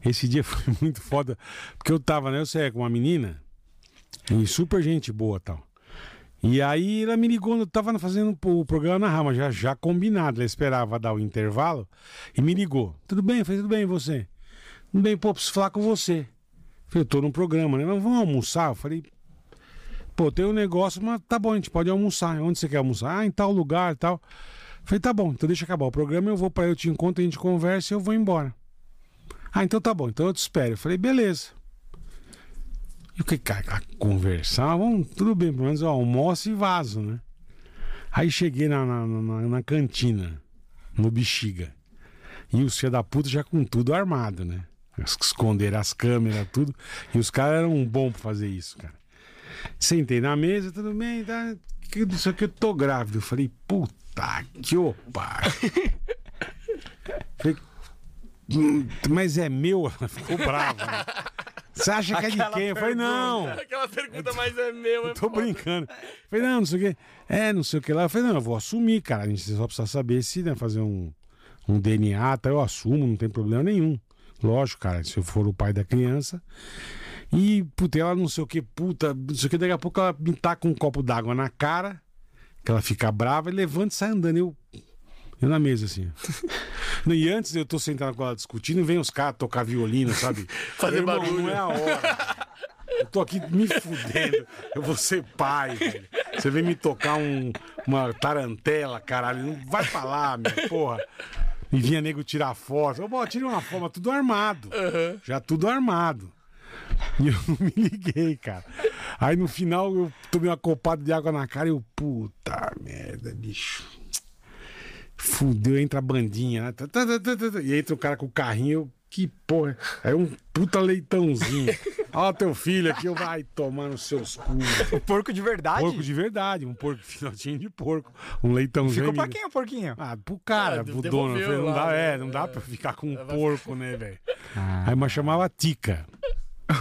C: Esse dia <laughs> foi muito foda. Porque eu tava, né? Eu sei, com uma menina. E super gente boa tal. E aí ela me ligou, eu tava fazendo o programa na rama, já, já combinado. Ela esperava dar o intervalo e me ligou. Tudo bem? Eu falei, tudo bem, e você? Tudo bem, pô, preciso falar com você. Falei, eu tô num programa, né? Mas vamos almoçar? Eu falei, pô, tem um negócio, mas tá bom, a gente pode almoçar. Onde você quer almoçar? Ah, em tal lugar e tal. Falei, tá bom, então deixa acabar o programa, eu vou pra eu te encontro, a gente conversa e eu vou embora. Ah, então tá bom, então eu te espero. Eu falei, beleza. E o que, cara, conversar? Vamos, tudo bem, pelo menos eu almoço e vaso, né? Aí cheguei na, na, na- na cantina, no bexiga. E os filha da puta já com tudo armado, né? Eles Esconderam as câmeras, tudo. E os caras eram bons pra fazer isso, cara. Sentei na mesa, tudo bem, tá? Que, isso aqui eu tô grávido. Eu falei, puta que opa. falei, "Hum, mas é meu? Ela Ficou brava. né? Você acha que é de
B: Aquela
C: quem? Eu falei, não.
A: Aquela pergunta, mas é meu, é
C: Tô
A: foda.
C: brincando. Falei, não, não sei o quê. É, não sei o que lá. Eu falei, não, eu vou assumir, cara. A gente só precisa saber se, né, fazer um, um DNA, tá? Eu assumo, não tem problema nenhum. Lógico, cara, se eu for o pai da criança. E, puta, ela não sei o que, puta, não sei o que, daqui a pouco ela me taca um copo d'água na cara, que ela fica brava, e levanta e sai andando. Eu, eu na
A: <laughs>
C: mesa, assim. Não, E antes eu tô sentado com ela discutindo, vem os caras tocar violino, sabe?
A: <laughs> Fazer
C: Meu irmão,
A: barulho.
C: Não é a hora. Eu tô aqui me fudendo. Eu vou ser pai, velho. Você vem me tocar um- uma tarantela, caralho. Não vai falar, minha porra. E vinha nego tirar foto. Eu, bom, tira uma foto, mas tudo armado. Já tudo armado. E <laughs> eu não me liguei, cara. Aí no final eu tomei uma copada de água na cara e eu, puta merda, bicho. Fudeu, entra a bandinha. né? Tá, tá, tá, tá, tá, tá. E entra o cara com o carrinho. eu, Que porra. Aí um puta leitãozinho. Ó, teu filho aqui, eu vai tomar nos seus cus.
B: O porco de verdade?
C: Porco de verdade, um porco <laughs> filhotinho de porco. Um leitãozinho.
B: Ficou pra
C: menino.
B: quem o porquinho?
C: <laughs> Ah, pro cara,
A: Ah,
C: pro
A: devolveu
C: dono. Eu falei, não
A: lá,
C: dá,
A: né?
C: é, não dá pra ficar com um
A: vai-
C: porco, né, velho? Aí mas chamava Tica.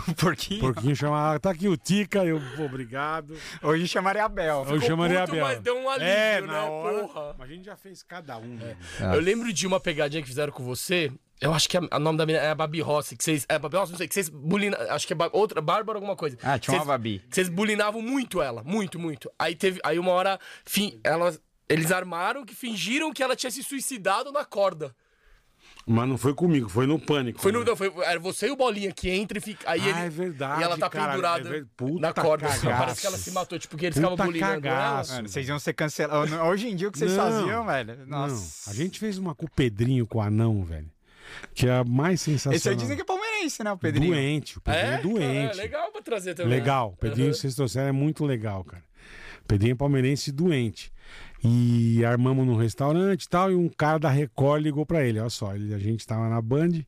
B: O porquinho?
C: Um Porquinho chamava, tá aqui o Tica, eu, pô, obrigado.
B: Hoje chamaria a Bel.
C: eu chamaria a
A: puto,
C: Bela.
A: mas deu um alívio,
C: é,
A: né,
C: na hora,
A: porra.
C: Mas a gente já fez cada um. né?
A: Eu lembro de uma pegadinha que fizeram com você. Eu acho que a- o nome da menina é a Babi Rossi, que vocês. É Babi Rossi, não sei, que vocês bulina. Acho que é Ba- outra, Bárbara, alguma coisa.
B: Ah, tinha
A: Vocês-
B: uma Babi.
A: que Vocês bulinavam muito ela, muito, muito. Aí teve. Aí uma hora, fim, ela- eles armaram que fingiram que ela tinha se suicidado na corda.
C: Mas não foi comigo, foi no pânico.
A: Foi no.
C: né?
A: Não, foi, era você e o Bolinha que entra e fica. Aí
C: Ah,
A: ele,
C: é verdade,
A: E ela tá
C: cara, é
A: pendurada
C: ver- puta
A: na corda. <laughs> assim,
C: cagaço.
A: parece que ela se matou, tipo, que eles
C: Puta
A: ficavam bulinando ela.
C: cagaço.
B: Mano, vocês iam ser cancelados. Hoje em dia o que vocês
C: Não.
B: faziam, velho? Nossa.
C: Não, a gente fez uma com o Pedrinho, com o Anão, velho. Que é a mais sensacional.
B: Esse aí dizem que é palmeirense, né, o Pedrinho?
C: Doente, o Pedrinho é,
A: É?
C: doente.
A: É legal pra trazer também.
C: Legal. O Pedrinho,
A: Uhum.
C: que vocês trouxeram, é muito legal, cara. O Pedrinho é palmeirense e doente. E armamos num restaurante e tal, e um cara da Record ligou pra ele. Olha só, ele- a gente tava na Band,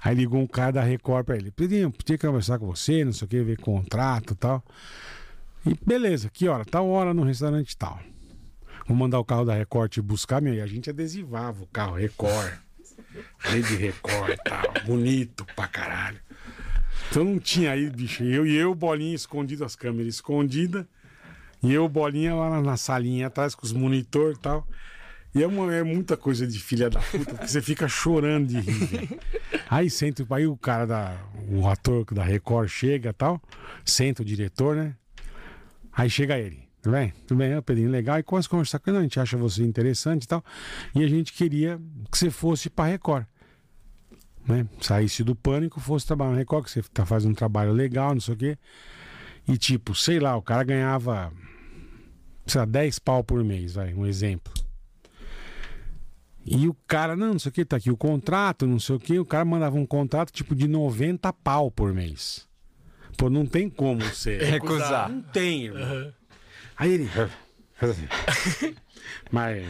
C: aí ligou um cara da Record pra ele. Pedrinho, podia conversar com você, não sei o que, ver contrato e tal. E beleza, que hora? Tal hora no restaurante e tal. Vou mandar o carro da Record te buscar, meu. E a gente adesivava o carro, Record. Rede Record e tal. Bonito pra caralho. Então não tinha aí, bicho. Eu e eu, bolinha escondido, as câmeras escondidas. E eu, bolinha lá na, na salinha atrás, com os monitor e tal. E é, uma- é muita coisa de filha da puta, porque você fica chorando de rir. velho. Aí senta, aí o cara da. O ator da Record chega e tal. Senta o diretor, né? Aí chega ele. Tudo bem? Tudo bem, ô Pedrinho, legal. E começa a conversar com ele. "Não, A gente acha você interessante e tal. E a gente queria que você fosse pra Record né? Saísse do pânico, fosse trabalhar na Record, que você tá fazendo um trabalho legal, não sei o quê. E tipo, sei lá, o cara ganhava, sei lá, 10 pau por mês, vai, um exemplo. E o cara, não, não sei o que, tá aqui o contrato, não sei o que, o cara mandava um contrato tipo de 90 pau por mês. Pô, não tem como ser.
A: É
B: Recusar.
C: Não tem, irmão. Aí ele. faz assim. Mas.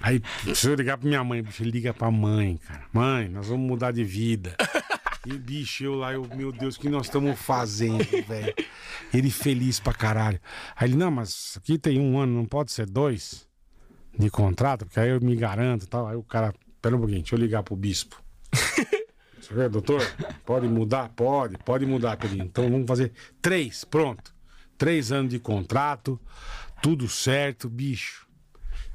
C: Aí preciso ligar pra minha mãe. Bicho, ele liga pra mãe, cara. Mãe, nós vamos mudar de vida. E bicho, eu lá, eu, meu Deus, o que nós estamos fazendo, velho? Ele feliz pra caralho. Aí ele, não, mas isso aqui tem um ano, não pode ser dois de contrato, porque aí eu me garanto e tal. Aí o cara, pera um pouquinho, deixa eu ligar pro bispo. Você vê, Tá doutor, pode mudar? Pode, pode mudar, Pedrinho. Então vamos fazer três, pronto. Três anos de contrato, tudo certo, bicho.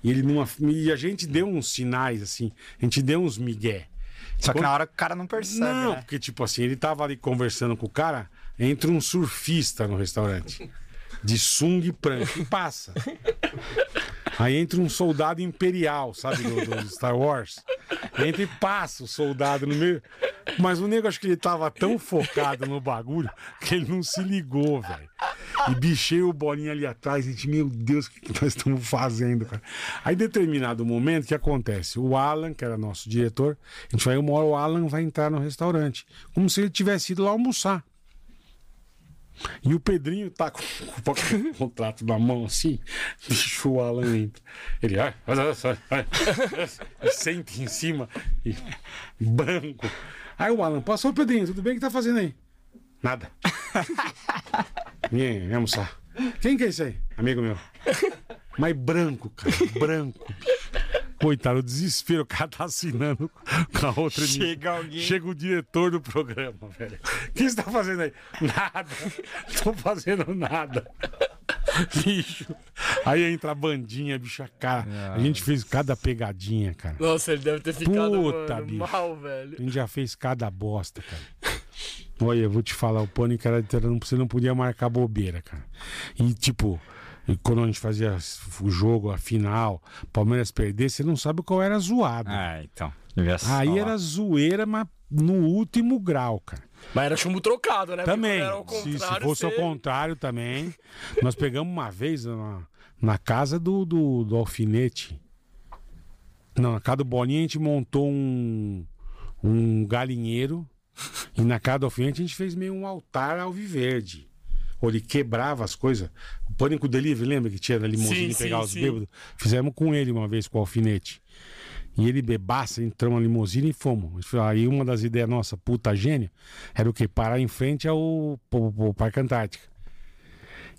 C: E ele numa. E a gente deu uns sinais, assim, a gente deu uns migué.
B: Só que na hora o cara não percebe,
C: Não,
B: né?
C: porque, tipo assim, ele tava ali conversando com o cara, entra um surfista no restaurante. De sunga e prancha. E passa. Aí entra um soldado imperial, sabe, do, do Star Wars. Entra e passa o soldado no meio. Mas o nego, acho que ele tava tão focado no bagulho que ele não se ligou, velho. E bichei o bolinho ali atrás, gente, meu Deus, o que, que nós estamos fazendo, cara? Aí, em determinado momento, o que acontece? O Alan, que era nosso diretor, a gente vai, uma hora o Alan vai entrar no restaurante, como se ele tivesse ido lá almoçar. E o Pedrinho tá com com o contrato na mão assim, bicho, o Alan entra. Ele, ai, ai, ai, ai, ai, <laughs> senta em cima e branco. Aí o Alan, passou, Pedrinho, tudo bem? O que tá fazendo aí? Nada. <laughs> Ninguém, vem almoçar. Quem que é esse aí? Amigo meu. <laughs> Mas branco, cara, branco. Coitado, o desespero, o cara tá assinando com a outra emissora.
B: Chega alguém.
C: Chega o diretor do programa, velho. O que você tá fazendo aí? Nada. Tô fazendo nada. Bicho. Aí entra a bandinha, bicho, a cara.
B: É.
C: A gente fez cada pegadinha, cara.
A: Nossa, ele deve ter ficado
C: Puta,
A: mano,
C: bicho.
A: mal, velho.
C: A gente já fez cada bosta, cara. Olha, eu vou te falar, o pânico era de não- você não podia marcar bobeira, cara. E tipo, e quando a gente fazia o jogo, a final, Palmeiras perder, você não sabe qual era a zoada.
B: Ah, então. devia
C: Aí é
B: falar.
C: era zoeira, mas no último grau, cara.
A: Mas era chumbo trocado, né? Porque
C: Também.
A: quando era ao
C: Se, se
A: contrário,
C: fosse ao
A: você-
C: contrário também. Nós pegamos uma vez na, na casa do, do, do alfinete. Não, na casa do Bolinha a gente montou um, um galinheiro. E na casa do alfinete a gente fez meio um altar alviverde. Ou ele quebrava as coisas. O pânico delivery, lembra que tinha da
A: Sim,
C: limusine
A: sim,
C: pegar os
A: sim.
C: bêbados? Fizemos com ele uma vez com o alfinete. E ele bebaça, entramos na limusine e fomos. Aí uma das ideias nossa, puta gênio, era o quê? Parar em frente ao, ao, ao Parque Antártica.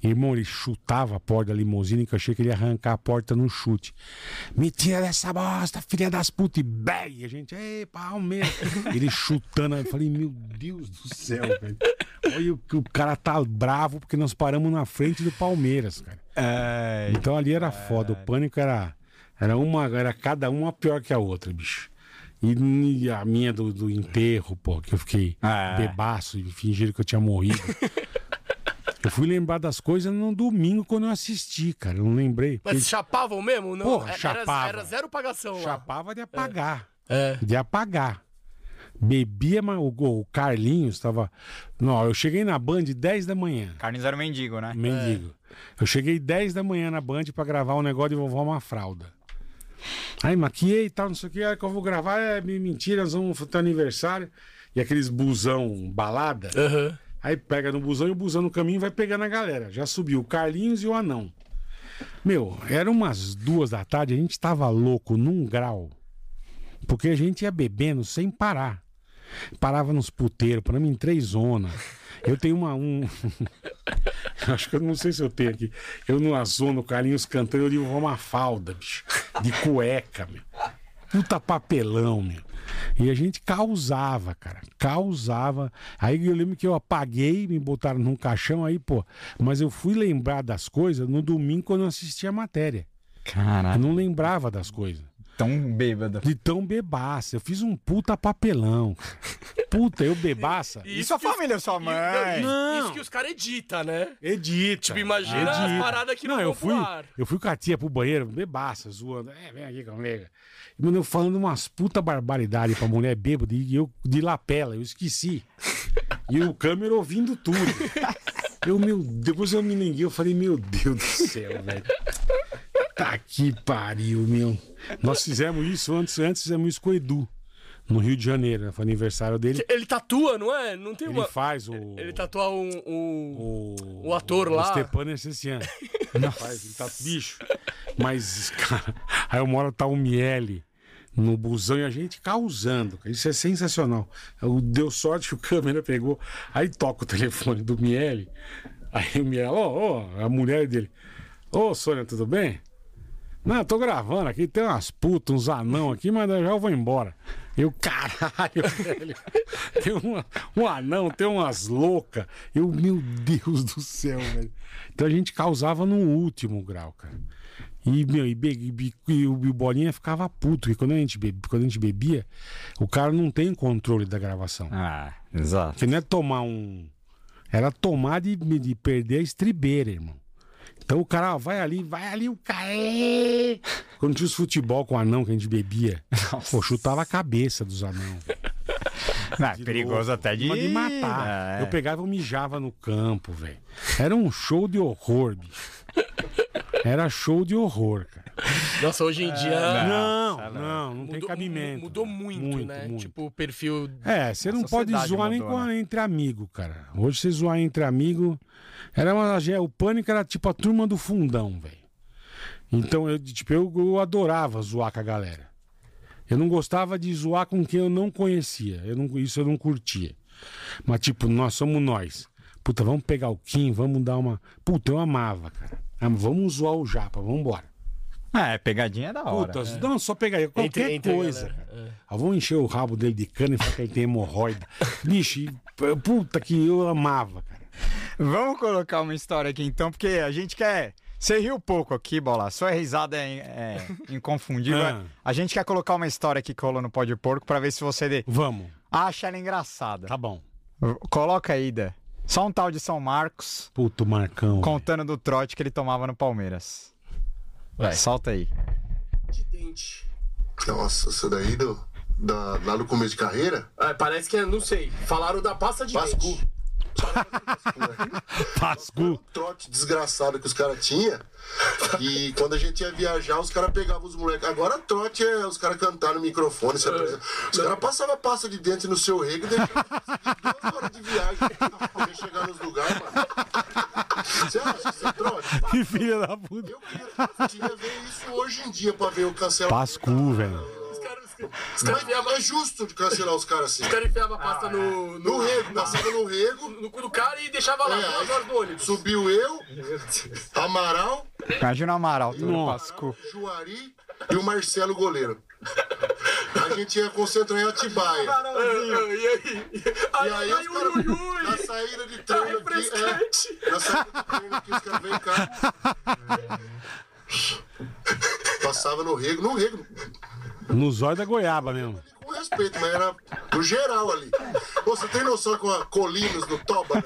C: Irmão, ele chutava a porta da limusine que eu achei que ele ia arrancar a porta num chute. Me tira dessa bosta, filha das putas. E bem, e a gente, ei, Palmeiras. ele chutando. Eu falei, meu Deus do céu, velho. Olha o que o cara tá bravo porque nós paramos na frente do Palmeiras, cara.
B: Ai,
C: Então ali era foda, o pânico era, era uma, era cada uma pior que a outra, bicho. E, e a minha do, do enterro, pô, que eu fiquei
B: Ah.
A: é.
C: bebaço e fingiram que eu tinha
A: <laughs>
C: morrido. eu fui lembrar das coisas no domingo quando eu assisti, cara. Eu não lembrei.
A: Mas chapavam mesmo? Não,
C: Porra,
A: era,
C: chapava.
A: Era zero pagação lá.
C: Chapava de apagar.
A: É.
C: De apagar. Bebia, mas o, o Carlinhos tava. Não, eu cheguei na Band 10 da manhã.
B: Carnes era o mendigo, né?
C: Mendigo. Eu cheguei 10 da manhã na Band pra gravar um negócio de vovó uma fralda. Aí maquiei e tal, não sei o que. Aí que eu vou gravar é me- mentira, nós vamos ter aniversário. E aqueles busão balada.
A: Aham.
C: Aí pega no busão e o busão no caminho vai pegando a galera. Já subiu o Carlinhos e o anão. Meu, era umas duas da tarde, a gente tava louco num grau. Porque a gente ia bebendo sem parar. Parava nos puteiros, paramos em três zonas. Eu tenho uma. Um... <laughs> Acho que eu não sei se eu tenho aqui. Eu numa zona, o Carlinhos cantando, eu digo, vou uma falda, bicho. De cueca, meu. Puta papelão, meu. E a gente causava, cara. Causava. Aí eu lembro que eu apaguei, me botaram num caixão aí, pô. Mas eu fui lembrar das coisas no domingo quando eu assisti a matéria. Eu
B: Caralho.
C: não lembrava das coisas.
B: Tão bêbado.
C: De tão bebaça. Eu fiz um puta papelão. Puta, eu bebaça.
A: E
B: E sua
A: que os-
B: família, sua mãe?
A: e- não, e- Isso
C: Ah, Não. Tá,
A: que os caras editam, né?
C: Edita.
A: Tipo, imagina as paradas que não vão
C: eu
A: pro
C: fui,
A: ar.
C: eu fui com a tia pro banheiro, bebaça, zoando. É, vem aqui comigo. E, mano, eu falando umas puta barbaridade pra mulher bêbada e eu de lapela, eu esqueci. E o câmera ouvindo tudo. Eu, meu, depois eu me liguei, eu falei, meu Deus do céu, velho. Tá que pariu, meu. Nós fizemos isso antes, antes fizemos isso com o Edu, no Rio de Janeiro, né? Foi aniversário dele.
A: Ele tatua, não é? Não tem
C: Ele
A: uma.
C: faz o.
A: Ele tatua um. um...
C: O,
A: o ator lá.
C: O Stepan
A: <laughs>
C: Erceciano. Rapaz, ele tá bicho. Mas, cara, aí uma hora tá o Miele no busão e a gente causando. cara. Isso é sensacional. Eu- Deu sorte que o câmera pegou. Aí toca o telefone do Miele. Aí o Miele, ó, ó, a mulher dele. Ô, Sônia, tudo bem? Não, eu tô gravando aqui, tem umas putas, uns anão aqui, mas já eu vou embora. Eu, caralho, <laughs> velho. Tem uma- um anão, tem umas loucas. Eu, meu Deus do céu, velho. Então a gente causava no último grau, cara. E, meu, e, be- e be- e o, e o Bolinha ficava puto, porque quando a, gente bebia, quando a gente bebia, o cara não tem controle da gravação.
B: Ah, exato.
C: Porque não é tomar um. Era tomar de, de perder a estribeira, irmão. Então o cara ó, vai ali, vai ali, o cara. "Ê!" Quando tinha os futebol com anão que a gente bebia, pô, chutava a cabeça dos anão.
B: Não, é perigoso até de...
C: Mas de matar.
B: É.
C: Eu pegava e mijava no campo, velho. Era um show de horror, bicho. Era show de horror, cara.
A: Nossa, hoje em dia.
C: É, Não,
B: tá
C: não,
B: louco.
C: não, tem
A: mu-
C: cabimento.
A: é mudou muito, né? Tipo, o perfil.
C: É, você
B: A
C: não pode
B: sociedade
C: zoar nem
B: mudou,
C: com- entre amigo, cara. Hoje você zoar entre amigo. Era uma, já- o pânico era tipo a turma do fundão, velho. Então eu, tipo, eu, eu adorava zoar com a galera. Eu não gostava de zoar com quem eu não conhecia. Eu não, isso eu não curtia. Mas, tipo, nós somos nós. Puta, vamos pegar o Kim, vamos dar uma. Puta, eu amava, cara. Ah, Vamos zoar o Japa, vamos embora.
B: É, pegadinha é da hora.
C: Puta, não, só pegaria
A: Entre-
C: qualquer
A: entre a
C: coisa.
A: galera,
C: cara. Ah, vamos encher o rabo dele de cana e falar que ele tem hemorroida. <laughs> Bicho, e p- puta que eu amava, cara.
B: Vamos colocar uma história aqui então, porque a gente quer. Você riu pouco aqui, Bola. Sua risada é, é inconfundível.
C: Ah.
B: A gente quer colocar uma história aqui que rolou no Pó de Porco pra ver se você de-
C: Vamos,
B: acha ela engraçada.
C: tá bom.
B: Coloca aí, Dé. Só um tal de São Marcos
C: Puto Marcão.
B: contando do trote que ele tomava no Palmeiras.
A: Vai.
B: Solta aí.
A: De dente.
E: Nossa, isso daí do, da, lá no começo de carreira?
A: parece que é, não sei. Falaram da pasta de
E: Vasco.
A: dente.
C: Pascu.
E: trote desgraçado que os caras tinham. E quando a gente ia viajar, os caras pegavam os moleques. Agora trote é os caras cantar no microfone.
A: É.
E: Se apresenta. os caras passavam pasta de dente no seu rego e deixavam duas horas de viagem pra poder chegar nos lugares, mano. Você acha que isso é trote?
C: <laughs> Que filha da puta.
E: Eu queria, queria ver isso hoje em dia pra ver o cancelamento.
C: Pascu, velho.
A: Os caras
E: Mas é mais justo de cancelar os caras assim.
A: enfiavam a pasta no,
E: No rego, passava no rego,
A: cu do cara e deixava lá
E: duas horas
A: do ônibus.
E: subiu eu, Amaral,
B: Imagina o Amaral, todo
C: Nossa.
B: Pascu.
E: Juari e o Marcelo goleiro. A gente ia concentrar em Atibaia.
A: É, E aí?
E: E aí os
A: <laughs>
E: caras, na saída de treino aqui, é, na saída de treino aqui, os caras vêm cá. Passava no rego, no rego,
C: No zóio da goiaba mesmo.
E: com respeito, mas era do geral ali. Pô, Você tem noção com a Colinas no Toba? né?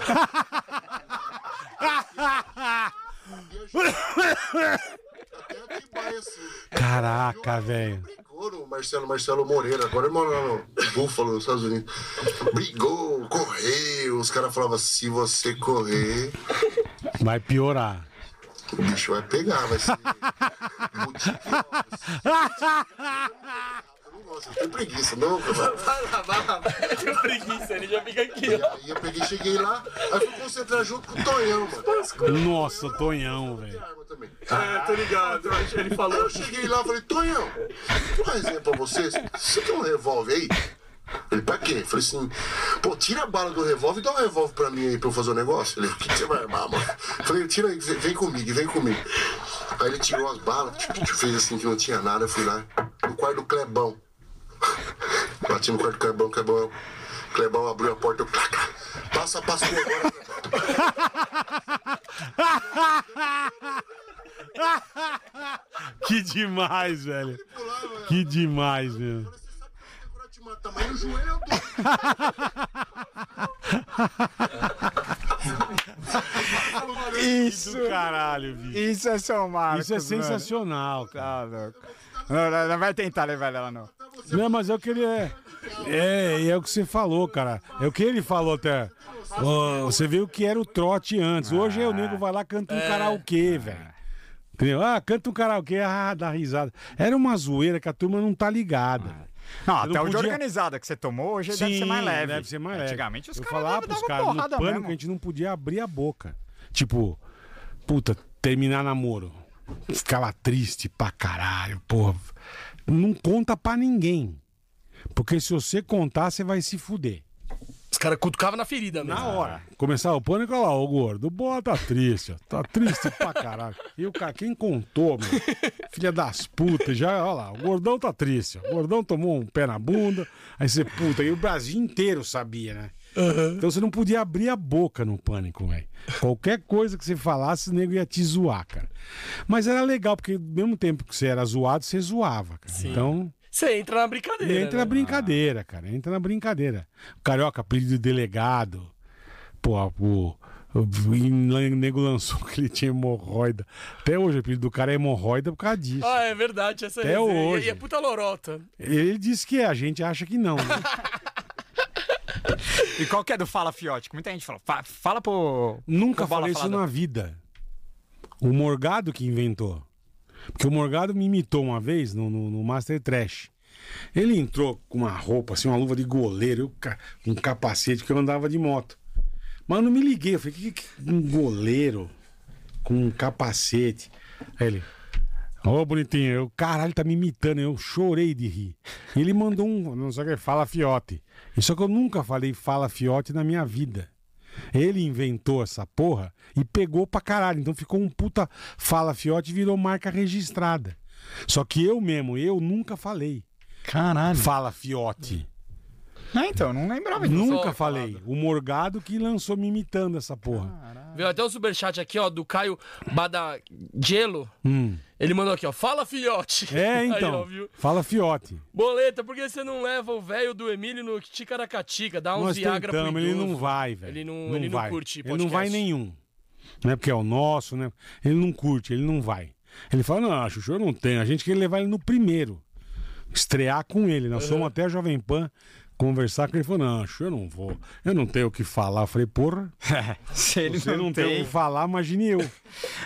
E: E a gente- Até Atibaia, assim.
C: Caraca, velho.
E: Brigou no Marcelo, Marcelo Moreira, agora ele mora lá no Búfalo, nos Estados Unidos. Brigou, correu. Os caras falavam: se você correr,
C: Vai piorar.
E: o bicho vai pegar, vai ser. multiplica. Eu não gosto, eu tenho preguiça, não. cara.
A: Que preguiça, ele já fica aqui, ó.
E: Aí eu peguei, cheguei lá, aí fui concentrar junto com o Tonhão, mano.
C: Nossa, Tonhão,
E: De
C: velho.
E: arma também.
A: É, tô ligado. Ele
E: Aí
A: falou.
E: eu cheguei lá e falei, Tonhão, uma resenha pra vocês. Você tem um revólver aí? Ele, pra quê? Eu falei assim, pô, tira a bala do revólver e dá um revólver pra mim aí pra eu fazer um negócio. Ele, o que que você vai armar, mano? Eu falei, tira aí, vem vem comigo, vem comigo. Aí ele tirou as balas, fez assim que não tinha nada, eu fui lá, no quarto do Clebão. Bati no quarto do Clebão, Clebão, Clebão abriu a porta, eu, clá, clá, passa, passa, tá pô, agora, Clebão.
C: Que demais, velho. Que demais, meu.
E: Você sabe que eu vou procurar te matar, mas no joelho eu dou.
B: Isso,
C: Do caralho, bicho.
B: isso é São Marcos.
C: Isso é
B: mano.
C: sensacional, cara.
B: Tá louco. Não, não, não vai tentar levar ela, não.
C: Não, mas é o que ele é. É, e é o que você falou, cara. É o que ele falou até. Ô, você viu que era o trote antes. Hoje é o nego vai lá canta um karaokê, velho. Entendeu? Ah, canta um karaokê, ah, dá risada. Era uma zoeira que a turma não tá ligada.
B: Não,
C: Você não
B: até o de
C: podia-
B: organizada que você tomou hoje deve ser mais leve.
C: Deve ser mais leve.
B: Antigamente os
C: Eu
B: caras
C: falava
B: davam-
C: pros
B: davam
C: caras no
B: porrada
C: pânico
B: mesmo.
C: que a gente não podia abrir a boca. Tipo, puta, terminar namoro. Ficava triste pra caralho, porra. Não conta pra ninguém. Porque se você contar, você vai se fuder.
A: Os caras cutucavam na ferida, né?
C: Na hora. Começar o pânico, olha lá, o gordo. Boa, tá triste, ó. Tá triste pra caralho. E o cara, quem contou, meu? Filha das putas, já, olha lá, o gordão tá triste, ó. O gordão tomou um pé na bunda. Aí você, puta, e o Brasil inteiro sabia, né? Então você não podia abrir a boca no pânico, velho. Qualquer coisa que você falasse, o nego ia te zoar, cara. Mas era legal, porque ao mesmo tempo que você era zoado, você zoava, cara. Então.
A: Você entra na
C: E
A: brincadeira.
C: entra
A: né?
C: na brincadeira, cara. Entra na brincadeira. O Carioca, apelido de delegado. Pô, o, o, o nego lançou <laughs> que ele tinha hemorroida. Até hoje o apelido do cara é hemorroida por causa disso.
A: Ah, é verdade, essa
C: Até
A: resenha.
C: hoje.
A: E é puta lorota.
C: Ele disse que é, a gente acha que não. né?
B: E qual que é do Fala Fiote? Que Muita gente falou. Fala, fala pro.
C: Nunca
B: pro Bola
C: falei isso
B: Falada.
C: na vida. O Morgado que inventou. Porque o Morgado me imitou uma vez no, no- no Master Trash. Ele entrou com uma roupa, assim, uma luva de goleiro, eu ca- um capacete que eu andava de moto. Mas eu não me liguei, eu falei, que, que- um goleiro com um capacete. Aí ele. Ô, bonitinho, eu, caralho, tá me imitando, eu chorei de rir. E ele mandou um, não sei o que, fala fiote. E Só que eu nunca falei fala fiote na minha vida. Ele inventou essa porra e pegou pra caralho. Então ficou um puta fala fiote e virou marca registrada. Só que eu mesmo, eu nunca falei.
B: Caralho.
C: Fala fiote.
B: Ah, então, não lembrava disso.
A: só
C: Nunca
A: é
C: falei. O Morgado que lançou me imitando essa porra.
A: Veio até o superchat aqui, ó, do Caio Badagelo.
C: Hum.
A: Ele mandou aqui, ó. Fala, filhote.
C: É,
A: <laughs> Aí, ó,
C: então.
A: viu?
C: Fala fiote.
A: Boleta, por que você não leva o velho do Emílio no Ticaracatica? Dá um
C: Nós
A: Viagra pro
C: tentamos, ele
A: idoso.
C: não vai, velho.
A: Ele não- ele não
C: vai.
A: curte
C: Ele não
A: podcast.
C: vai nenhum. Não é porque é o nosso, né? Ele não curte, ele não vai. Ele fala, não, Chuchu, eu não tenho. A gente quer levar ele no primeiro. Estrear com ele. Nós fomos até a Jovem Pan conversar com ele. Ele falou, não, Chuchu, eu não vou. Eu não tenho o que falar. Eu falei, porra,
B: Se <laughs> ele
C: você
B: não,
C: não tem um o
B: tem.
C: que falar, imagine eu.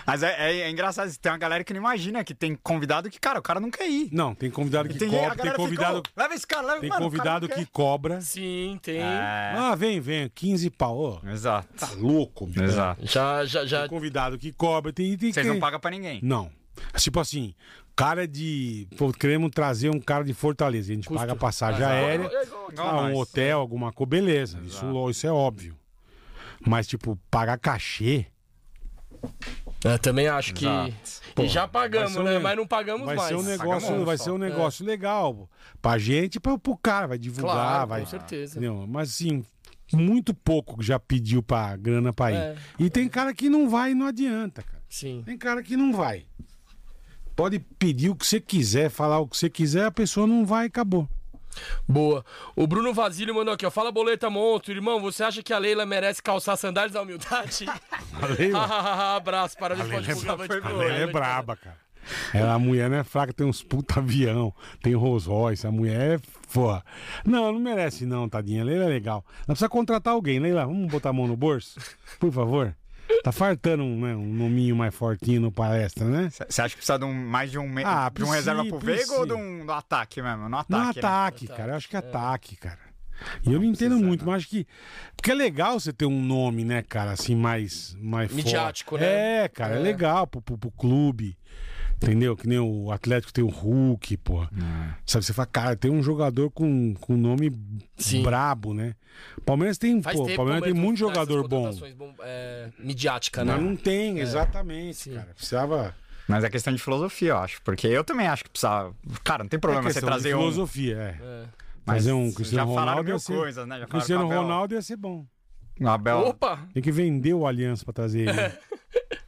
B: Mas é, é- é engraçado, tem uma galera que não imagina que tem convidado que, cara, o cara não quer ir.
C: Não, tem convidado que
B: Tem, a
C: cobra,
B: galera
C: tem
B: fica,
C: convidado,
B: "Ô, leva esse cara, leva
C: tem
B: mano, o cara
C: convidado
B: não
C: que
B: quer". É.
C: cobra.
A: Sim, tem.
C: Ah, vem, vem, 15 pau. Ô,
B: Exato.
C: tá louco, bicho.
B: Exato.
A: Já, já, já.
C: Tem convidado que cobra, tem, tem
B: Vocês
C: que-
B: não pagam pra ninguém.
C: Não. Tipo assim, cara de. Pô, queremos trazer um cara de Fortaleza. A gente paga passagem aérea,
B: Igual
C: ah, um
B: nós.
A: é.
C: hotel, alguma coisa, beleza. Isso, lo- isso é óbvio. Mas, tipo, pagar cachê
A: Eu É, também acho que.
C: Pô,
A: e já
C: vai
A: pagamos,
C: ser um
A: né?
C: ne-
A: Mas não pagamos
C: vai
A: mais.
C: ser um negócio,
B: Pagamos
C: vai
B: só.
C: ser
A: É.
C: um negócio legal pô. pra gente, pra, pro cara, vai divulgar,
A: Claro,
C: vai.
A: com certeza.
C: Entendeu? Mas assim, muito pouco que já pediu pra grana pra ir.
A: É.
C: E tem cara que não vai e não adianta, cara.
A: Sim.
C: Tem cara que não vai. Pode pedir o que você quiser, falar o que você quiser, a pessoa não vai e acabou.
A: Boa. O Bruno Vasílio mandou aqui, ó. Fala boleta monto, irmão. Você acha que a Leila merece calçar sandálias da
C: <laughs>
A: humildade? Ah, Abraço, parabéns, pode divulgar, vai divulgar,
C: Ela é
A: vai
C: braba, cara. Ela, a mulher não é fraca, tem uns puta avião, tem Rolls Royce, a mulher é foda. Não, não merece não, tadinha. Leila é legal. Ela precisa contratar alguém, Leila, vamos botar a mão no bolso? Por favor. Tá fartando um, né, um nominho mais fortinho no palestra, né?
B: C- Você acha que precisa de um, mais de um, me-
C: Ah,
B: de um reserva pro
C: precisa,
B: Veiga ou de
C: precisa.
B: um do ataque mesmo?
A: Tá, é
B: No
C: No
B: ataque. né?
C: ataque, cara. Eu acho que é ataque, cara. E eu não entendo muito,
A: né?
C: mas acho que. Porque é legal você ter um nome, né, cara, assim, mais. mais forte.
A: Midiático, né?
C: É, cara, é,
A: É.
C: legal pro, pro, pro clube. Entendeu? Que nem o Atlético tem o Hulk, porra.
A: É.
C: Sabe, você fala, cara, tem um jogador com, com nome
A: Sim.
C: brabo, né? Palmeiras tem, pô,
A: Faz tempo né, que
C: Palmeiras,
A: o
C: tem muito
A: não dá essas
C: jogador bom.
A: contratações bom- é, midiática, né?
C: Mas não tem, exatamente, cara. Precisava.
B: Mas é questão de filosofia, eu acho. Porque eu também acho que precisa. Cara, não tem problema
C: É
B: você
C: questão de
B: trazer um.
C: filosofia, é.
A: É.
B: Mas
C: Fazer um
B: já
C: Cristiano
B: falaram
C: Ronaldo
B: mil
C: ia ser-
B: coisas, né? Já falaram
C: Cristiano
B: com o Abel.
C: Ronaldo ia ser bom.
B: Um Abel.
A: Opa!
C: Tem que vender o Aliança pra trazer ele.
A: <laughs>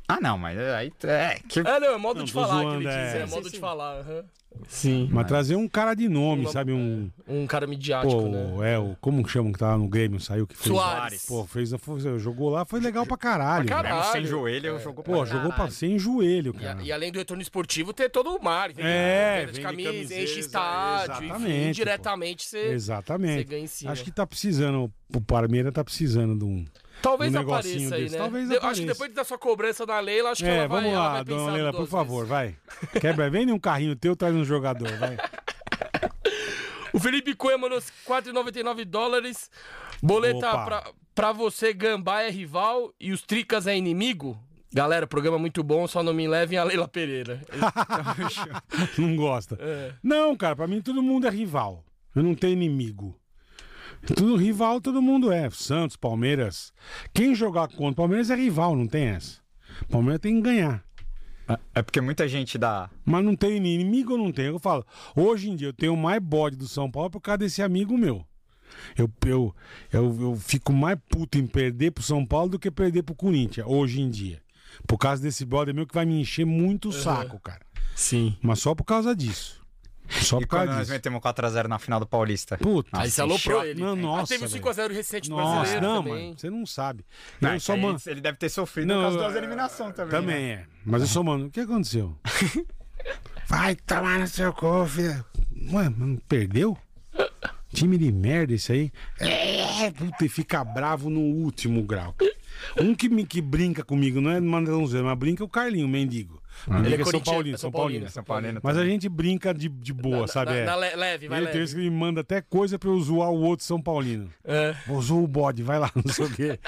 B: Ah, não, mas aí. É, que.
A: É, não, é modo de
C: tô
A: falar
C: zoando,
A: que ele diz.
C: é.
A: É,
C: Sim,
A: modo de falar. aham. Sim.
C: Mas trazer um cara de nome, sabe? Um.
A: Um cara midiático,
C: Pô,
A: né?
C: é, o, como que chamam que tava no Grêmio, saiu que fez.
A: Soares.
C: Pô, fez, foi- jogou lá, foi legal pra caralho.
A: Pra
C: né?
A: caralho.
B: Mesmo sem joelho, jogou
C: Pô, jogou pra sem joelho,
A: E, a-
C: cara.
A: e além do retorno esportivo, ter todo o mar. tem
C: É,
A: venda de
C: vende
A: camisa,
C: camiseta,
A: enche estádio,
C: exatamente,
A: enfim,
C: pô.
A: diretamente você.
C: Exatamente.
A: você ganha em cima.
C: Acho que tá precisando, o Palmeiras tá precisando de um.
A: Talvez
C: um negocinho
A: apareça aí,
C: desse.
A: né?
C: Talvez
A: De- Acho
C: apareça.
A: que depois da sua cobrança da Leila, acho que
C: É,
A: ela vai
C: vamos
A: ela
C: lá,
A: vai
C: dona
A: pensar
C: Leila,
A: duas
C: por favor,
A: vezes.
C: vai. Quebra, vende um carrinho teu, traz um jogador,
A: <laughs>
C: vai.
A: O Felipe Cunha mandou 4,99 dólares. Boleta
C: Opa.
A: pra, pra você, Gambá é rival e os Tricas é inimigo? Galera, programa muito bom, só não me levem a Leila Pereira.
C: <laughs> Não gosta.
B: É.
C: Não, cara, pra mim todo mundo é rival. Eu não tenho inimigo. Tudo rival, todo mundo é. Santos, Palmeiras. Quem jogar contra o Palmeiras é rival, não tem essa. Palmeiras tem que ganhar.
B: É porque muita gente dá.
C: Mas não tem inimigo, eu não tenho. Eu falo, hoje em dia eu tenho mais bode do São Paulo por causa desse amigo meu. Eu, eu, eu, eu fico mais puto em perder pro São Paulo do que perder pro Corinthians, hoje em dia. Por causa desse brother meu que vai me encher muito o saco, cara.
A: Sim.
C: Mas só por causa disso. Só
B: E
C: por
B: quando
C: causa
B: nós
C: disso.
B: metemos 4x0 na final do Paulista.
C: Puta.
A: Aí você
B: encheu
A: aloprou
B: a-
A: ele.
C: Não,
A: ah,
C: nossa,
A: teve um
C: velho.
A: 5x0 recente
C: Nossa,
A: brasileiro
C: não,
A: também.
C: mano, você não sabe.
B: Não,
C: eu
B: é
C: sou
B: que
C: mano.
B: ele, ele deve ter sofrido
C: Não,
B: por causa das
C: é-
B: eliminações também. né?
C: Também é. Mas eu sou mano. O que aconteceu? Vai tomar no seu cu, filho. Ué, mas não perdeu? Time de merda esse aí. É, puta, e fica bravo no último grau. Um que, me, que brinca comigo, não é Mandelãozinho, mas brinca é o Carlinho, o mendigo. Ele é São
A: corintiano,
C: Paulino,
A: é
C: São
A: São
C: Paulino.
A: paulino,
B: São Paulino.
C: Mas a gente brinca de, de boa, sabe?
A: Na,
C: É.
A: na le- leve, vai
C: Ele tem
A: leve.
C: vezes que ele manda até coisa pra eu zoar o outro São Paulino.
A: É.
C: Vou zoar o bode, vai lá, <laughs> não sei o quê.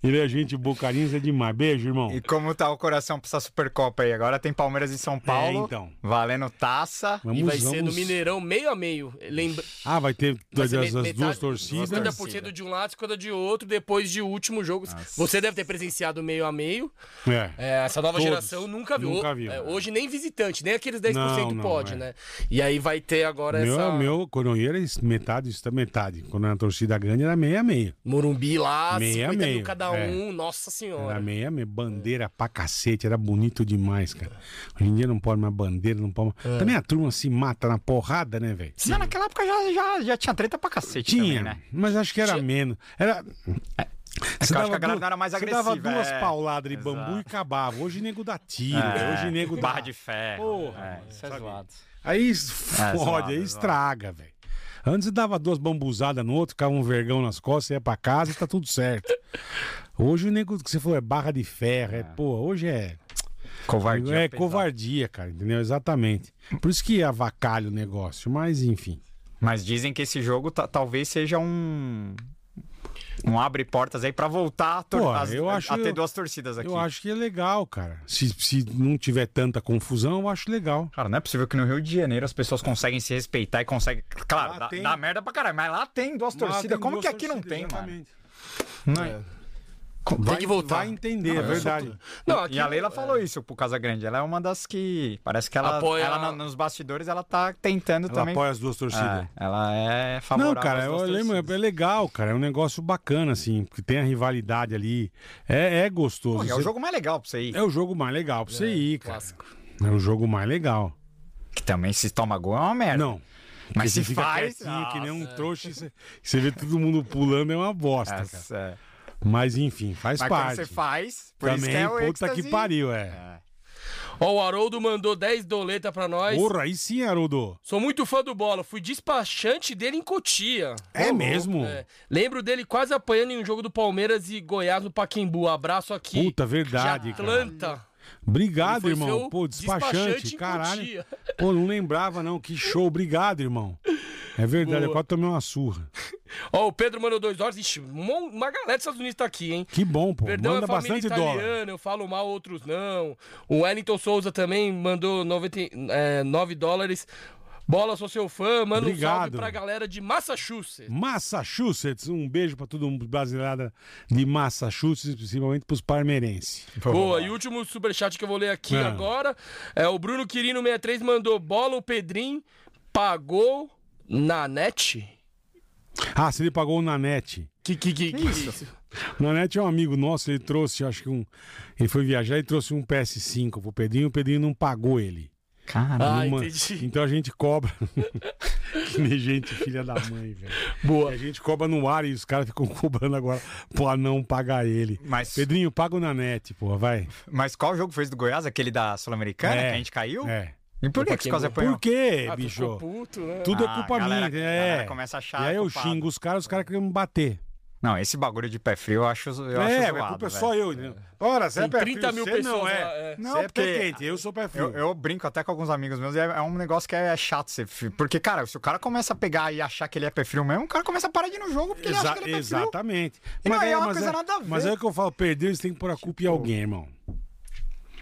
C: Ele é gente boa, carinho, é demais. Beijo, irmão.
B: E como tá o coração pra essa Supercopa aí? Agora tem Palmeiras e São Paulo.
C: então.
B: Valendo taça.
A: E
C: Vamos,
A: vai ser no
C: vamos-
A: Mineirão meio a meio. Lembra...
C: Ah, vai ter
A: Vai
C: as,
A: ser
C: as-
A: me-
C: as duas
A: metade-
C: torcidas. É.
A: 50% de um lado, 50% de outro, depois de último jogo. Você deve ter presenciado meio a meio.
C: É.
A: É, essa nova
C: Todos.
A: geração nunca viu.
C: Nunca
A: O-
C: viu.
A: é, hoje nem visitante, nem aqueles 10%
C: Não, não,
A: pode,
C: é.
A: né? E aí vai ter agora
C: Meu,
A: essa
C: meu coronheiro é metade, isso tá metade. Quando era torcida grande era meia meia.
A: Morumbi lá,
C: Meia,
A: 50
C: meia,
A: mil cada
C: é.
A: um, nossa senhora.
C: Era meia meia, bandeira pra cacete, era bonito demais, cara. Hoje em dia não pode mais bandeira, não pode
A: É.
C: mais. Também a turma se mata na porrada, né, velho?
B: Não, naquela época já, já, já tinha treta pra cacete
C: Tinha,
B: também, né? É
C: mas acho que era menos. Era. Você
B: que eu acho
C: dava
B: que a galera
C: duas-
B: não era mais
C: você
B: agressiva,
C: dava duas
B: é.
C: pauladas de bambu
B: Exato.
C: e acabava. Hoje nego dá tiro,
B: É,
C: velho. hoje nego dá.
B: Barra de ferro.
C: Porra,
B: é,
C: mano,
B: isso é
C: sabe?
B: zoado.
C: Aí
B: zoado, é
C: fode, aí
B: zoado.
C: estraga, velho. Antes você dava duas bambuzadas no outro, ficava um vergão nas costas, ia pra casa e tá tudo certo. Hoje o nego que você falou é barra de ferro, é, pô, hoje é.
B: Covardia.
C: é
B: pesada.
C: covardia, cara, entendeu? Exatamente. Por isso que avacalha o negócio, mas enfim.
B: Mas dizem que esse jogo ta- talvez seja um. Um abre portas aí pra voltar a, tor-
C: Pô,
B: as-
C: eu acho-
B: a ter duas torcidas aqui.
C: Eu acho que é legal, cara. Se, se não tiver tanta confusão, eu acho legal.
B: Cara, não é possível que no Rio de Janeiro as pessoas conseguem se respeitar e conseguem. Claro,
C: Lá
B: dá,
C: tem.
B: dá merda pra caralho, mas lá tem duas torcidas. Como que aqui não tem, mano? Não é?
A: Tem que voltar.
C: Vai entender, é verdade.
A: Não, aqui é um
B: E a Leila falou isso pro Casagrande. Ela é uma das que. Parece que ela.
A: Apoia-
B: ela na- nos bastidores ela tá tentando
C: Ela
B: também.
C: apoia as duas torcidas.
B: É, ela é
C: Não,
B: favorável.
C: cara,
B: às
C: eu
B: duas
C: lembro,
B: torcidas.
C: é legal, cara. É um negócio bacana, assim, porque tem a rivalidade ali. É, é gostoso.
B: Pô, e é o
C: Você-
B: jogo mais legal pra você ir.
C: é o jogo mais legal pra você ir, cara.
A: clássico.
C: É o jogo mais legal.
B: Que também se toma gol é uma merda.
C: Não.
B: mas
C: Você
B: se
C: fica
B: faz.
C: quietinho, que nem um
B: Nossa,
C: trouxa. e Você, você vê todo mundo pulando, é uma bosta, cara.
B: essa é.
C: Mas enfim, faz
B: Mas quando
C: parte.
B: você faz, por isso
C: Também,
B: que é o
C: puta
B: êxtase.
C: que pariu, é.
A: Ó, o Haroldo mandou 10 doleta pra nós.
C: Porra, aí sim, Haroldo.
A: Sou muito fã do Bola, fui despachante dele em Cotia.
C: É mesmo?
A: É, Lembro dele quase apanhando em um jogo do Palmeiras e Goiás no Paquembu. Abraço aqui.
C: Puta,
A: de
C: verdade, cara.
A: Atlanta. Ele
C: Obrigado,
A: foi
C: irmão.
A: seu
C: Pô, despachante,
A: despachante em
C: caralho.
A: Cotia.
C: Pô, não lembrava, não. Que show. Obrigado, irmão. É verdade, eu quase tomei uma surra.
A: Ó, o Pedro mandou dois dólares. Ixi, mon- uma galera dos Estados Unidos tá aqui, hein?
C: Que bom, pô.
A: Perdão
C: Manda
A: a família
C: bastante dólar.
A: italiana, eu falo mal, outros não. O Wellington Souza também mandou 90, é, 9 dólares. Bola, sou seu fã. Manda um
C: Obrigado.
A: salve pra galera de Massachusetts.
C: Massachusetts, um beijo pra todo mundo brasileirada de Massachusetts, principalmente pros parmeirenses.
A: Boa, e o último superchat que eu vou ler aqui
C: Ah.
A: agora é o Bruno Quirino 63 mandou bola, o Pedrinho pagou na net?
C: Ah, se ele pagou o Nanete.
A: Que, que, que, que isso?
C: O Nanete é um amigo nosso, ele trouxe, acho que um. Ele foi viajar e trouxe um PS5 pro Pedrinho, o Pedrinho não pagou ele.
B: Caralho.
A: Ah,
C: Uma-
A: entendi.
C: Então a gente cobra. <laughs> que nem gente, filha da mãe, velho. E
A: Boa.
C: a gente cobra no ar e os caras ficam <laughs> cobrando agora pra não pagar ele.
B: Mas,
C: Pedrinho, paga o Nanete, porra, vai.
B: mas qual jogo fez do Goiás? Aquele da Sul-Americana
C: É,
B: que a gente caiu?
C: É.
B: E por que que os caras apanhou?
C: Por quê,
A: Ah,
C: bicho?
A: ficou puto, né?
C: Tudo
B: Ah,
C: é culpa
B: galera-
C: minha.
B: galera
C: É.
B: começa a achar
C: e aí eu
B: culpado.
C: xingo os caras, os caras querem me bater.
B: Não, esse bagulho de pé frio eu acho, eu acho
C: é,
B: zoado,
C: a culpa é
B: velho.
C: só eu. entendeu? Ora, você é
A: Tem
C: pé
A: 30 mil
C: você
A: pessoas
C: não
A: lá,
C: é.
A: é.
C: Você
B: Não,
C: é pé
B: porque-
C: quente, eu sou pé frio.
B: Eu, eu brinco até com alguns amigos meus e é, é um negócio que é chato. Você, fi- porque, cara, se o cara começa a pegar e achar que ele é pé frio mesmo, o cara começa a parar de ir no jogo porque ele
C: Exa-
B: acha que ele é pé frio.
C: exatamente.
B: E não é uma
C: mas
B: coisa nada a ver. Tipo,
C: Mas é o que eu falo, perdeu, eles têm que pôr a culpa em alguém, irmão.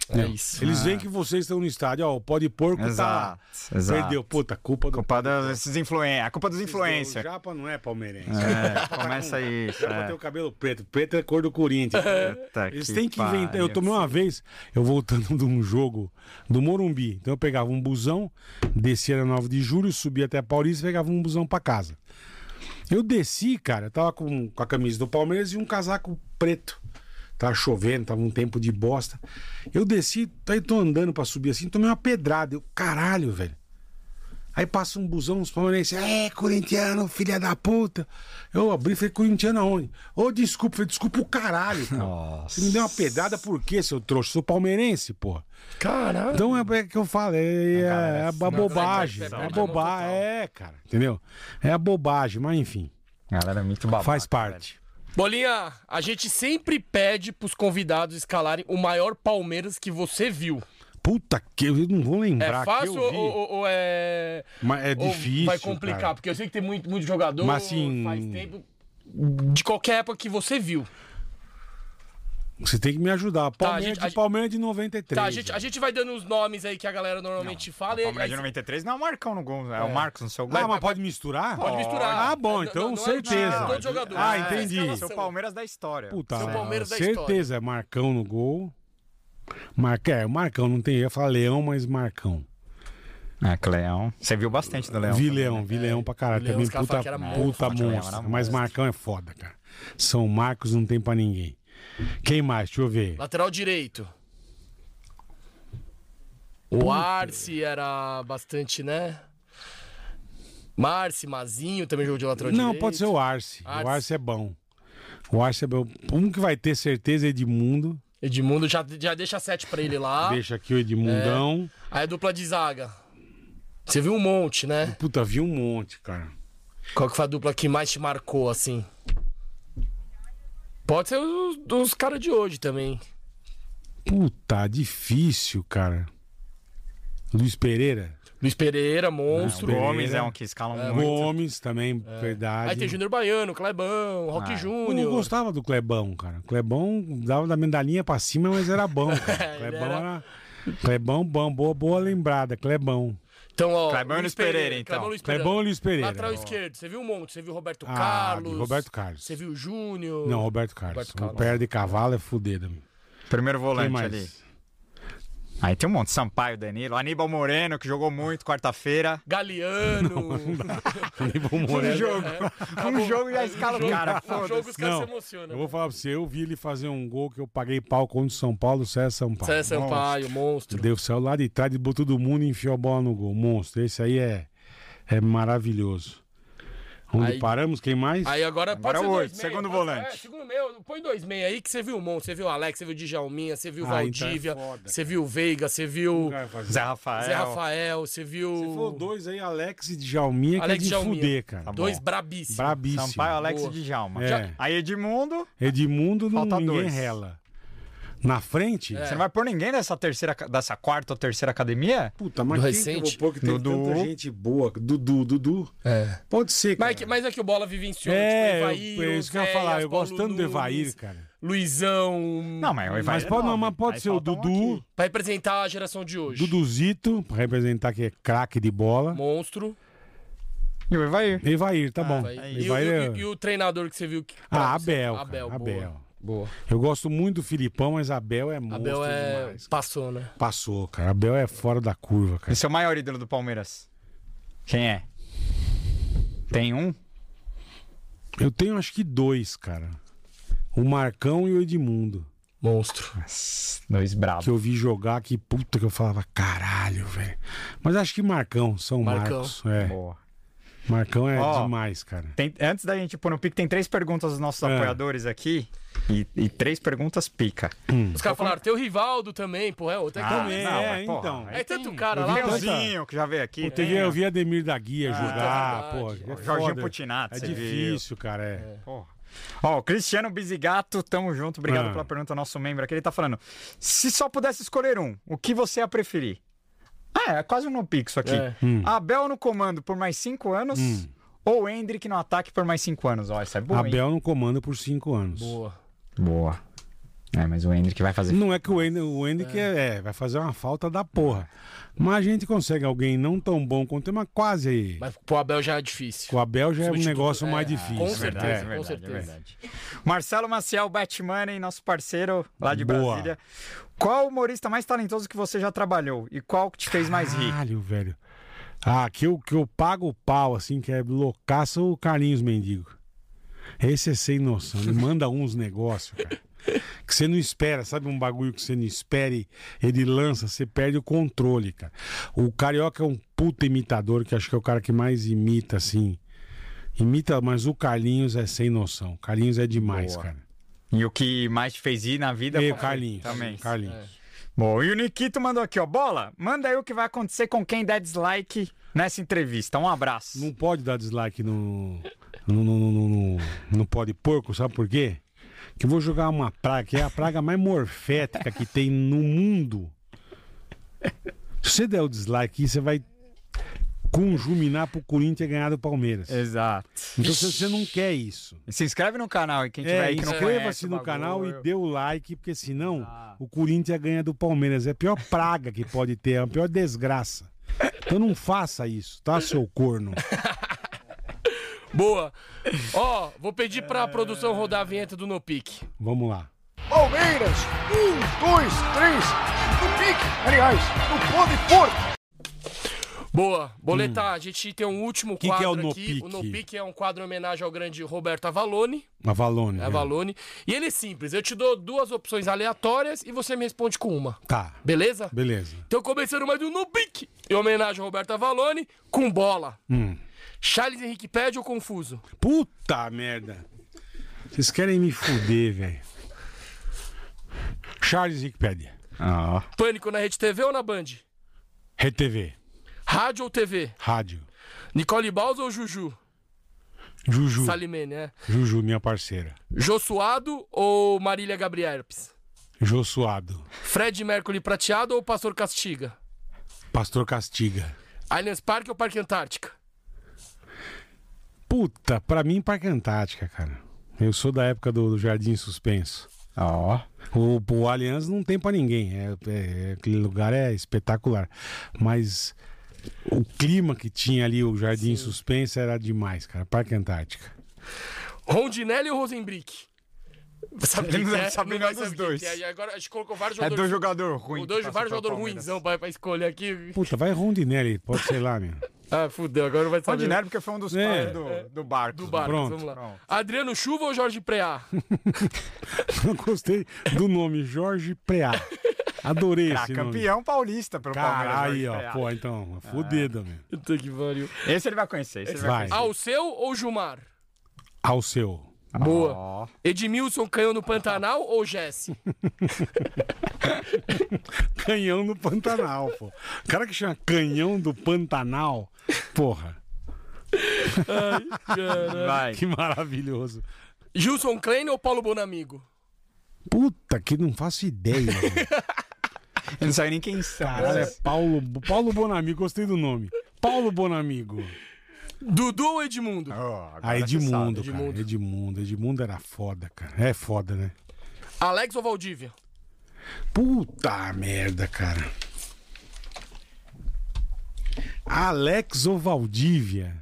A: É isso.
B: Ah.
C: Eles veem que vocês estão no estádio, ó, o pó de porco
B: Exato,
C: tá lá.
B: exato.
C: Perdeu, puta, culpa do...
B: Culpa desses influen... A culpa dos
C: O
B: influencers.
C: Japa não é palmeirense.
B: É, começa isso.
C: <laughs> Japa tem
B: É.
C: o cabelo preto, preto é a cor do Corinthians.
B: Puta
C: Eles têm que
B: pariu.
C: inventar. Eu tomei uma vez, eu voltando de um jogo do Morumbi. Então eu pegava um busão, descia na 9 de julho, subia até a Paulista e pegava um busão pra casa. Eu desci, cara, eu tava com, com a camisa do Palmeiras e um casaco preto. Tava chovendo, tava um tempo de bosta. Eu desci, aí tô andando pra subir assim, tomei uma pedrada. Eu, caralho, velho. Aí passa um busão, uns palmeirenses. É, corintiano, filha da puta. Eu abri e falei, corintiano aonde? Ô, desculpa. Falei, desculpa o caralho, cara. Você me deu uma pedrada por quê, seu trouxa? Sou palmeirense, porra.
A: Caralho.
C: Então é o que eu falei, é, é a bobagem.
A: não,
C: É
A: não,
C: a
A: não,
C: bobagem,
A: total.
C: é, cara. Entendeu? É a bobagem, mas enfim,
B: Galera, é muito babaca.
C: faz parte.
A: Bolinha, a gente sempre pede pros convidados escalarem o maior Palmeiras que você viu.
C: Puta que eu não vou
A: É
C: lembrar. que
A: fácil
C: eu
A: ou,
C: vi,
A: ou- ou é.
C: mas é
A: ou
C: difícil.
A: Vai complicar,
C: cara.
A: porque eu sei que tem muito, muito jogador.
C: Mas, assim,
A: Faz tempo. De qualquer época que você viu.
C: Você tem que me ajudar. Palmeiras,
A: gente- Tá, a
C: de, Palmeiras de 93.
A: Tá, a gente, a gente vai dando os nomes aí que a galera normalmente fala. e-
B: Palmeiras de
A: aí-
B: 93 não é o Marcão no gol. É, o Marcos no seu gol.
C: Ah, mas pode misturar?
A: Pode misturar.
C: Ah, bom,
A: Não,
C: então
A: não, não é
C: certeza.
A: de todo jogador.
C: ah,
A: É,
C: entendi.
A: escalação.
B: Esse é o Palmeiras da história.
C: Puta,
A: Seu
C: ah,
A: Palmeiras da
C: certeza, é Marcão no gol. Marca, é, o Marcão não tem. Eu ia falar Leão, mas Marcão.
B: É, Cleão. Você viu bastante do Leão.
C: vi Leão, vi Leão pra caralho.
A: Leão,
C: Também
A: os caras
C: puta,
A: falaram que era né?
C: puta
A: monstro,
B: Leão era
C: monstro.
B: monstro.
C: Mas Marcão é foda, cara. São Marcos não tem pra ninguém. Quem mais? Deixa eu ver.
A: Lateral direito. O Arce era bastante, né? Marce, Mazinho também jogou de lateral direito.
C: Não, pode ser o Arce.
A: Arce.
C: O Arce é bom. O Arce é bom. Um que vai ter certeza é Edmundo.
A: Edmundo já, já deixa sete pra ele lá.
C: Deixa aqui o Edmundão.
A: Aí a dupla de zaga. Você viu um monte, né?
C: Puta, vi um monte, cara.
A: Qual que foi a dupla que mais te marcou, assim? Pode ser os, os caras de hoje também.
C: Puta, difícil, cara. Luiz Pereira.
A: Luiz Pereira, monstro.
C: Pereira.
B: Gomes é um que escala muito.
C: Gomes também, verdade.
A: Aí tem Júnior Baiano, Clebão,
C: Ah,
A: Rock
C: É. Eu
A: Júnior.
C: gostava do Clebão, cara. Clebão dava da medalhinha pra cima, mas
A: <laughs>
C: era bom. Cara.
A: Ele
C: Clebão
A: era-
C: era... Clebão, bom, boa, boa lembrada, Clebão.
A: Então, ó.
B: Clebão
C: é
B: e Luiz Pereira, então.
A: Clebão e Luiz Pereira.
C: Clebão e Luiz Pereira.
A: Lateral esquerdo, você viu um monte. Você viu Roberto
C: Ah,
A: Carlos.
C: Roberto Carlos.
A: Você viu Júnior.
C: Não, Roberto Carlos.
A: Roberto Carlos.
C: O pé de cavalo é fudida. meu.
B: Primeiro
C: Quem
B: volante
C: mais?
B: ali. Aí tem um monte. Sampaio, Danilo. Aníbal Moreno, que jogou muito quarta-feira.
A: Galeano.
C: Aníbal
B: Um
C: Moreno.
B: jogo. <laughs> Um jogo já escala o cara.
A: o <laughs> jogo
B: Foda-se.
A: os caras
C: Não,
A: se emocionam. né?
C: eu vou falar pra você, eu vi ele fazer um gol que eu paguei pau contra o São Paulo, César Sampaio.
A: César é Sampaio, um monstro.
C: Deu saiu lá de trás, botou todo mundo e enfiou a bola no gol. Monstro, esse aí é, é maravilhoso. Onde
A: Aí-
C: paramos? Quem mais?
A: Aí agora,
B: Agora
A: pode ser dois
B: oito,
A: meia,
B: segundo
A: pode-
B: volante.
A: É, segundo meio, põe dois meia aí que você viu o Mon, você viu o Alex, você viu o Djalminha, você viu o
C: Ah, então é
A: Valdívia,
C: foda,
A: você viu o Veiga, você viu
B: Zé Rafael.
A: Zé Rafael, você viu
C: Se for dois aí, Alex e Djalminha,
A: Alex
C: que é de
A: Djalminha.
C: fuder, cara.
B: Tá bom.
A: dois brabíssimos.
C: Brabíssimo.
B: Sampaio, Alex
A: Boa.
B: e Djalma.
C: É.
B: Aí Edmundo.
C: Edmundo, não,
B: Falta
C: ninguém
B: dois. É.
C: rela. Na frente?
B: Você não vai pôr ninguém dessa terceira, ca- dessa quarta ou terceira academia?
C: Puta, mas
A: Do
C: quem
A: recente?
C: que eu vou pôr que tem
B: Dudu.
C: tanta gente boa? Dudu, Dudu.
A: É.
C: Pode ser, cara.
A: Mas, é que- mas é que o bola vivenciou,
C: É,
A: tipo,
C: eu-
A: Evair,
C: é isso que eu ia
A: Oséias,
C: falar. Eu
A: Paulo
C: gosto tanto do
A: Nunes,
C: Evair, cara.
A: Luizão.
B: Não, mas o Evair
C: Mas
B: é
C: pode, não,
B: nome.
C: mas pode
B: Aí
C: ser o
B: falta um
C: Dudu,
B: aqui.
A: Pra representar a geração de hoje.
C: Duduzito, pra representar que é craque de bola.
A: Monstro.
B: E o Evair.
C: Evair, tá bom.
A: Evair. E,
C: Evair
A: o,
C: é-
A: e o- e o treinador que você viu que.
C: Ah,
A: você-
C: Abel. cara,
A: Abel,
C: Abel.
A: boa. Boa.
C: Eu gosto muito do Filipão, mas Abel é monstro
A: Abel é.
C: demais.
A: Passou, né?
C: Passou, cara. Abel é fora da curva,
B: E
C: cara.
B: seu maior ídolo do Palmeiras? Quem é? Tem um?
C: Eu tenho acho que dois, cara. O Marcão e o Edmundo.
A: Monstro.
B: Dois bravos.
C: Que eu vi jogar, que puta que eu falava, caralho, velho. Mas acho que Marcão, São
A: Marcão.
C: Marcos. É.
B: Boa.
C: Marcão é
B: Ó.
C: demais, cara.
B: Tem- antes da gente pôr no pique, tem três perguntas dos nossos
C: É.
B: apoiadores aqui. E, e três perguntas pica.
C: Hum.
A: Os caras falaram, tem o Rivaldo também, pô, é outro. É, que
B: Ah,
A: também.
C: é,
B: não, mas, porra,
C: então.
A: é tanto cara lá.
C: vi
A: mas-
C: tanta-
B: Leozinho, que já veio aqui.
C: Teve,
B: tem,
C: eu vi Ademir da Guia jogar,
A: é
C: pô.
A: verdade.
C: É
B: Jorginho
C: foda.
B: Putinato,
C: É
B: você viu.
C: difícil, cara. É.
B: Porra. Ó, o Cristiano Bizigato, tamo junto. Obrigado
C: Ah.
B: pela pergunta, nosso membro aqui. Ele tá falando: se só pudesse escolher um, o que você ia preferir? Ah, é quase um no pixo aqui.
A: É.
C: Hum.
B: Abel no comando por mais cinco anos ou Hendrick no ataque por mais cinco anos? Ó, essa é boa. hein?
C: Abel não comanda por cinco anos.
A: Boa.
B: Boa. É, mas o Hendrick vai fazer.
C: Não é que o Hendrick, o Hendrick é. é, vai fazer uma falta da porra. Mas a gente consegue alguém não tão bom quanto ele, mas quase aí.
A: Mas pro Abel já é difícil.
C: Com o Abel já é um
A: Substituto-
C: negócio
A: é,
C: mais difícil.
A: com certeza,
C: né?
A: com certeza.
B: é verdade. Marcelo Maciel, Batman, nosso parceiro lá de
C: Boa.
B: Brasília. Qual humorista mais talentoso que você já trabalhou e qual que te fez mais rir?
C: Caralho, velho. Ah, que eu, que eu pago o pau, assim, que é loucaça o Carlinhos Mendigo. Esse é sem noção. Ele manda uns negócios, cara. que você não espera, sabe um bagulho que você não espere, ele lança, você perde o controle, cara. O Carioca é um puta imitador, que acho que é o cara que mais imita, assim. Imita, mas o Carlinhos é sem noção. O Carlinhos é demais,
B: Boa.
C: cara.
B: E o que mais te fez ir na vida
C: E
B: foi-
C: o Carlinhos.
B: Também.
C: Carlinhos.
B: Bom, e o Nikito mandou aqui, ó. Bola, manda aí o que vai acontecer com quem der dislike nessa entrevista. Um abraço.
C: Não pode dar dislike no. No, no, no, no, no- no pó de porco, sabe por quê? Que eu vou jogar uma praga, que é a praga mais morfética que tem no mundo. Se você der o dislike, você vai conjuminar pro Corinthians ganhar do Palmeiras.
B: Exato.
C: Então você, você não quer isso.
B: E Se inscreve no canal e quem tiver
C: É,
B: aí que não conhece
C: inscreva-se
B: o
C: no canal e
B: bagulho. Ah.
C: dê o like, porque senão o Corinthians ganha do Palmeiras. É a pior praga que pode ter, é a pior desgraça. Então não faça isso, tá, seu corno?
A: Boa. Ó, vou pedir pra
C: É.
A: produção rodar a vinheta do No Pique.
C: Vamos lá.
F: Palmeiras, um, dois, três, do pique, aliás, do pó de porco.
A: Boa. Boleta, a gente tem um último
C: Hum. Que que
A: quadro
C: é o No
A: aqui. O
C: Pique?
A: No Pique é um quadro em homenagem ao grande Roberto Avalone. É
C: Avalone. né?
A: Avalone. E ele é simples. Eu te dou duas opções aleatórias e você me responde com uma.
C: Tá,
A: Beleza?
C: beleza.
A: Então começando mais um No Pique. Em homenagem ao Roberto Avalone, com bola.
C: Hum.
A: Charles Henrique pede ou confuso?
C: Puta merda. Vocês querem me fuder, velho. Charles Wikipedia.
B: Ah, ó.
A: Pânico na Rede TV ou na Band?
C: RTV.
A: Rádio ou TV?
C: Rádio.
A: Nicole Baus ou Juju?
C: Juju.
A: Salimene, né?
C: Juju, minha parceira.
A: Josuado ou Marília Gabrielpes?
C: Jô Suado.
A: Fred Mercury prateado ou Pastor Castiga?
C: Pastor Castiga.
A: Allianz Parque ou Parque Antártica?
C: Puta, pra mim, Parque Antártica, cara. Eu sou da época do, do Jardim Suspenso.
B: Ó.
C: O, o Allianz não tem pra ninguém. É, é- é- aquele lugar é espetacular. Mas o clima que tinha ali, o Jardim Suspenso, era demais, cara. Parque Antártica.
A: Rondinelli ou Rosenbrick? Sabe
B: Ele
A: quem
B: não
A: que
B: deve
A: é,
B: saber
A: não vai
B: nenhum dos
A: saber quem
B: dois.
A: que é. E agora a gente colocou vários
B: É do
A: jogadores.
B: jogador ruim.
A: dois,
B: que
A: vários
B: passou pelo
A: jogadores
B: Palmeiras.
A: ruinzão pra, pra escolher aqui.
C: Puta, vai Rondinelli, pode ser
B: <laughs>
C: lá, meu.
A: Ah, fudeu, agora não vai saber.
B: Ordinário porque foi um dos
C: É.
B: pais do, né? do barco.
A: Do Barcos,
C: Pronto.
A: vamos lá.
B: Pronto.
A: Adriano Chuva ou Jorge Preá?
C: Eu gostei do nome Jorge Preá. Adorei
B: Ah,
C: esse nome.
B: campeão paulista pelo Palmeiras.
C: Cara, aí,
B: Jorge
C: ó.
B: Pereira.
C: Pô, então, fudida, meu.
A: Puta que pariu.
B: Esse ele vai conhecer. Esse ele vai,
C: Vai.
B: conhecer.
A: Ao seu ou Gilmar?
C: Ao seu.
A: Boa.
B: Ó.
A: Edmilson Canhão no Pantanal ou Jesse?
C: Canhão do Pantanal, pô. O cara que chama Canhão do Pantanal, porra,
B: Vai.
C: que maravilhoso.
A: Gilson Klein ou Paulo Bonamigo?
C: Puta, que não faço ideia. velho.
B: Eu não sei nem quem né? sabe.
C: Caralho, é Paulo, Paulo Bonamigo, gostei do nome. Paulo Bonamigo.
A: Dudu ou Edmundo?
C: Ah,
A: Edmundo.
C: Edmundo, cara. Edmundo. Edmundo era foda, cara. É foda, né?
A: Alex ou Valdívia?
C: Puta merda, cara. Alex ou Valdívia?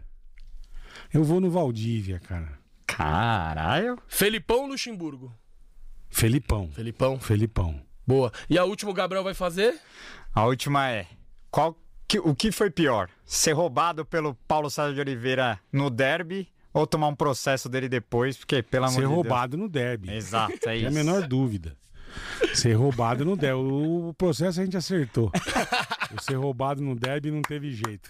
C: Eu vou no Valdívia, cara.
B: Caralho.
A: Felipão ou Luxemburgo?
C: Felipão.
A: Felipão.
C: Felipão.
A: Boa. E a última o Gabriel vai fazer?
B: A última é: qual que- o que foi pior? Ser roubado pelo Paulo César de Oliveira no derby ou tomar um processo dele depois? Porque, pelo amor
C: Ser
B: de
C: roubado no derby.
B: Deus. Exato, é
C: <laughs> É
B: isso.
C: a menor dúvida. Ser roubado no derby. O processo a
B: <laughs>
C: gente acertou. O ser roubado no derby não teve jeito.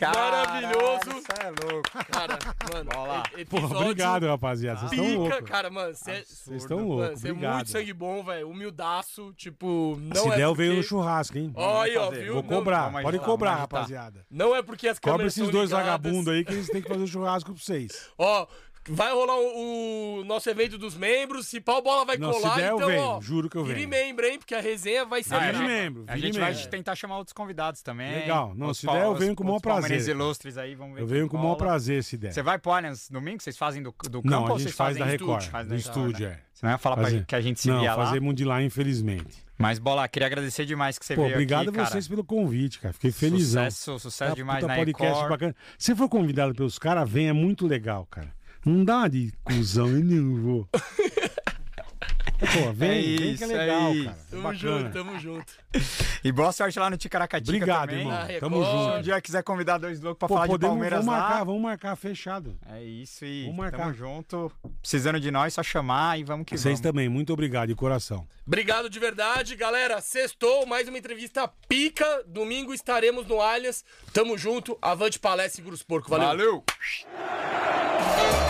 A: Maravilhoso.
B: Isso é louco.
A: Cara, mano.
B: Olá.
A: e-
C: Pô,
A: episódio
C: obrigado, rapaziada. Vocês estão
A: Pica,
C: loucos.
A: cara, mano. é Vocês
C: Vocês estão loucos.
A: Você é muito
C: Obrigado.
A: sangue bom, velho. Humildaço. Tipo, não
C: Se
A: é.
C: der, eu
A: porque...
C: veio no churrasco, hein?
A: Ó, aí, ó,
B: fazer.
A: viu?
C: Vou
A: Não-
C: cobrar.
B: vamos
C: Pode
B: agitar,
C: cobrar,
B: vamos agitar.
C: rapaziada.
A: Não é porque as
C: Cobra
A: câmeras
C: esses
A: estão
C: dois
A: ligadas.
C: vagabundos aí que eles têm que fazer o churrasco pra vocês.
A: Ó, vai rolar o, o nosso evento dos membros. Se pau bola vai
C: Não, se
A: colar,
C: der, eu
A: então,
C: venho,
A: ó.
C: juro que eu
A: Vire
C: venho.
A: membro, hein? Porque a resenha vai ser.
B: Ah, é,
C: Vire
A: braba.
C: membro,
B: A
C: vire
B: gente vai
C: membro.
B: tentar chamar outros convidados também.
C: Legal. Não,
B: Os
C: se
B: pau-
C: der, eu
B: os-
C: venho com o
B: os
C: maior prazer.
B: palmeirenses ilustres aí, vamos ver
C: Eu
B: quem
C: venho com o maior
B: cola.
C: prazer se der.
B: Você vai pro Allianz domingo? Vocês fazem do, do campo
C: Não, a
B: ou
C: gente
B: vocês
C: faz
B: fazem
C: da
B: em
C: Record.
B: estúdio? Faz
C: do
B: da Record,
C: estúdio,
B: né?
C: é.
B: Você não ia falar pra,
C: Fazer-
B: gente que a gente se
C: Não,
B: via lá.
C: fazemos de lá, infelizmente.
B: Mas, Bola, queria agradecer demais que você
C: Pô,
B: veio
C: obrigado
B: aqui,
C: a
B: cara.
C: vocês pelo convite, cara. Fiquei felizão.
B: Sucesso, sucesso
C: Tá,
B: demais
C: puta
B: na
C: podcast
B: Record.
C: bacana. Se for convidado pelos caras, vem, é muito legal, cara. Não dá de cuzão, eu não vou.
B: É
C: Pô, vem, vem que
B: isso,
C: é
B: é
C: legal,
B: isso.
C: cara.
A: Tamo junto,
C: Bacana.
A: tamo junto.
B: E boa sorte lá no Ticaracatica
C: Obrigado,
B: também.
C: irmão.
A: Na
C: Tamo
B: Se um
A: Record.
C: junto.
B: dia quiser convidar dois loucos pra
C: Pô,
B: falar de
C: podemos,
B: Palmeiras
C: vamos marcar,
B: lá.
C: vamos marcar, fechado.
B: É isso e
C: Vamos marcar.
B: tamo junto. Precisando de nós, só chamar e vamos que
C: Vocês
B: vamos.
C: também, muito obrigado, de coração.
A: Obrigado de verdade, galera. Sextou, mais uma entrevista pica. Domingo estaremos no Allianz. Tamo junto. Avante palestra e Grupo Porco. Valeu.
B: Valeu.